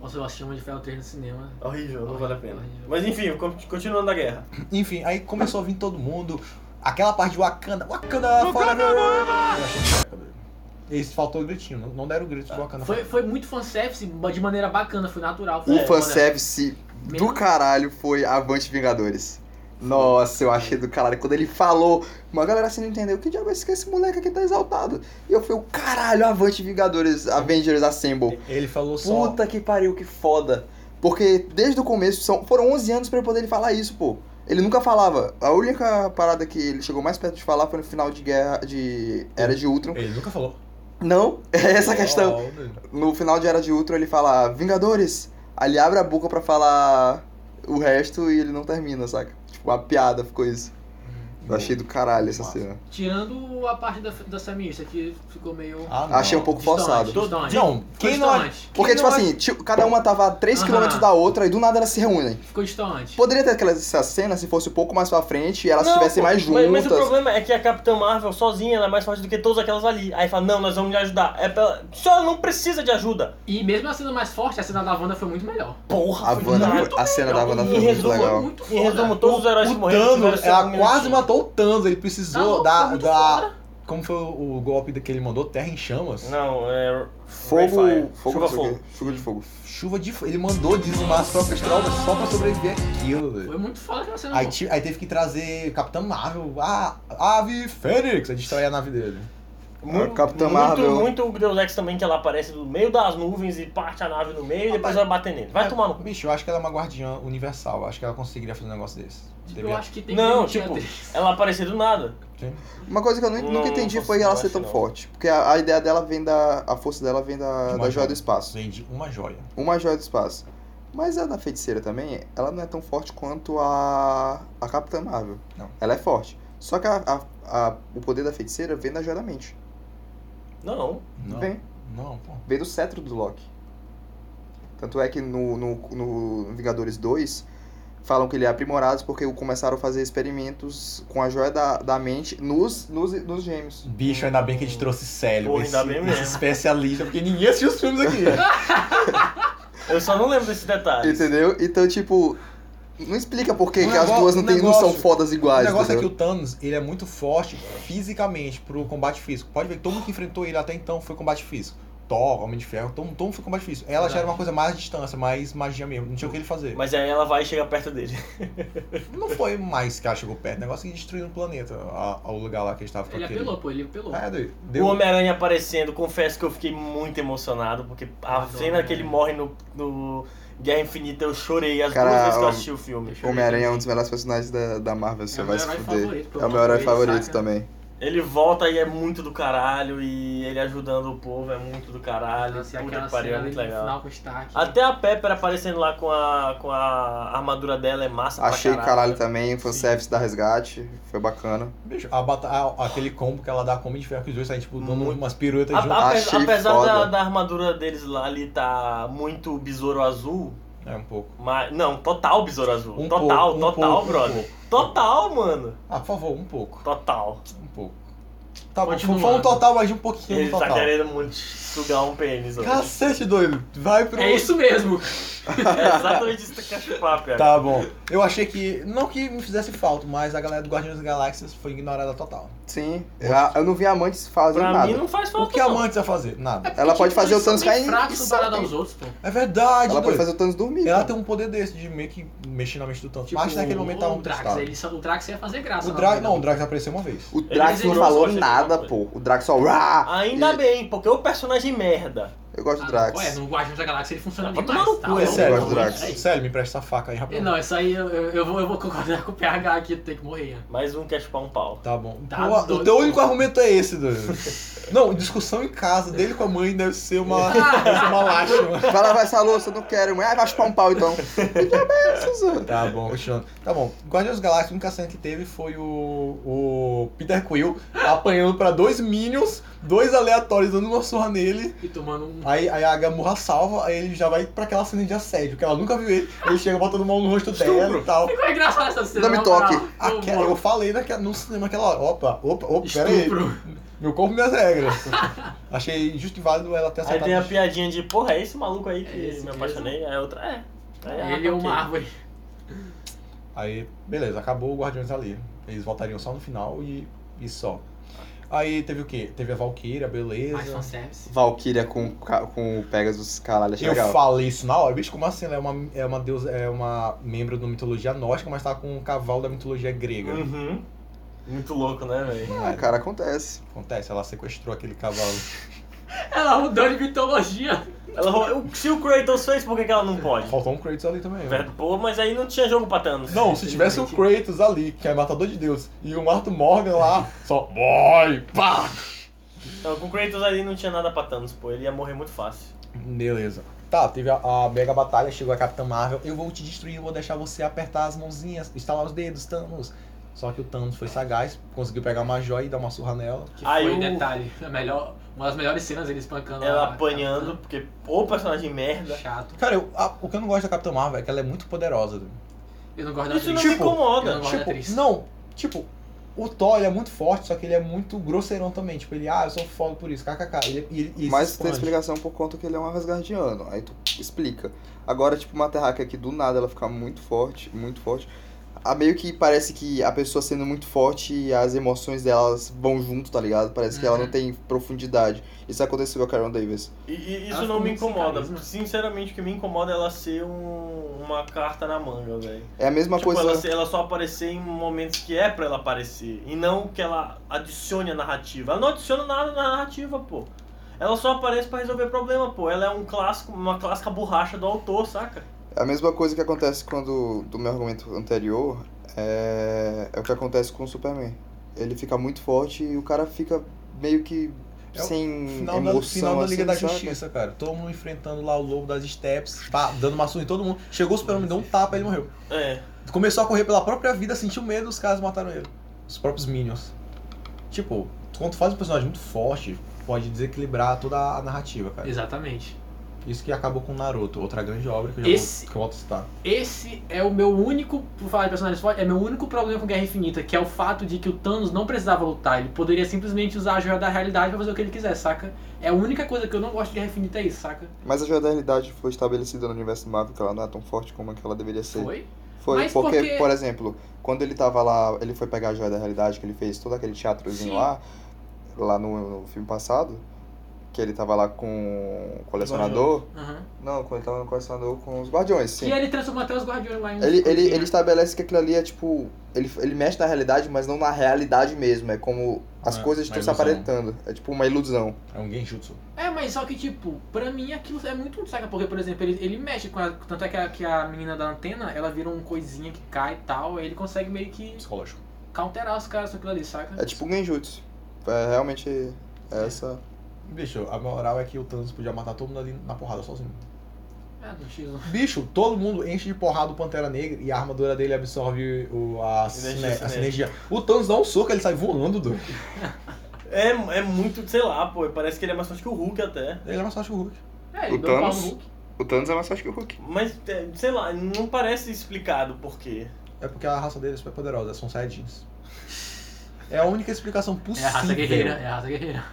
[SPEAKER 3] Nossa, eu assisti uma de Ferro 3 no cinema.
[SPEAKER 2] Horrível, não vale a pena.
[SPEAKER 3] Horrível.
[SPEAKER 2] Mas enfim, con- continuando a guerra.
[SPEAKER 5] Enfim, aí começou a vir todo mundo. Aquela parte de Wakanda. Wakanda forever! Eu achei chato, velho. Eles faltou o gritinho, não, não deram o
[SPEAKER 2] Ah,
[SPEAKER 5] grito de Wakanda
[SPEAKER 3] Foi, foi muito fanservice de maneira bacana, foi natural. Foi
[SPEAKER 4] O
[SPEAKER 3] foda.
[SPEAKER 4] Um fanservice do
[SPEAKER 3] Mesmo-
[SPEAKER 4] caralho foi Avante Vingadores. Nossa, eu achei do caralho. Quando ele falou, uma galera assim não entendeu. Que diabo é esse, que esse moleque aqui tá exaltado? E eu fui, o caralho, Avante Vingadores, Avengers Assemble.
[SPEAKER 5] Ele falou só.
[SPEAKER 4] Puta que pariu, que foda. Porque desde o começo, são, foram 11 anos pra ele poder ele falar isso, pô. Ele nunca falava. A única parada que ele chegou mais perto de falar foi no final de guerra de Era de Ultron.
[SPEAKER 5] Ele nunca falou.
[SPEAKER 4] Não, <laughs> é essa a questão.
[SPEAKER 5] Oh, meu Deus.
[SPEAKER 4] No final de Era de Ultron ele fala Vingadores. Aí ele abre a boca pra falar o resto e ele não termina, saca? Tipo, uma piada ficou isso. Eu achei do caralho essa
[SPEAKER 5] Massa.
[SPEAKER 4] cena.
[SPEAKER 3] Tirando a parte da, da feminista, que ficou meio.
[SPEAKER 5] Ah, não.
[SPEAKER 4] Achei um pouco
[SPEAKER 3] distante,
[SPEAKER 4] forçado.
[SPEAKER 3] distante.
[SPEAKER 5] Não,
[SPEAKER 3] Ficou
[SPEAKER 5] quem não. é-
[SPEAKER 3] distante.
[SPEAKER 4] Porque,
[SPEAKER 5] quem
[SPEAKER 4] tipo
[SPEAKER 5] não-
[SPEAKER 4] assim, tipo, cada uma tava a 3
[SPEAKER 3] Aham.
[SPEAKER 4] km da outra e do nada elas se reúnem.
[SPEAKER 3] Ficou distante.
[SPEAKER 4] Poderia ter aquela essa cena se fosse um pouco mais pra frente e elas
[SPEAKER 2] Não,
[SPEAKER 4] estivessem
[SPEAKER 2] pô,
[SPEAKER 4] mais
[SPEAKER 2] mas-
[SPEAKER 4] juntas.
[SPEAKER 2] Mas, o problema é que a Capitã Marvel sozinha ela é mais forte do que todas aquelas ali. Aí fala, não, nós vamos lhe ajudar. É pela... Só ela não precisa de ajuda.
[SPEAKER 3] E mesmo a cena mais forte, a cena da Wanda foi muito melhor.
[SPEAKER 2] Porra,
[SPEAKER 4] A
[SPEAKER 2] foi
[SPEAKER 4] Wanda,
[SPEAKER 2] muito-
[SPEAKER 4] foi- a cena da Wanda foi
[SPEAKER 2] Em
[SPEAKER 4] muito
[SPEAKER 2] resumo,
[SPEAKER 4] legal.
[SPEAKER 3] Muito
[SPEAKER 2] Em resumo,
[SPEAKER 3] foda. é
[SPEAKER 2] todos os heróis que
[SPEAKER 5] o
[SPEAKER 2] morreram
[SPEAKER 5] Thanos,
[SPEAKER 2] tiveram
[SPEAKER 5] ela
[SPEAKER 2] cinco
[SPEAKER 5] quase
[SPEAKER 2] minutinhos.
[SPEAKER 5] matou o Thanos, ele
[SPEAKER 3] Tá
[SPEAKER 5] precisou
[SPEAKER 3] louco, foi
[SPEAKER 5] da,
[SPEAKER 3] muito
[SPEAKER 5] da.
[SPEAKER 3] foda.
[SPEAKER 5] Como foi o o golpe que ele mandou? Terra em chamas?
[SPEAKER 2] Não, é. Ray
[SPEAKER 4] Fogo,
[SPEAKER 2] Fire.
[SPEAKER 4] fogo,
[SPEAKER 2] Chuva
[SPEAKER 4] não sei o
[SPEAKER 2] fogo.
[SPEAKER 4] quê. Chuva de fogo.
[SPEAKER 5] Chuva de fogo. Ele mandou dizimar as próprias tropas só pra sobreviver aquilo, velho.
[SPEAKER 3] Foi muito foda aquela
[SPEAKER 2] um
[SPEAKER 3] cena.
[SPEAKER 5] Aí,
[SPEAKER 3] pô.
[SPEAKER 5] ti- aí teve que trazer Capitão Marvel, a Ave Fênix, a destruir a nave dele.
[SPEAKER 4] A Capitã
[SPEAKER 2] muito,
[SPEAKER 4] Marvel.
[SPEAKER 2] Muito o Deus Ex também, que ela aparece no meio das nuvens e parte a nave no meio e depois vai bater nele. Vai tomar no cu.
[SPEAKER 5] Bicho, eu acho que ela é uma guardiã universal. Acho que ela conseguiria fazer um negócio desse.
[SPEAKER 3] Eu
[SPEAKER 5] Devia-
[SPEAKER 3] acho que tem
[SPEAKER 2] Não,
[SPEAKER 3] que ter
[SPEAKER 2] tipo,
[SPEAKER 3] um dia
[SPEAKER 2] ela apareceu do nada.
[SPEAKER 5] Sim.
[SPEAKER 4] Uma coisa que eu nu-
[SPEAKER 2] Não,
[SPEAKER 4] nunca
[SPEAKER 2] não
[SPEAKER 4] entendi
[SPEAKER 2] consigo,
[SPEAKER 4] foi ela
[SPEAKER 2] eu
[SPEAKER 4] ser
[SPEAKER 2] acho
[SPEAKER 4] tão
[SPEAKER 2] não.
[SPEAKER 4] forte. Porque a, a ideia dela vem da. A força dela vem da,
[SPEAKER 5] Uma
[SPEAKER 4] da joia
[SPEAKER 5] joia.
[SPEAKER 4] do espaço.
[SPEAKER 5] Vende uma joia.
[SPEAKER 4] Uma joia do espaço. Mas a da feiticeira também, ela não é tão forte quanto a. a Capitã Marvel.
[SPEAKER 5] Não.
[SPEAKER 4] Ela é forte. Só que a, a- a- o poder da feiticeira vem da joia da mente.
[SPEAKER 2] Não.
[SPEAKER 5] Não.
[SPEAKER 4] Vem.
[SPEAKER 5] Não, pô.
[SPEAKER 4] Vem do cetro do Loki. Tanto é que no, no, no Vingadores 2, falam que ele é aprimorado porque começaram a fazer experimentos com a joia da, da mente nos, nos, nos gêmeos.
[SPEAKER 5] Bicho, ainda bem que a gente trouxe Célio.
[SPEAKER 2] Porra,
[SPEAKER 5] esse,
[SPEAKER 2] ainda bem mesmo.
[SPEAKER 5] esse especialista, porque ninguém assistiu os filmes <laughs> aqui.
[SPEAKER 2] Eu só não lembro desse detalhe.
[SPEAKER 4] Entendeu? Então, tipo, não explica por que
[SPEAKER 5] O
[SPEAKER 4] que as
[SPEAKER 5] Um negó-
[SPEAKER 4] duas não,
[SPEAKER 5] o
[SPEAKER 4] tem, não
[SPEAKER 5] negócio-
[SPEAKER 4] são fodas
[SPEAKER 5] o
[SPEAKER 4] iguais.
[SPEAKER 5] negócio é que
[SPEAKER 4] entendeu?
[SPEAKER 5] o Thanos, ele é muito forte fisicamente pro combate físico. Pode ver que todo mundo que enfrentou ele até então foi combate físico. Thor, Homem de Ferro, todo, todo mundo foi combate físico. Ela já era uma coisa mais à distância, mais magia mesmo. Não tinha o que ele fazer.
[SPEAKER 2] Mas aí ela vai e chega perto dele.
[SPEAKER 5] Não foi mais que ela chegou perto. O negócio é que destruiu o planeta, a- ao lugar lá que a gente tava
[SPEAKER 3] <laughs>
[SPEAKER 5] com
[SPEAKER 3] Ele
[SPEAKER 5] aquele-
[SPEAKER 3] apelou, pô, ele apelou.
[SPEAKER 5] É, doido.
[SPEAKER 2] O
[SPEAKER 5] Deu...
[SPEAKER 2] Homem-Aranha aparecendo, confesso que eu fiquei muito emocionado, porque a
[SPEAKER 3] Adoro
[SPEAKER 2] cena que ele
[SPEAKER 3] Homem-Aranha.
[SPEAKER 2] morre no, no Guerra Infinita, eu chorei as
[SPEAKER 4] Cara,
[SPEAKER 2] duas vezes que eu
[SPEAKER 4] o-
[SPEAKER 2] assisti o filme.
[SPEAKER 3] Deixa eu ver
[SPEAKER 4] Homem-Aranha é um
[SPEAKER 3] também.
[SPEAKER 4] dos melhores personagens da, da Marvel, você
[SPEAKER 3] É o
[SPEAKER 4] vai
[SPEAKER 3] meu
[SPEAKER 4] se
[SPEAKER 3] herói
[SPEAKER 4] fuder.
[SPEAKER 3] favorito, pelo
[SPEAKER 4] É o meu herói
[SPEAKER 3] menos,
[SPEAKER 4] favorito
[SPEAKER 3] saca?
[SPEAKER 4] também.
[SPEAKER 2] Ele volta e é muito do caralho, e ele ajudando o povo é muito do caralho.
[SPEAKER 3] Nossa, e
[SPEAKER 2] Puta
[SPEAKER 3] aquela
[SPEAKER 2] que pariu, é
[SPEAKER 3] cena
[SPEAKER 2] muito
[SPEAKER 3] ali no
[SPEAKER 2] legal.
[SPEAKER 3] final com o Stark. É
[SPEAKER 2] Até a Pepper aparecendo lá com a, com a armadura dela é massa
[SPEAKER 4] Achei
[SPEAKER 2] pra
[SPEAKER 4] caralho também, foi o service da resgate, foi bacana.
[SPEAKER 2] é-
[SPEAKER 5] Bicho, a bata- a- aquele combo que ela dá com o Homem de Ferro que os dois saem, tipo, dando
[SPEAKER 2] Muito.
[SPEAKER 5] umas piruetas
[SPEAKER 2] Ape-
[SPEAKER 5] junto.
[SPEAKER 2] ape-
[SPEAKER 4] Achei
[SPEAKER 2] apesar
[SPEAKER 4] foda.
[SPEAKER 2] da, da armadura deles lá ali tá muito besouro azul,
[SPEAKER 5] É, um pouco.
[SPEAKER 2] mas. Não, total besouro azul.
[SPEAKER 5] Um
[SPEAKER 2] total,
[SPEAKER 5] pouco, um
[SPEAKER 2] total,
[SPEAKER 5] pouco, um
[SPEAKER 2] brother.
[SPEAKER 5] pouco.
[SPEAKER 2] Total, mano.
[SPEAKER 5] Ah, por favor, um pouco.
[SPEAKER 2] Total.
[SPEAKER 5] Um pouco. Tá bom,
[SPEAKER 3] Continuando.
[SPEAKER 5] fala um total, mas de um pouquinho
[SPEAKER 2] Ele
[SPEAKER 5] no
[SPEAKER 2] tá
[SPEAKER 5] total.
[SPEAKER 2] querendo muito sugar um pênis, ó.
[SPEAKER 5] Cacete, doido. Vai pro...
[SPEAKER 3] É isso mesmo.
[SPEAKER 2] É exatamente isso que tá querendo chupar, piada.
[SPEAKER 5] Tá bom. Eu achei que... Não que me fizesse falta, mas a galera do Guardiões da Galáxia foi ignorada total.
[SPEAKER 4] Sim, eu, eu não vi a Mantis fazer
[SPEAKER 2] Pra
[SPEAKER 4] nada.
[SPEAKER 2] mim não faz falta.
[SPEAKER 5] O que a
[SPEAKER 2] não.
[SPEAKER 5] Mantis vai fazer? Nada.
[SPEAKER 4] Ela pode fazer o Thanos cair em-
[SPEAKER 3] fraco
[SPEAKER 4] em
[SPEAKER 3] comparado
[SPEAKER 4] salto.
[SPEAKER 3] aos outros, pô.
[SPEAKER 5] É verdade,
[SPEAKER 4] Ela pode
[SPEAKER 5] doido.
[SPEAKER 4] fazer o Thanos dormir.
[SPEAKER 5] Ela
[SPEAKER 4] cara.
[SPEAKER 5] tem um poder desse de meio que mexer na mente do Thanos.
[SPEAKER 3] Tipo,
[SPEAKER 5] mas naquele momento tava
[SPEAKER 3] o
[SPEAKER 5] um
[SPEAKER 3] Drax,
[SPEAKER 5] testado.
[SPEAKER 3] ele tá só- o Drax ia fazer graça.
[SPEAKER 5] O
[SPEAKER 3] na né?
[SPEAKER 5] Drax...
[SPEAKER 3] vida.
[SPEAKER 5] Não, o Drax apareceu uma vez.
[SPEAKER 4] O Drax não
[SPEAKER 2] desenhou
[SPEAKER 4] falou
[SPEAKER 2] só,
[SPEAKER 4] nada,
[SPEAKER 2] achei que
[SPEAKER 4] pô. O Drax só. Rá!
[SPEAKER 2] Ainda bem, porque o personagem merda.
[SPEAKER 4] Eu gosto
[SPEAKER 3] Ah,
[SPEAKER 4] do
[SPEAKER 3] não, Ué,
[SPEAKER 4] Drax.
[SPEAKER 3] no Guardiões da Galáxia ele funciona
[SPEAKER 2] Ah, vai
[SPEAKER 3] demais.
[SPEAKER 2] tomar no
[SPEAKER 3] tá?
[SPEAKER 2] cu, é
[SPEAKER 3] Não,
[SPEAKER 5] sério,
[SPEAKER 4] gosto do
[SPEAKER 3] não,
[SPEAKER 4] Drax.
[SPEAKER 3] isso aí.
[SPEAKER 5] Sério, me presta essa faca aí, rapaz.
[SPEAKER 3] Não, é. isso aí eu, eu, eu vou, eu vou concordar com o PH aqui, tu tem que morrer. né?
[SPEAKER 2] Mais um quer chupar um pau.
[SPEAKER 5] Tá bom.
[SPEAKER 3] Tá
[SPEAKER 5] Pô,
[SPEAKER 3] doido.
[SPEAKER 5] o teu único argumento é esse, doido. Não, discussão em casa dele com a mãe deve ser
[SPEAKER 3] <laughs>
[SPEAKER 5] uma, deve ser uma lástima.
[SPEAKER 4] Vai lavar essa louça, eu não quero. Ah, vai chupar um pau então. <laughs> Beleza.
[SPEAKER 5] Tá bom, continuando. Tá bom. Guardiões Galácticos, a única cena que teve foi o, o Peter Quill apanhando pra dois Minions, dois aleatórios dando uma surra nele.
[SPEAKER 3] E tomando um.
[SPEAKER 5] Aí, aí a Gamorra salva, aí ele já vai pra aquela cena de assédio, que ela nunca viu ele. Ele chega botando mão no rosto dela e tal.
[SPEAKER 3] Ficou é engraçado essa cena.
[SPEAKER 4] Não me
[SPEAKER 3] na moral.
[SPEAKER 4] toque.
[SPEAKER 3] Eu
[SPEAKER 5] Aquela,
[SPEAKER 3] vou-
[SPEAKER 5] eu falei naquela, no cinema aquela hora. Opa, opa, opa, é pera aí.
[SPEAKER 3] Estupro.
[SPEAKER 5] Meu corpo, minhas regras. Achei justo e válido ela ter
[SPEAKER 2] Aí tem a
[SPEAKER 5] acertado.
[SPEAKER 2] piadinha de, porra, é esse maluco aí que
[SPEAKER 3] É esse
[SPEAKER 2] me
[SPEAKER 3] mesmo.
[SPEAKER 2] apaixonei? Aí a outra, é. Aí, ah,
[SPEAKER 3] Ele é
[SPEAKER 2] ok.
[SPEAKER 3] uma árvore.
[SPEAKER 5] Aí, beleza, acabou o Guardiões ali. Eles voltariam só no final e, e só. Aí teve o quê? Teve a Valkyria,
[SPEAKER 3] Mais
[SPEAKER 5] beleza.
[SPEAKER 3] fanservice.
[SPEAKER 4] Valkyria com, ca- com o Pegasus, caralho, achei
[SPEAKER 5] Eu
[SPEAKER 4] legal.
[SPEAKER 5] falei isso na hora, bicho, como assim? Ela é uma, é uma deusa, é uma membro da mitologia nórdica, mas tá com um cavalo da mitologia grega.
[SPEAKER 2] Uhum. Muito louco, né, velho?
[SPEAKER 4] Ah, cara, acontece.
[SPEAKER 5] Acontece, ela sequestrou aquele cavalo.
[SPEAKER 3] Ela mudou de mitologia.
[SPEAKER 2] Ela roubou- Se o Kratos fez, por que, que ela não pode?
[SPEAKER 5] Faltou um Kratos ali também. né?
[SPEAKER 2] Velho, Pô, mas aí não tinha jogo pra Thanos.
[SPEAKER 5] Não, se tivesse o Kratos ali, que é matador de Deus, e o Marto Morgan lá, só boy, pá!
[SPEAKER 2] Não, Então, com o Kratos ali não tinha nada pra Thanos, pô. Ele ia morrer muito fácil.
[SPEAKER 5] Beleza. Tá, teve a, a mega batalha, chegou a Capitã Marvel. Eu vou te destruir, eu vou deixar você apertar as mãozinhas, estalar os dedos, Thanos. Só que o Thanos foi sagaz, conseguiu pegar uma joia e dar uma surra nela.
[SPEAKER 3] Que
[SPEAKER 2] Aí
[SPEAKER 3] foi
[SPEAKER 2] o-
[SPEAKER 3] detalhe. A melhor, uma das melhores cenas ele espancando a-
[SPEAKER 2] Ela
[SPEAKER 3] a-
[SPEAKER 2] apanhando, porque o personagem merda.
[SPEAKER 3] Chato.
[SPEAKER 5] Cara, eu- a- o que eu não gosto da Capitã Marvel é que ela é muito poderosa. velho.
[SPEAKER 3] Eu não gosto da
[SPEAKER 2] Isso não
[SPEAKER 3] atriz.
[SPEAKER 2] me
[SPEAKER 5] Tipo,
[SPEAKER 3] eu
[SPEAKER 2] incomoda.
[SPEAKER 3] não gosto da atriz.
[SPEAKER 5] Tipo, não, tipo, o Thor ele é muito forte, só que ele é muito grosseirão também. Tipo, ele, ah, eu sou foda por isso, kkk. Ele, e ele, e ele
[SPEAKER 4] Mas
[SPEAKER 5] se
[SPEAKER 4] tem
[SPEAKER 5] expande.
[SPEAKER 4] explicação por conta que ele é um resgardiano. Aí tu explica. Agora, tipo, uma terráquea que do nada ela fica muito forte, muito forte. Ah, meio que parece que a pessoa sendo muito forte, as emoções delas vão junto, tá ligado? Parece que ela
[SPEAKER 3] Uhum.
[SPEAKER 4] não tem profundidade. Isso aconteceu com a Karen Davis.
[SPEAKER 2] E, e isso não
[SPEAKER 3] Ela ficou
[SPEAKER 2] me
[SPEAKER 3] muito sem
[SPEAKER 2] incomoda.
[SPEAKER 3] carisma.
[SPEAKER 2] Sinceramente, o que me incomoda é ela ser um- uma carta na manga, velho.
[SPEAKER 4] É a mesma
[SPEAKER 2] Tipo,
[SPEAKER 4] coisa.
[SPEAKER 2] ela, ser- ela só aparecer em momentos que é pra ela aparecer. E não que ela adicione a narrativa. Ela não adiciona nada na narrativa, pô. Ela só aparece pra resolver problema, pô. Ela é um clássico, uma clássica borracha do autor, saca?
[SPEAKER 4] É a mesma coisa que acontece quando, do meu argumento anterior, é, é o que acontece com o Superman. Ele fica muito forte e o cara fica meio que
[SPEAKER 5] É o
[SPEAKER 4] sem
[SPEAKER 5] Final,
[SPEAKER 4] emoção.
[SPEAKER 5] da, final da Liga da
[SPEAKER 4] assim, saca?
[SPEAKER 5] Justiça, cara. Todo mundo enfrentando lá o lobo das steps, pá, dando uma surra em todo mundo. Chegou o Superman, deu um tapa, ele morreu.
[SPEAKER 2] É.
[SPEAKER 5] Começou a correr pela própria vida, sentiu medo, os caras mataram ele. Os próprios Minions. Tipo, quando tu faz um personagem muito forte, pode desequilibrar toda a narrativa, cara.
[SPEAKER 3] Exatamente.
[SPEAKER 5] Isso que acabou com Naruto, outra grande obra que eu, já
[SPEAKER 3] Esse-
[SPEAKER 5] vou, que eu volto a citar.
[SPEAKER 3] Esse é o meu único, por falar de personagens fortes, é meu único problema com Guerra Infinita, que é o fato de que o Thanos não precisava lutar, ele poderia simplesmente usar a joia da realidade pra fazer o que ele quiser, saca? É a única coisa que eu não gosto de Guerra Infinita é isso, saca?
[SPEAKER 4] Mas a joia da realidade foi estabelecida no universo Marvel, que ela não é tão forte como que ela deveria ser.
[SPEAKER 3] Foi?
[SPEAKER 4] Foi,
[SPEAKER 3] Mas
[SPEAKER 4] porque,
[SPEAKER 3] porque-
[SPEAKER 4] por exemplo, quando ele tava lá, ele foi pegar a joia da realidade, que ele fez todo aquele teatrozinho
[SPEAKER 3] Sim.
[SPEAKER 4] lá, lá no, no filme passado, que ele tava lá com o colecionador.
[SPEAKER 3] Aham.
[SPEAKER 4] Não, quando ele tava no colecionador com os guardiões, sim.
[SPEAKER 3] Que ele transformou até os Guardiões lá em... um
[SPEAKER 4] Ele, ele,
[SPEAKER 3] coisinha.
[SPEAKER 4] ele estabelece que aquilo ali é tipo. Ele, ele mexe na realidade, mas não na realidade mesmo. É como as
[SPEAKER 5] É,
[SPEAKER 4] coisas
[SPEAKER 5] uma
[SPEAKER 4] estão se
[SPEAKER 5] ilusão.
[SPEAKER 4] aparentando. É tipo uma ilusão.
[SPEAKER 5] É um genjutsu.
[SPEAKER 3] É, mas só que, tipo, pra mim aquilo é muito saca, porque, por exemplo, ele, ele mexe com a... Tanto é que a, que a menina da antena, ela vira um coisinha que cai e tal, aí ele consegue meio que
[SPEAKER 5] Psicológico.
[SPEAKER 3] counterar os caras com aquilo ali, saca?
[SPEAKER 4] É tipo um genjutsu. É realmente essa.
[SPEAKER 5] Bicho, a moral é que o Thanos podia matar todo mundo ali na porrada sozinho.
[SPEAKER 3] É, do X1.
[SPEAKER 5] Bicho, todo mundo enche de porrada o Pantera Negra e a armadura dele absorve o, a, sine- a
[SPEAKER 2] cinética.
[SPEAKER 5] sinergia. O Thanos dá um soco, ele sai voando, doido.
[SPEAKER 2] É, é muito, sei lá, pô, parece que ele é mais forte que o Hulk até.
[SPEAKER 5] Ele é mais forte que o Hulk.
[SPEAKER 3] É, ele
[SPEAKER 4] O
[SPEAKER 3] deu um pau no
[SPEAKER 4] Thanos?
[SPEAKER 3] Hulk.
[SPEAKER 4] O Thanos é mais forte que o Hulk.
[SPEAKER 2] Mas, é, sei lá, não parece explicado por quê.
[SPEAKER 5] É porque a raça dele é super poderosa,
[SPEAKER 3] <laughs>
[SPEAKER 5] são saiyajins. É a única explicação
[SPEAKER 3] É
[SPEAKER 5] possível.
[SPEAKER 3] a raça guerreira, é a raça guerreira.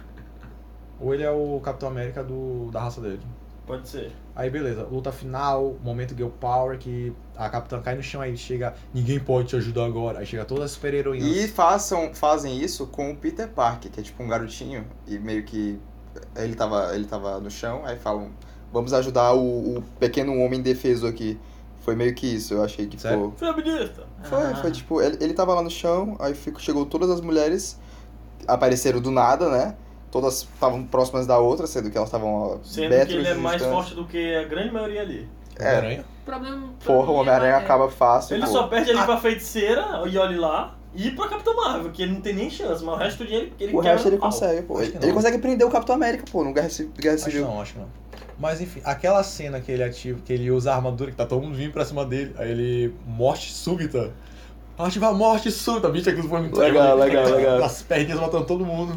[SPEAKER 5] Ou ele é o Capitão América do, da raça dele.
[SPEAKER 2] Pode ser.
[SPEAKER 5] Aí beleza, luta final, momento Girl Power, que a Capitã cai no chão, aí chega, ninguém pode te ajudar agora. Aí chega toda a super heroína.
[SPEAKER 4] E façam, fazem isso com o Peter Parker, que é tipo um garotinho, e meio que ele tava, ele tava no chão, aí falam, vamos ajudar o, o pequeno homem defeso aqui. Foi meio que isso, eu achei que
[SPEAKER 5] Sério?
[SPEAKER 4] ficou.
[SPEAKER 2] Feminista.
[SPEAKER 4] Foi,
[SPEAKER 3] Ah.
[SPEAKER 4] foi tipo, ele, ele tava lá no chão, aí ficou, chegou todas as mulheres, apareceram do nada, né? Todas estavam próximas da outra, sendo que elas estavam
[SPEAKER 2] Sendo que
[SPEAKER 4] metros
[SPEAKER 2] ele é
[SPEAKER 4] de
[SPEAKER 2] mais
[SPEAKER 4] distância.
[SPEAKER 2] forte do que a grande maioria ali.
[SPEAKER 4] É.
[SPEAKER 5] Aranha.
[SPEAKER 3] O problema... é
[SPEAKER 4] Porra, o Homem-Aranha
[SPEAKER 3] acaba.
[SPEAKER 4] acaba fácil.
[SPEAKER 2] Ele
[SPEAKER 4] pô.
[SPEAKER 2] só perde ali pra feiticeira, e olhe lá, e pra Capitão Marvel, que ele não tem nem chance, mas o resto do dia ele, ah, ele
[SPEAKER 4] O
[SPEAKER 2] quebra
[SPEAKER 4] resto
[SPEAKER 2] no é
[SPEAKER 4] ele
[SPEAKER 2] um pau.
[SPEAKER 4] consegue, pô.
[SPEAKER 5] Acho que
[SPEAKER 4] Ele,
[SPEAKER 5] não.
[SPEAKER 4] ele consegue prender o Capitão América, pô, no Guerra, Ci- Guerra
[SPEAKER 5] Acho que
[SPEAKER 4] Civil.
[SPEAKER 5] não, acho que não. Mas enfim, aquela cena que ele ativa, que ele usa a armadura, que tá todo mundo vindo pra cima dele, aí ele morte súbita. Ativa a morte súbita, bicho, aquilo foi muito
[SPEAKER 4] Legal, legal, legal.
[SPEAKER 5] As perninhas matando todo mundo.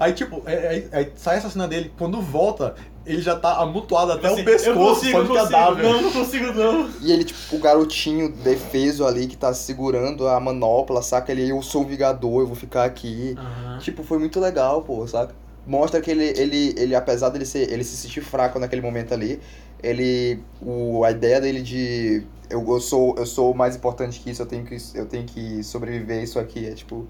[SPEAKER 5] Aí, tipo, aí, aí- aí sai essa cena dele, quando volta, ele já tá amutuado até
[SPEAKER 2] Assim,
[SPEAKER 5] o pescoço,
[SPEAKER 2] eu consigo,
[SPEAKER 5] só
[SPEAKER 2] eu
[SPEAKER 5] de
[SPEAKER 2] consigo.
[SPEAKER 5] cadáver.
[SPEAKER 2] Não, não consigo não.
[SPEAKER 4] E ele, tipo, o garotinho defeso ali que tá segurando a manopla, saca? Ele, eu sou o Vingador, eu vou ficar aqui.
[SPEAKER 3] Aham.
[SPEAKER 4] Tipo, foi muito legal, pô, saca? Mostra que ele, ele, ele apesar dele ser, ele se sentir fraco naquele momento ali, ele, o, a ideia dele de eu, eu sou eu sou mais importante que isso, eu tenho que, eu tenho que sobreviver a isso aqui, é tipo,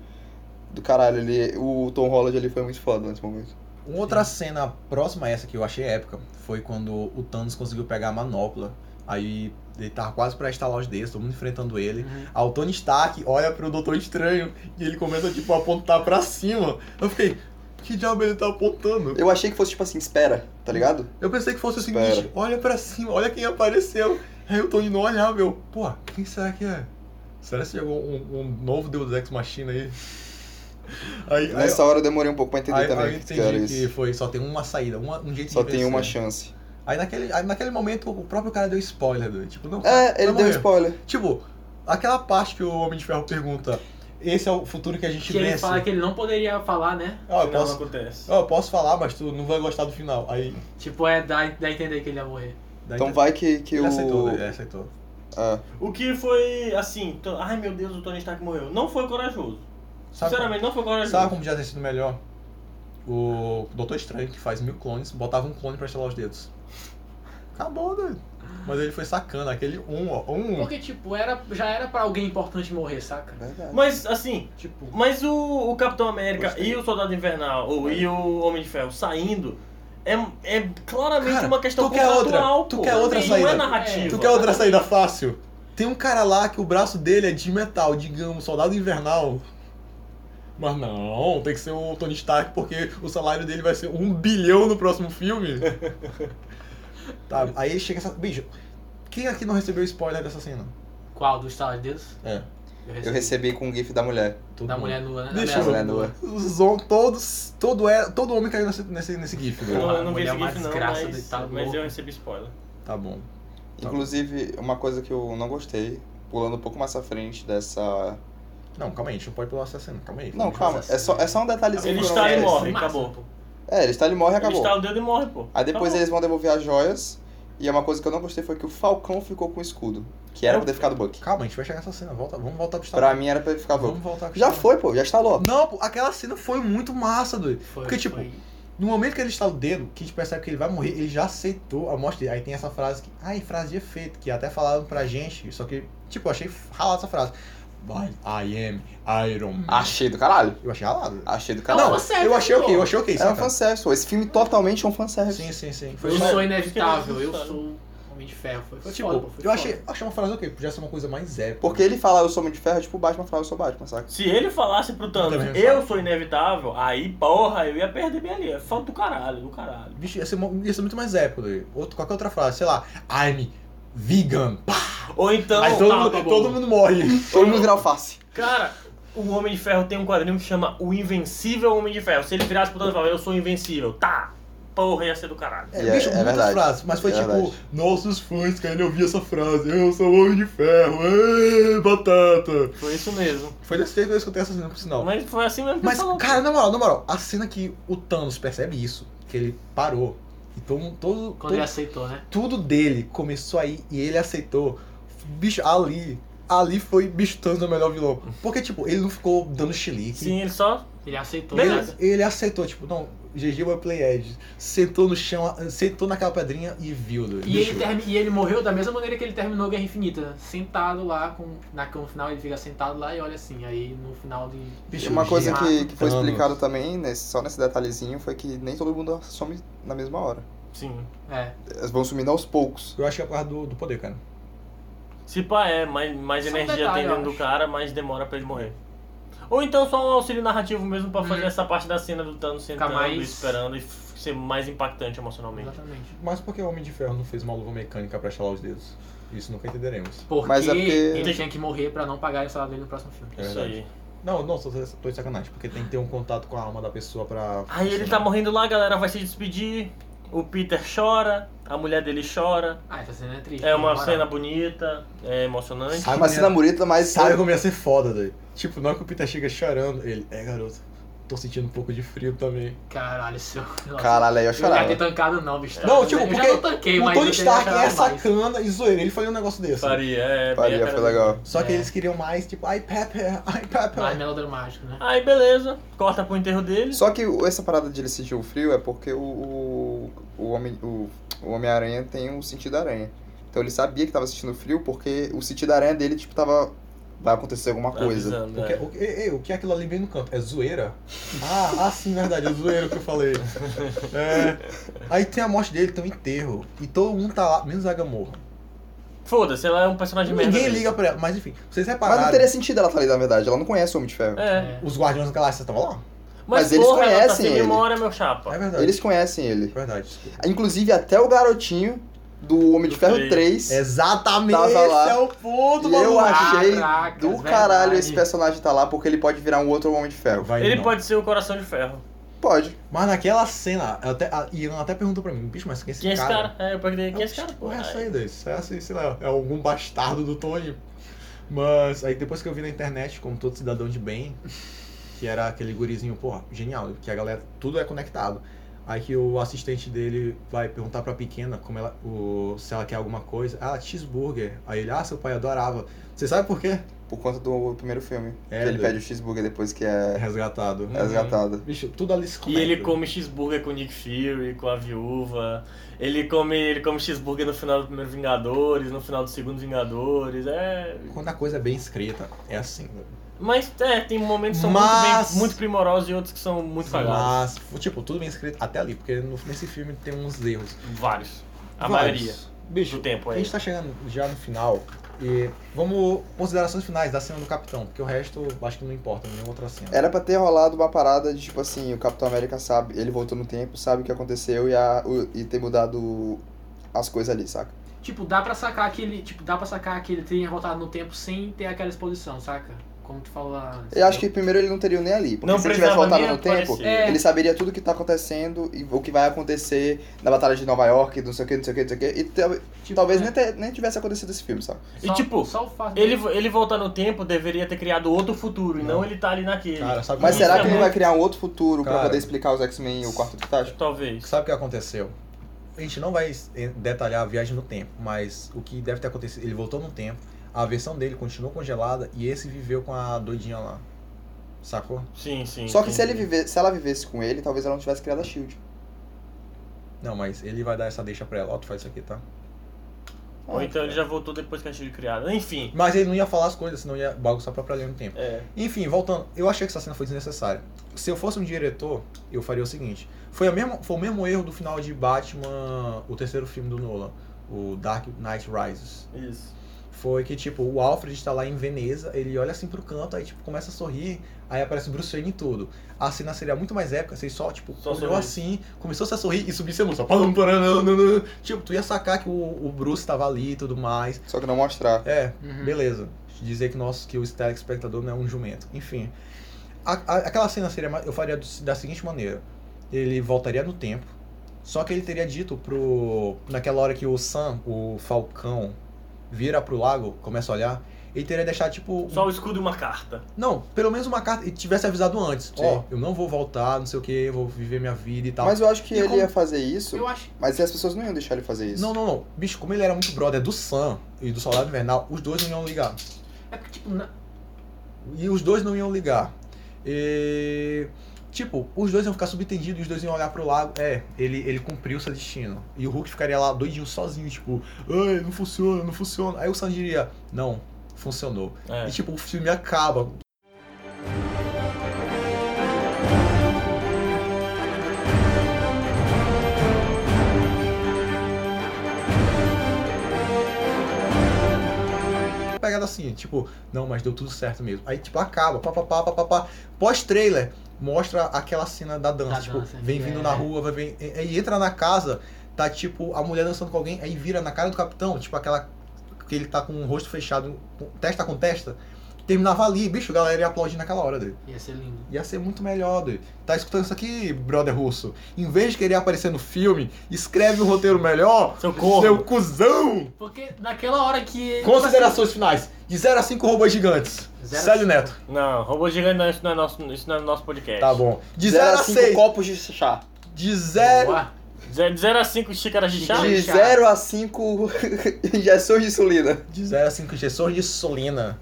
[SPEAKER 4] do caralho, ele, o Tom Holland ali foi muito foda nesse momento.
[SPEAKER 5] Uma Outra cena próxima a essa que eu achei épica foi quando o Thanos conseguiu pegar a manopla. Aí ele tava quase pra estalar os dedos, todo mundo enfrentando ele.
[SPEAKER 3] Uhum.
[SPEAKER 5] Aí o Tony Stark olha pro Doutor Estranho e ele começa tipo a apontar pra cima. Eu fiquei, que diabo ele tá apontando?
[SPEAKER 4] Eu achei que fosse tipo assim, espera, tá ligado?
[SPEAKER 5] Eu pensei que fosse o
[SPEAKER 4] Espera.
[SPEAKER 5] seguinte, olha pra cima, olha quem apareceu. Aí o Tony não olhava, eu, pô, quem será que é? Será que chegou um, um novo Deus Ex Machina aí? <laughs> Aí, aí,
[SPEAKER 4] Nessa hora eu demorei um pouco pra entender
[SPEAKER 5] aí,
[SPEAKER 4] também
[SPEAKER 5] aí eu
[SPEAKER 4] o que que era
[SPEAKER 5] entendi que
[SPEAKER 4] isso.
[SPEAKER 5] foi, só tem uma saída, uma- um jeito
[SPEAKER 4] Só
[SPEAKER 5] de
[SPEAKER 4] tem uma
[SPEAKER 5] vencer.
[SPEAKER 4] chance.
[SPEAKER 5] Aí naquele, aí naquele momento o próprio cara deu spoiler, do, tipo, não.
[SPEAKER 4] É, ele
[SPEAKER 5] não
[SPEAKER 4] deu
[SPEAKER 5] morreu.
[SPEAKER 4] spoiler.
[SPEAKER 5] Tipo, aquela parte que o Homem de Ferro pergunta: esse é o futuro que a gente
[SPEAKER 3] Que ele
[SPEAKER 5] vence.
[SPEAKER 3] fala que ele não poderia falar, né?
[SPEAKER 5] Ó, Ah, eu
[SPEAKER 2] não, não
[SPEAKER 5] posso,
[SPEAKER 2] acontece.
[SPEAKER 5] ó, eu posso falar, mas tu não vai gostar do final. Aí.
[SPEAKER 3] Tipo, é dar, dar a entender que ele ia morrer.
[SPEAKER 5] daí
[SPEAKER 4] Então
[SPEAKER 5] tu-
[SPEAKER 4] vai que, que
[SPEAKER 5] Ele
[SPEAKER 4] o.
[SPEAKER 5] aceitou, né? ele aceitou.
[SPEAKER 4] Ah,
[SPEAKER 2] O que foi assim, to- ai meu Deus, o Tony Stark morreu. Não foi corajoso.
[SPEAKER 5] Sabe,
[SPEAKER 2] Sinceramente, não foi
[SPEAKER 5] como,
[SPEAKER 2] corajoso.
[SPEAKER 5] sabe como podia ter sido melhor? O Doutor Estranho, que faz mil clones, botava um clone pra estalar os dedos. Acabou, doido. Mas ele foi sacana, aquele um, ó. Um.
[SPEAKER 3] Porque, tipo, era, já era pra alguém importante morrer,
[SPEAKER 5] É
[SPEAKER 3] saca?
[SPEAKER 4] verdade.
[SPEAKER 2] Mas assim,
[SPEAKER 3] Tipo,
[SPEAKER 2] mas o, o Capitão América
[SPEAKER 4] Gostei.
[SPEAKER 2] e o Soldado Invernal, ou, e o Homem de Ferro saindo, é, é claramente
[SPEAKER 5] Cara,
[SPEAKER 2] uma questão
[SPEAKER 5] tu quer outra?
[SPEAKER 2] contratual,
[SPEAKER 5] Tu
[SPEAKER 2] pô.
[SPEAKER 5] quer outra
[SPEAKER 2] não
[SPEAKER 5] saída?
[SPEAKER 2] é narrativa.
[SPEAKER 5] Tu quer outra saída fácil? Tem um cara lá que o braço dele é de metal, digamos, soldado invernal. Mas não, tem que ser o Tony Stark, porque o salário dele vai ser um bilhão no próximo <laughs> filme. tá, aí chega essa. Bicho, quem aqui não recebeu spoiler dessa cena?
[SPEAKER 3] qual? Do estalo de Deus?
[SPEAKER 5] É.
[SPEAKER 4] Eu recebi com o GIF da mulher.
[SPEAKER 5] todo
[SPEAKER 3] Da
[SPEAKER 5] mundo.
[SPEAKER 3] mulher nua, né?
[SPEAKER 5] Deixa
[SPEAKER 4] Da
[SPEAKER 5] eu-
[SPEAKER 4] mulher nua.
[SPEAKER 5] Os hom- todos. Todo, é, todo homem caiu nesse, nesse, nesse GIF, né?
[SPEAKER 2] Eu
[SPEAKER 5] velho.
[SPEAKER 2] não, eu não vi
[SPEAKER 3] Mulher
[SPEAKER 2] esse
[SPEAKER 3] é uma
[SPEAKER 2] GIF não,
[SPEAKER 3] desgraça
[SPEAKER 2] mas,
[SPEAKER 3] do Italo
[SPEAKER 2] mas
[SPEAKER 3] Globo.
[SPEAKER 2] eu recebi spoiler.
[SPEAKER 5] Tá bom.
[SPEAKER 4] Inclusive, uma coisa que eu não gostei, pulando um pouco mais à frente dessa.
[SPEAKER 5] Não, calma aí, a gente não pode pular essa cena, calma aí.
[SPEAKER 4] Não, calma, é só, é só um detalhezinho.
[SPEAKER 2] Ele
[SPEAKER 4] que eu
[SPEAKER 2] está
[SPEAKER 4] não
[SPEAKER 2] e
[SPEAKER 4] gostei.
[SPEAKER 2] morre,
[SPEAKER 3] Massa,
[SPEAKER 2] acabou.
[SPEAKER 3] pô.
[SPEAKER 4] É, ele está e morre
[SPEAKER 2] Ele
[SPEAKER 4] e acabou.
[SPEAKER 2] estala o dedo e morre, pô.
[SPEAKER 4] Aí depois
[SPEAKER 2] Acabou.
[SPEAKER 4] eles vão devolver as joias. E é uma coisa que eu não gostei foi que o Falcão ficou com o escudo. Que era pra ter ficado o Buck.
[SPEAKER 5] Calma, a gente vai chegar nessa cena. Volta, vamos voltar pro
[SPEAKER 4] Pra
[SPEAKER 5] Star
[SPEAKER 4] mim era pra ele ficar o
[SPEAKER 5] Vamos
[SPEAKER 4] Buck.
[SPEAKER 5] voltar pro
[SPEAKER 4] Já
[SPEAKER 5] Star-
[SPEAKER 4] foi, pô, já instalou.
[SPEAKER 5] Não, pô, aquela cena foi muito massa, doido.
[SPEAKER 3] Foi,
[SPEAKER 5] Porque, tipo,
[SPEAKER 3] foi.
[SPEAKER 5] No momento que ele está o dedo, que a gente percebe que ele vai morrer, ele já aceitou a morte dele. Aí tem essa frase que. Ai, frase de efeito, que até falaram pra gente, só que, tipo, eu achei ralado essa frase. Vai, I am Iron Man.
[SPEAKER 4] Achei do caralho.
[SPEAKER 5] Eu achei ralado.
[SPEAKER 4] Achei do
[SPEAKER 3] Não,
[SPEAKER 4] caralho.
[SPEAKER 3] você- fanservice,
[SPEAKER 5] eu achei ok,
[SPEAKER 3] pô.
[SPEAKER 5] eu achei ok,
[SPEAKER 4] É um
[SPEAKER 5] assim, saca?
[SPEAKER 4] fanservice, pô. Esse filme totalmente é um fanservice.
[SPEAKER 5] Sim, sim, sim.
[SPEAKER 3] Eu
[SPEAKER 5] Foi
[SPEAKER 3] sou
[SPEAKER 5] só...
[SPEAKER 3] um inevitável, eu
[SPEAKER 2] Foi-
[SPEAKER 3] sou um homem de ferro. Foi, foi
[SPEAKER 5] Tipo,
[SPEAKER 3] foda, pô, foi
[SPEAKER 5] eu
[SPEAKER 3] foda.
[SPEAKER 5] achei, achei uma frase ok, podia ser uma coisa mais épica.
[SPEAKER 4] Porque ele falar eu sou muito de ferro é tipo o Batman falar eu sou Batman, saca?
[SPEAKER 2] Se ele falasse pro Thanos,
[SPEAKER 5] Também
[SPEAKER 2] eu
[SPEAKER 5] falo.
[SPEAKER 2] sou inevitável, aí porra, eu ia perder bem ali. É falta do caralho, do caralho.
[SPEAKER 5] Bicho, ia ser, mo- ia ser muito mais épico, doido. Outro, qualquer outra frase, sei lá, I'm vegan. Pá,
[SPEAKER 2] Ou então,
[SPEAKER 5] Aí todo,
[SPEAKER 3] tá,
[SPEAKER 5] mundo,
[SPEAKER 3] tá bom.
[SPEAKER 5] todo mundo morre.
[SPEAKER 4] Todo mundo virar alface.
[SPEAKER 2] cara, o Homem de Ferro tem um quadrinho que chama O Invencível Homem de Ferro. Se ele virasse pro Thanos e falava, eu sou invencível, tá, porra, ia ser do caralho.
[SPEAKER 5] É,
[SPEAKER 4] É,
[SPEAKER 5] bicho,
[SPEAKER 4] é
[SPEAKER 5] muitas
[SPEAKER 4] verdade.
[SPEAKER 5] frases, mas foi
[SPEAKER 4] É
[SPEAKER 5] tipo,
[SPEAKER 4] verdade.
[SPEAKER 5] nossos fãs, cara, ele ouvia essa frase, eu sou o homem de ferro, ê, batata.
[SPEAKER 2] Foi isso mesmo.
[SPEAKER 5] Foi desse jeito que eu escutei essa cena, por sinal.
[SPEAKER 2] Mas foi assim mesmo que
[SPEAKER 5] Mas,
[SPEAKER 2] falou.
[SPEAKER 5] cara, na moral, na moral, a cena que o Thanos percebe isso, que ele parou, e todo, todo,
[SPEAKER 3] Quando ele
[SPEAKER 5] todo-
[SPEAKER 3] aceitou, né?
[SPEAKER 5] tudo dele começou aí e ele aceitou, bicho, ali, ali foi, bicho, Thanos é o melhor vilão. Porque, tipo, ele não ficou dando chilique.
[SPEAKER 2] Sim, ele só
[SPEAKER 3] Ele aceitou.
[SPEAKER 2] Bem,
[SPEAKER 3] né?
[SPEAKER 5] Ele, ele aceitou, tipo, não, GG vai play edge. Sentou no chão, sentou naquela pedrinha e viu, doido.
[SPEAKER 3] E
[SPEAKER 5] Bicho.
[SPEAKER 3] ele, termi- e ele morreu da mesma maneira que ele terminou Guerra Infinita, né? sentado lá, com, na cama final ele fica sentado lá e olha assim, aí no final de...
[SPEAKER 5] Bicho,
[SPEAKER 4] É Uma coisa
[SPEAKER 3] Girato.
[SPEAKER 4] que, que foi
[SPEAKER 5] Thanos.
[SPEAKER 4] explicado também, nesse- só nesse detalhezinho, foi que nem todo mundo some na mesma hora.
[SPEAKER 2] Sim.
[SPEAKER 3] É,
[SPEAKER 4] Eles vão sumindo aos poucos.
[SPEAKER 5] Eu acho que é por causa do, do poder, cara.
[SPEAKER 2] Se pá, é, mais, mais
[SPEAKER 3] Só um
[SPEAKER 2] energia
[SPEAKER 3] detalhe,
[SPEAKER 2] tem
[SPEAKER 3] eu
[SPEAKER 2] dentro do
[SPEAKER 3] acho.
[SPEAKER 2] cara, mas demora pra ele morrer. Ou então só um auxílio narrativo mesmo pra fazer
[SPEAKER 3] Hum.
[SPEAKER 2] essa parte da cena do Thanos sentando,
[SPEAKER 3] mais-
[SPEAKER 2] esperando e f- ser mais impactante emocionalmente.
[SPEAKER 3] exatamente.
[SPEAKER 5] Mas por que o Homem de Ferro não fez uma luva mecânica pra estalar os dedos? Isso nunca entenderemos.
[SPEAKER 3] Porque,
[SPEAKER 4] Mas é porque-
[SPEAKER 3] ele tinha que morrer pra não pagar o salário dele no próximo filme.
[SPEAKER 5] É
[SPEAKER 2] Isso
[SPEAKER 5] verdade.
[SPEAKER 2] aí.
[SPEAKER 5] Não, não, só tô de sacanagem, porque tem que ter um contato com a alma da pessoa pra.
[SPEAKER 2] Aí ele tá morrendo lá, a galera vai se despedir. O Peter chora, a mulher dele chora.
[SPEAKER 3] Ah, essa cena é triste.
[SPEAKER 2] É uma
[SPEAKER 3] na moral.
[SPEAKER 2] cena bonita, é emocionante.
[SPEAKER 5] Sabe
[SPEAKER 4] uma
[SPEAKER 5] como
[SPEAKER 4] cena
[SPEAKER 5] ia-
[SPEAKER 4] bonita, mas.
[SPEAKER 5] Sabe como ia ser foda, doido? Tipo, na hora que o Peter chega chorando, ele, é garoto, tô sentindo um pouco de frio também.
[SPEAKER 3] Caralho, seu... Nossa,
[SPEAKER 4] Caralho, aí eu
[SPEAKER 3] Eu não ia
[SPEAKER 4] chorava.
[SPEAKER 3] ter tancado não, bicho.
[SPEAKER 5] Não,
[SPEAKER 3] Eu
[SPEAKER 5] tipo,
[SPEAKER 3] já
[SPEAKER 5] porque
[SPEAKER 3] não tanquei,
[SPEAKER 5] o
[SPEAKER 3] mas
[SPEAKER 5] Tony
[SPEAKER 3] eu teria
[SPEAKER 5] Stark é
[SPEAKER 3] chorado mais.
[SPEAKER 5] sacana e zoeira, ele faria um negócio desse.
[SPEAKER 2] Faria, é. bem a
[SPEAKER 4] assim, Faria,
[SPEAKER 2] cara
[SPEAKER 4] foi
[SPEAKER 2] do-
[SPEAKER 4] legal.
[SPEAKER 5] Só que
[SPEAKER 3] É.
[SPEAKER 5] eles queriam mais, tipo, ai Pepper, ai
[SPEAKER 3] Mais
[SPEAKER 5] Pepper.
[SPEAKER 3] melodramático, né?
[SPEAKER 2] Aí beleza, corta pro enterro dele.
[SPEAKER 4] Só que o- essa parada de ele sentir o frio é porque o, o, o Homem- o- o Homem-Aranha tem um sentido da aranha. Então ele sabia que tava sentindo frio porque o sentido da aranha dele, tipo, tava. Vai acontecer alguma coisa.
[SPEAKER 2] Avisando,
[SPEAKER 5] O que,
[SPEAKER 2] é.
[SPEAKER 5] o, que- ei, o que é aquilo ali bem no canto? É zoeira? Ah, ah sim, verdade, é zoeira que eu falei. É. Aí tem a morte dele, tem o enterro. E todo mundo tá lá, menos a Gamorra.
[SPEAKER 2] Foda-se, ela é um personagem merda.
[SPEAKER 5] Ninguém
[SPEAKER 2] mesmo.
[SPEAKER 5] liga pra ela. Mas enfim,
[SPEAKER 4] Mas
[SPEAKER 5] vocês
[SPEAKER 4] não
[SPEAKER 5] repararam.
[SPEAKER 4] teria sentido ela estar ali, na verdade. Ela não conhece o Homem de Ferro.
[SPEAKER 2] É.
[SPEAKER 5] Os Guardiões da Galáxia estavam lá?
[SPEAKER 2] Mas,
[SPEAKER 4] Mas eles
[SPEAKER 2] porra, ela tá
[SPEAKER 4] conhecem
[SPEAKER 2] sem
[SPEAKER 4] ele.
[SPEAKER 2] memória, meu
[SPEAKER 5] É
[SPEAKER 2] chapa.
[SPEAKER 5] verdade.
[SPEAKER 4] Eles conhecem ele.
[SPEAKER 5] É verdade. desculpa.
[SPEAKER 4] Inclusive, até o garotinho do Homem de
[SPEAKER 2] Do
[SPEAKER 4] Ferro
[SPEAKER 2] três.
[SPEAKER 4] 3.
[SPEAKER 5] É Exatamente,
[SPEAKER 4] Tava lá.
[SPEAKER 5] esse é o ponto,
[SPEAKER 4] E eu
[SPEAKER 5] maluco.
[SPEAKER 4] achei
[SPEAKER 3] Caracas,
[SPEAKER 4] do
[SPEAKER 3] verdade.
[SPEAKER 4] caralho esse personagem tá lá porque ele pode virar um outro Homem de Ferro.
[SPEAKER 5] Vai,
[SPEAKER 2] Ele
[SPEAKER 5] não.
[SPEAKER 2] pode ser o coração de ferro.
[SPEAKER 4] Pode.
[SPEAKER 5] Mas naquela cena, eu até, a Ian até perguntou pra mim, bicho, mas quem é esse
[SPEAKER 2] Quem é esse
[SPEAKER 5] cara?
[SPEAKER 2] cara? É, eu perguntei, quem é esse
[SPEAKER 5] Não,
[SPEAKER 2] cara?
[SPEAKER 5] que Porra, é essa aí, doido? Isso é assim, sei lá, é algum bastardo do Tony. Mas aí depois que eu vi na internet, como todo cidadão de bem, que era aquele gurizinho, porra, genial, que a galera, tudo é conectado. Aí que o assistente dele vai perguntar pra pequena como ela, o, se ela quer alguma coisa. Ah, cheeseburger. Aí ele, ah, seu pai adorava. Você sabe por quê?
[SPEAKER 4] Por conta do primeiro filme.
[SPEAKER 5] É,
[SPEAKER 4] que ele
[SPEAKER 5] doido.
[SPEAKER 4] pede o cheeseburger depois que é
[SPEAKER 5] É resgatado.
[SPEAKER 4] resgatado.
[SPEAKER 5] Bicho, tudo ali se
[SPEAKER 2] E
[SPEAKER 5] conecta.
[SPEAKER 2] ele come cheeseburger com o Nick Fury, com a viúva. Ele come, ele come cheeseburger no final do primeiro Vingadores, no final do segundo Vingadores. É.
[SPEAKER 5] Quando a coisa é bem escrita, é assim. velho.
[SPEAKER 2] Mas é, tem momentos que são muito,
[SPEAKER 5] Mas-
[SPEAKER 2] bem, muito primorosos e outros que são muito cagados.
[SPEAKER 5] Mas, tipo, tudo bem escrito até ali, porque no- nesse filme tem uns erros.
[SPEAKER 2] Vários. A
[SPEAKER 5] Vários.
[SPEAKER 2] maioria
[SPEAKER 5] Bicho,
[SPEAKER 2] do tempo é
[SPEAKER 5] a
[SPEAKER 2] aí.
[SPEAKER 5] gente tá chegando já no final e vamos considerações finais da cena do capitão, porque o resto eu acho que não importa, nenhuma outra cena.
[SPEAKER 4] Era pra ter rolado uma parada de tipo assim, o Capitão América sabe, ele voltou no tempo, sabe o que aconteceu e, a, o- e ter mudado as coisas ali, saca?
[SPEAKER 3] Tipo, dá pra sacar que ele. Tipo, dá pra sacar que ele tenha voltado no tempo sem ter aquela exposição, saca? Como tu falou lá antes.
[SPEAKER 4] Eu acho que primeiro ele não teria nem ali, porque
[SPEAKER 2] Não
[SPEAKER 4] se ele tivesse
[SPEAKER 2] precisava
[SPEAKER 4] voltado
[SPEAKER 2] nem
[SPEAKER 4] no tempo,
[SPEAKER 2] aparecer.
[SPEAKER 3] É.
[SPEAKER 4] ele saberia tudo o que tá acontecendo e o que vai acontecer na Batalha de Nova York, não sei o que, não sei o que, não sei o que, e tal-
[SPEAKER 3] Tipo,
[SPEAKER 4] talvez
[SPEAKER 3] é,
[SPEAKER 4] nem, te- nem tivesse acontecido esse filme, saca?
[SPEAKER 2] E
[SPEAKER 3] só-
[SPEAKER 2] tipo,
[SPEAKER 3] Só o
[SPEAKER 5] tá
[SPEAKER 3] fato
[SPEAKER 2] Ele,
[SPEAKER 3] dele-
[SPEAKER 2] ele voltar no tempo deveria ter criado outro futuro, e não ele tá ali naquele.
[SPEAKER 5] Cara, sabe
[SPEAKER 4] Mas
[SPEAKER 5] Isso
[SPEAKER 4] será
[SPEAKER 5] é
[SPEAKER 4] que ele
[SPEAKER 2] muito-
[SPEAKER 4] vai criar um outro futuro pra
[SPEAKER 5] Cara.
[SPEAKER 4] poder explicar os X-Men e o Quarto do Fantástico?
[SPEAKER 2] Talvez.
[SPEAKER 5] Sabe o que aconteceu? a gente não vai eh, detalhar a viagem no tempo, mas o que deve ter acontecido, ele voltou no tempo, a versão dele continuou congelada e esse viveu com a doidinha lá. Sacou?
[SPEAKER 2] Sim, sim.
[SPEAKER 4] Só que
[SPEAKER 2] sim.
[SPEAKER 4] se, ele vive, se ela vivesse com ele, talvez ela não tivesse criado a Shield.
[SPEAKER 5] Não, mas ele vai dar essa deixa pra ela. Ó, tu faz isso aqui, tá?
[SPEAKER 2] Ou então ele já voltou depois que a Chile criada. Enfim.
[SPEAKER 5] Mas ele não ia falar as coisas, senão ia bagunçar pra linha no tempo.
[SPEAKER 2] É.
[SPEAKER 5] Enfim, voltando, eu achei que essa cena foi desnecessária. Se eu fosse um diretor, eu faria o seguinte: foi, a mesma, foi o mesmo erro do final de Batman, o terceiro filme do Nolan, o Dark Knight Rises.
[SPEAKER 2] Isso.
[SPEAKER 5] Foi que, tipo, o Alfred tá lá em Veneza, ele olha assim pro canto, aí, tipo, começa a sorrir, aí aparece o Bruce Wayne e tudo. A cena seria muito mais épica se ele só, tipo,
[SPEAKER 2] Só
[SPEAKER 5] olhou
[SPEAKER 2] sorrir.
[SPEAKER 5] assim, começou a sorrir e subisse a música. Pam, paranana. Tipo, tu ia sacar que o, o Bruce tava ali e tudo mais.
[SPEAKER 4] Só que não mostrar.
[SPEAKER 5] É,
[SPEAKER 3] Uhum.
[SPEAKER 5] Beleza. Dizer que, nosso, que o telespectador não é um jumento. Enfim. A- a- aquela cena seria. ma- Eu faria do- da seguinte maneira. Ele voltaria no tempo. Só que ele teria dito pro. Naquela hora que o Sam, o Falcão, vira pro lago, começa a olhar. Ele teria deixado, tipo. um-
[SPEAKER 2] Só o escudo e uma carta.
[SPEAKER 5] Não, pelo menos uma carta. E tivesse avisado antes.
[SPEAKER 4] Sim.
[SPEAKER 5] Ó, eu não vou voltar, não sei o que, eu vou viver minha vida e
[SPEAKER 2] Então.
[SPEAKER 5] tal.
[SPEAKER 4] Mas eu acho que
[SPEAKER 5] E
[SPEAKER 4] ele
[SPEAKER 5] como-
[SPEAKER 4] ia fazer isso,
[SPEAKER 3] Eu acho.
[SPEAKER 4] mas as pessoas não iam deixar ele fazer isso.
[SPEAKER 5] Não, não, não. Bicho, como ele era muito brother do Sam e do Soldado Invernal, os dois não iam ligar.
[SPEAKER 3] É porque, tipo, na-
[SPEAKER 5] E os dois não iam ligar. E, tipo, os dois iam ficar subentendidos, os dois iam olhar pro lago. É, ele, ele cumpriu seu destino. E o Hulk ficaria lá doidinho sozinho, tipo, ai, não funciona, não funciona. Aí o Sam diria, não, funcionou.
[SPEAKER 2] É.
[SPEAKER 5] E tipo, o filme acaba. Pegada assim, tipo, não, mas deu tudo certo mesmo. Aí, tipo, acaba, papapá, papapá. Pós-trailer, mostra aquela cena da dança.
[SPEAKER 3] Da
[SPEAKER 5] tipo,
[SPEAKER 3] dança,
[SPEAKER 5] vem
[SPEAKER 3] que
[SPEAKER 5] vindo
[SPEAKER 3] é-
[SPEAKER 5] na rua, vai vem. e- Aí entra na casa, tá tipo, a mulher dançando com alguém, aí vira na cara do capitão, tipo, aquela. que ele tá com o rosto fechado, com- testa com testa. Terminava ali, bicho, a galera ia aplaudir naquela hora dele.
[SPEAKER 3] ia ser lindo.
[SPEAKER 5] Ia ser muito melhor, dude. Tá escutando isso aqui, brother russo? Em vez de querer aparecer no filme, escreve um roteiro melhor.
[SPEAKER 2] Seu corno.
[SPEAKER 5] Seu cuzão!
[SPEAKER 3] Porque naquela hora que. tipo,
[SPEAKER 5] Considerações finais. De 0 a 5 robôs gigantes.
[SPEAKER 3] Zero a
[SPEAKER 5] Célio
[SPEAKER 3] cinco.
[SPEAKER 5] Neto.
[SPEAKER 2] Não, robô gigante não, isso não é nosso, isso não é nosso podcast.
[SPEAKER 5] Tá bom. De 0
[SPEAKER 4] Zero
[SPEAKER 5] a
[SPEAKER 4] a cinco
[SPEAKER 5] 6.
[SPEAKER 4] copos de chá.
[SPEAKER 5] De
[SPEAKER 3] assim,
[SPEAKER 5] 0.
[SPEAKER 3] Uá,
[SPEAKER 2] Ze- De 0 a 5 xícaras de Tá. chá?
[SPEAKER 4] De
[SPEAKER 3] chá.
[SPEAKER 4] 0 a 5 <laughs> injeções de insulina.
[SPEAKER 5] De 0 a 5 injeções de insulina.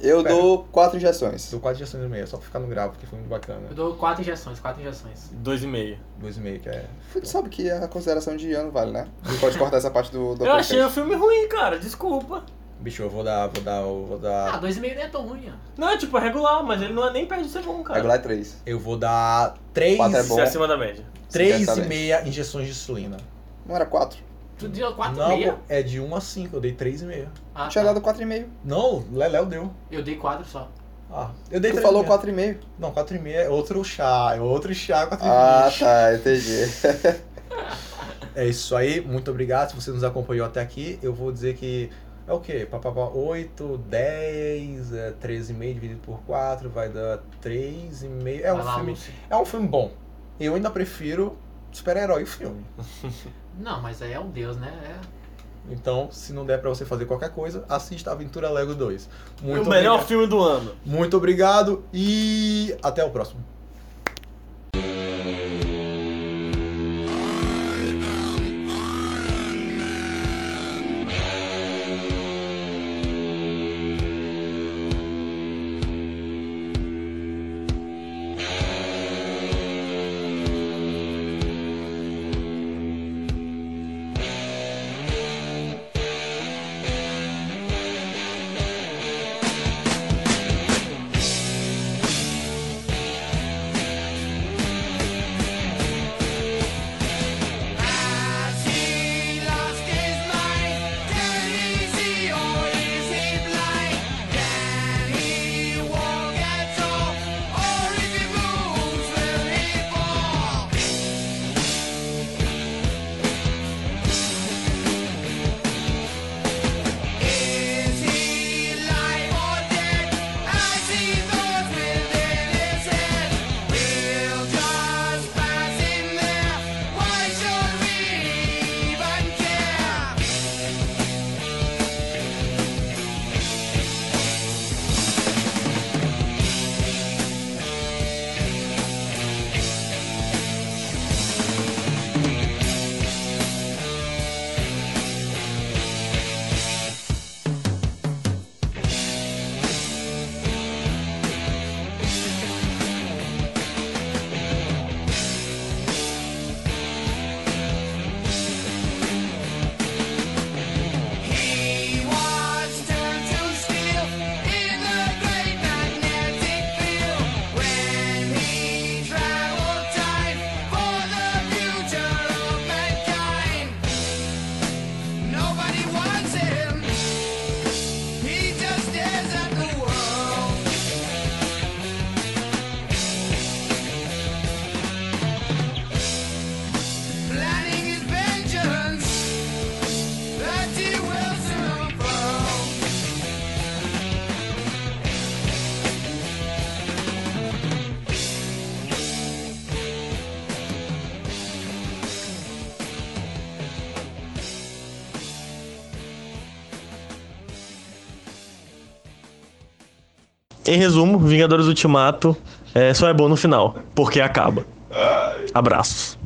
[SPEAKER 4] Eu
[SPEAKER 5] Pera.
[SPEAKER 4] dou 4 injeções.
[SPEAKER 5] Deu 4 injeções e meia, só pra ficar no grau, porque foi muito bacana.
[SPEAKER 3] eu dou quatro injeções, quatro injeções.
[SPEAKER 2] 2,5.
[SPEAKER 5] 2,5, que é.
[SPEAKER 4] Tu sabe que a consideração de ano vale, né? Não pode cortar essa parte do, do
[SPEAKER 2] Eu achei o
[SPEAKER 4] podcast.
[SPEAKER 2] filme ruim, cara, desculpa.
[SPEAKER 5] Bicho, eu vou dar. Vou dar. eu Vou
[SPEAKER 3] Ah,
[SPEAKER 5] dar.
[SPEAKER 3] dois e meio não é tão ruim, ó.
[SPEAKER 2] Não, é tipo, é regular, mas ele não é nem perto de ser bom, cara.
[SPEAKER 4] Regular 3.
[SPEAKER 5] Eu vou dar 3.
[SPEAKER 4] Quatro é
[SPEAKER 2] Isso
[SPEAKER 4] bom.
[SPEAKER 2] é acima da média.
[SPEAKER 5] 3,5 injeções de insulina.
[SPEAKER 4] Não era 4?
[SPEAKER 3] Tu deu quatro e
[SPEAKER 5] Não,
[SPEAKER 3] meia?
[SPEAKER 5] pô, é de 1 a 5, eu dei 3,5.
[SPEAKER 3] Ah,
[SPEAKER 4] Tinha
[SPEAKER 3] tá.
[SPEAKER 4] dado 4,5.
[SPEAKER 5] Não, Leléo deu.
[SPEAKER 3] Eu dei quatro só.
[SPEAKER 5] Ah, eu dei
[SPEAKER 4] Tu
[SPEAKER 5] 3,5.
[SPEAKER 4] falou 4,5.
[SPEAKER 5] Não, 4,5 é outro chá, é outro
[SPEAKER 4] <laughs>
[SPEAKER 5] chá, 4,5.
[SPEAKER 4] Ah, tá, entendi.
[SPEAKER 5] É isso aí, muito obrigado se você nos acompanhou até aqui. Eu vou dizer que é o quê? Papapá, 8, 10, é, 13,5 dividido por 4, vai dar 3,5. É um
[SPEAKER 3] Vai lá,
[SPEAKER 5] filme.
[SPEAKER 3] Lúcio.
[SPEAKER 5] É um filme bom. Eu ainda prefiro super-herói o filme.
[SPEAKER 3] Não, mas aí é um deus, né? É...
[SPEAKER 5] Então, se não der pra você fazer qualquer coisa, assista Aventura Lego 2.
[SPEAKER 2] o
[SPEAKER 5] Muito
[SPEAKER 2] melhor
[SPEAKER 5] obrigado.
[SPEAKER 2] filme do ano.
[SPEAKER 5] Muito obrigado e até o próximo.
[SPEAKER 2] Em resumo, Vingadores Ultimato é, só é bom no final, porque acaba. Abraços.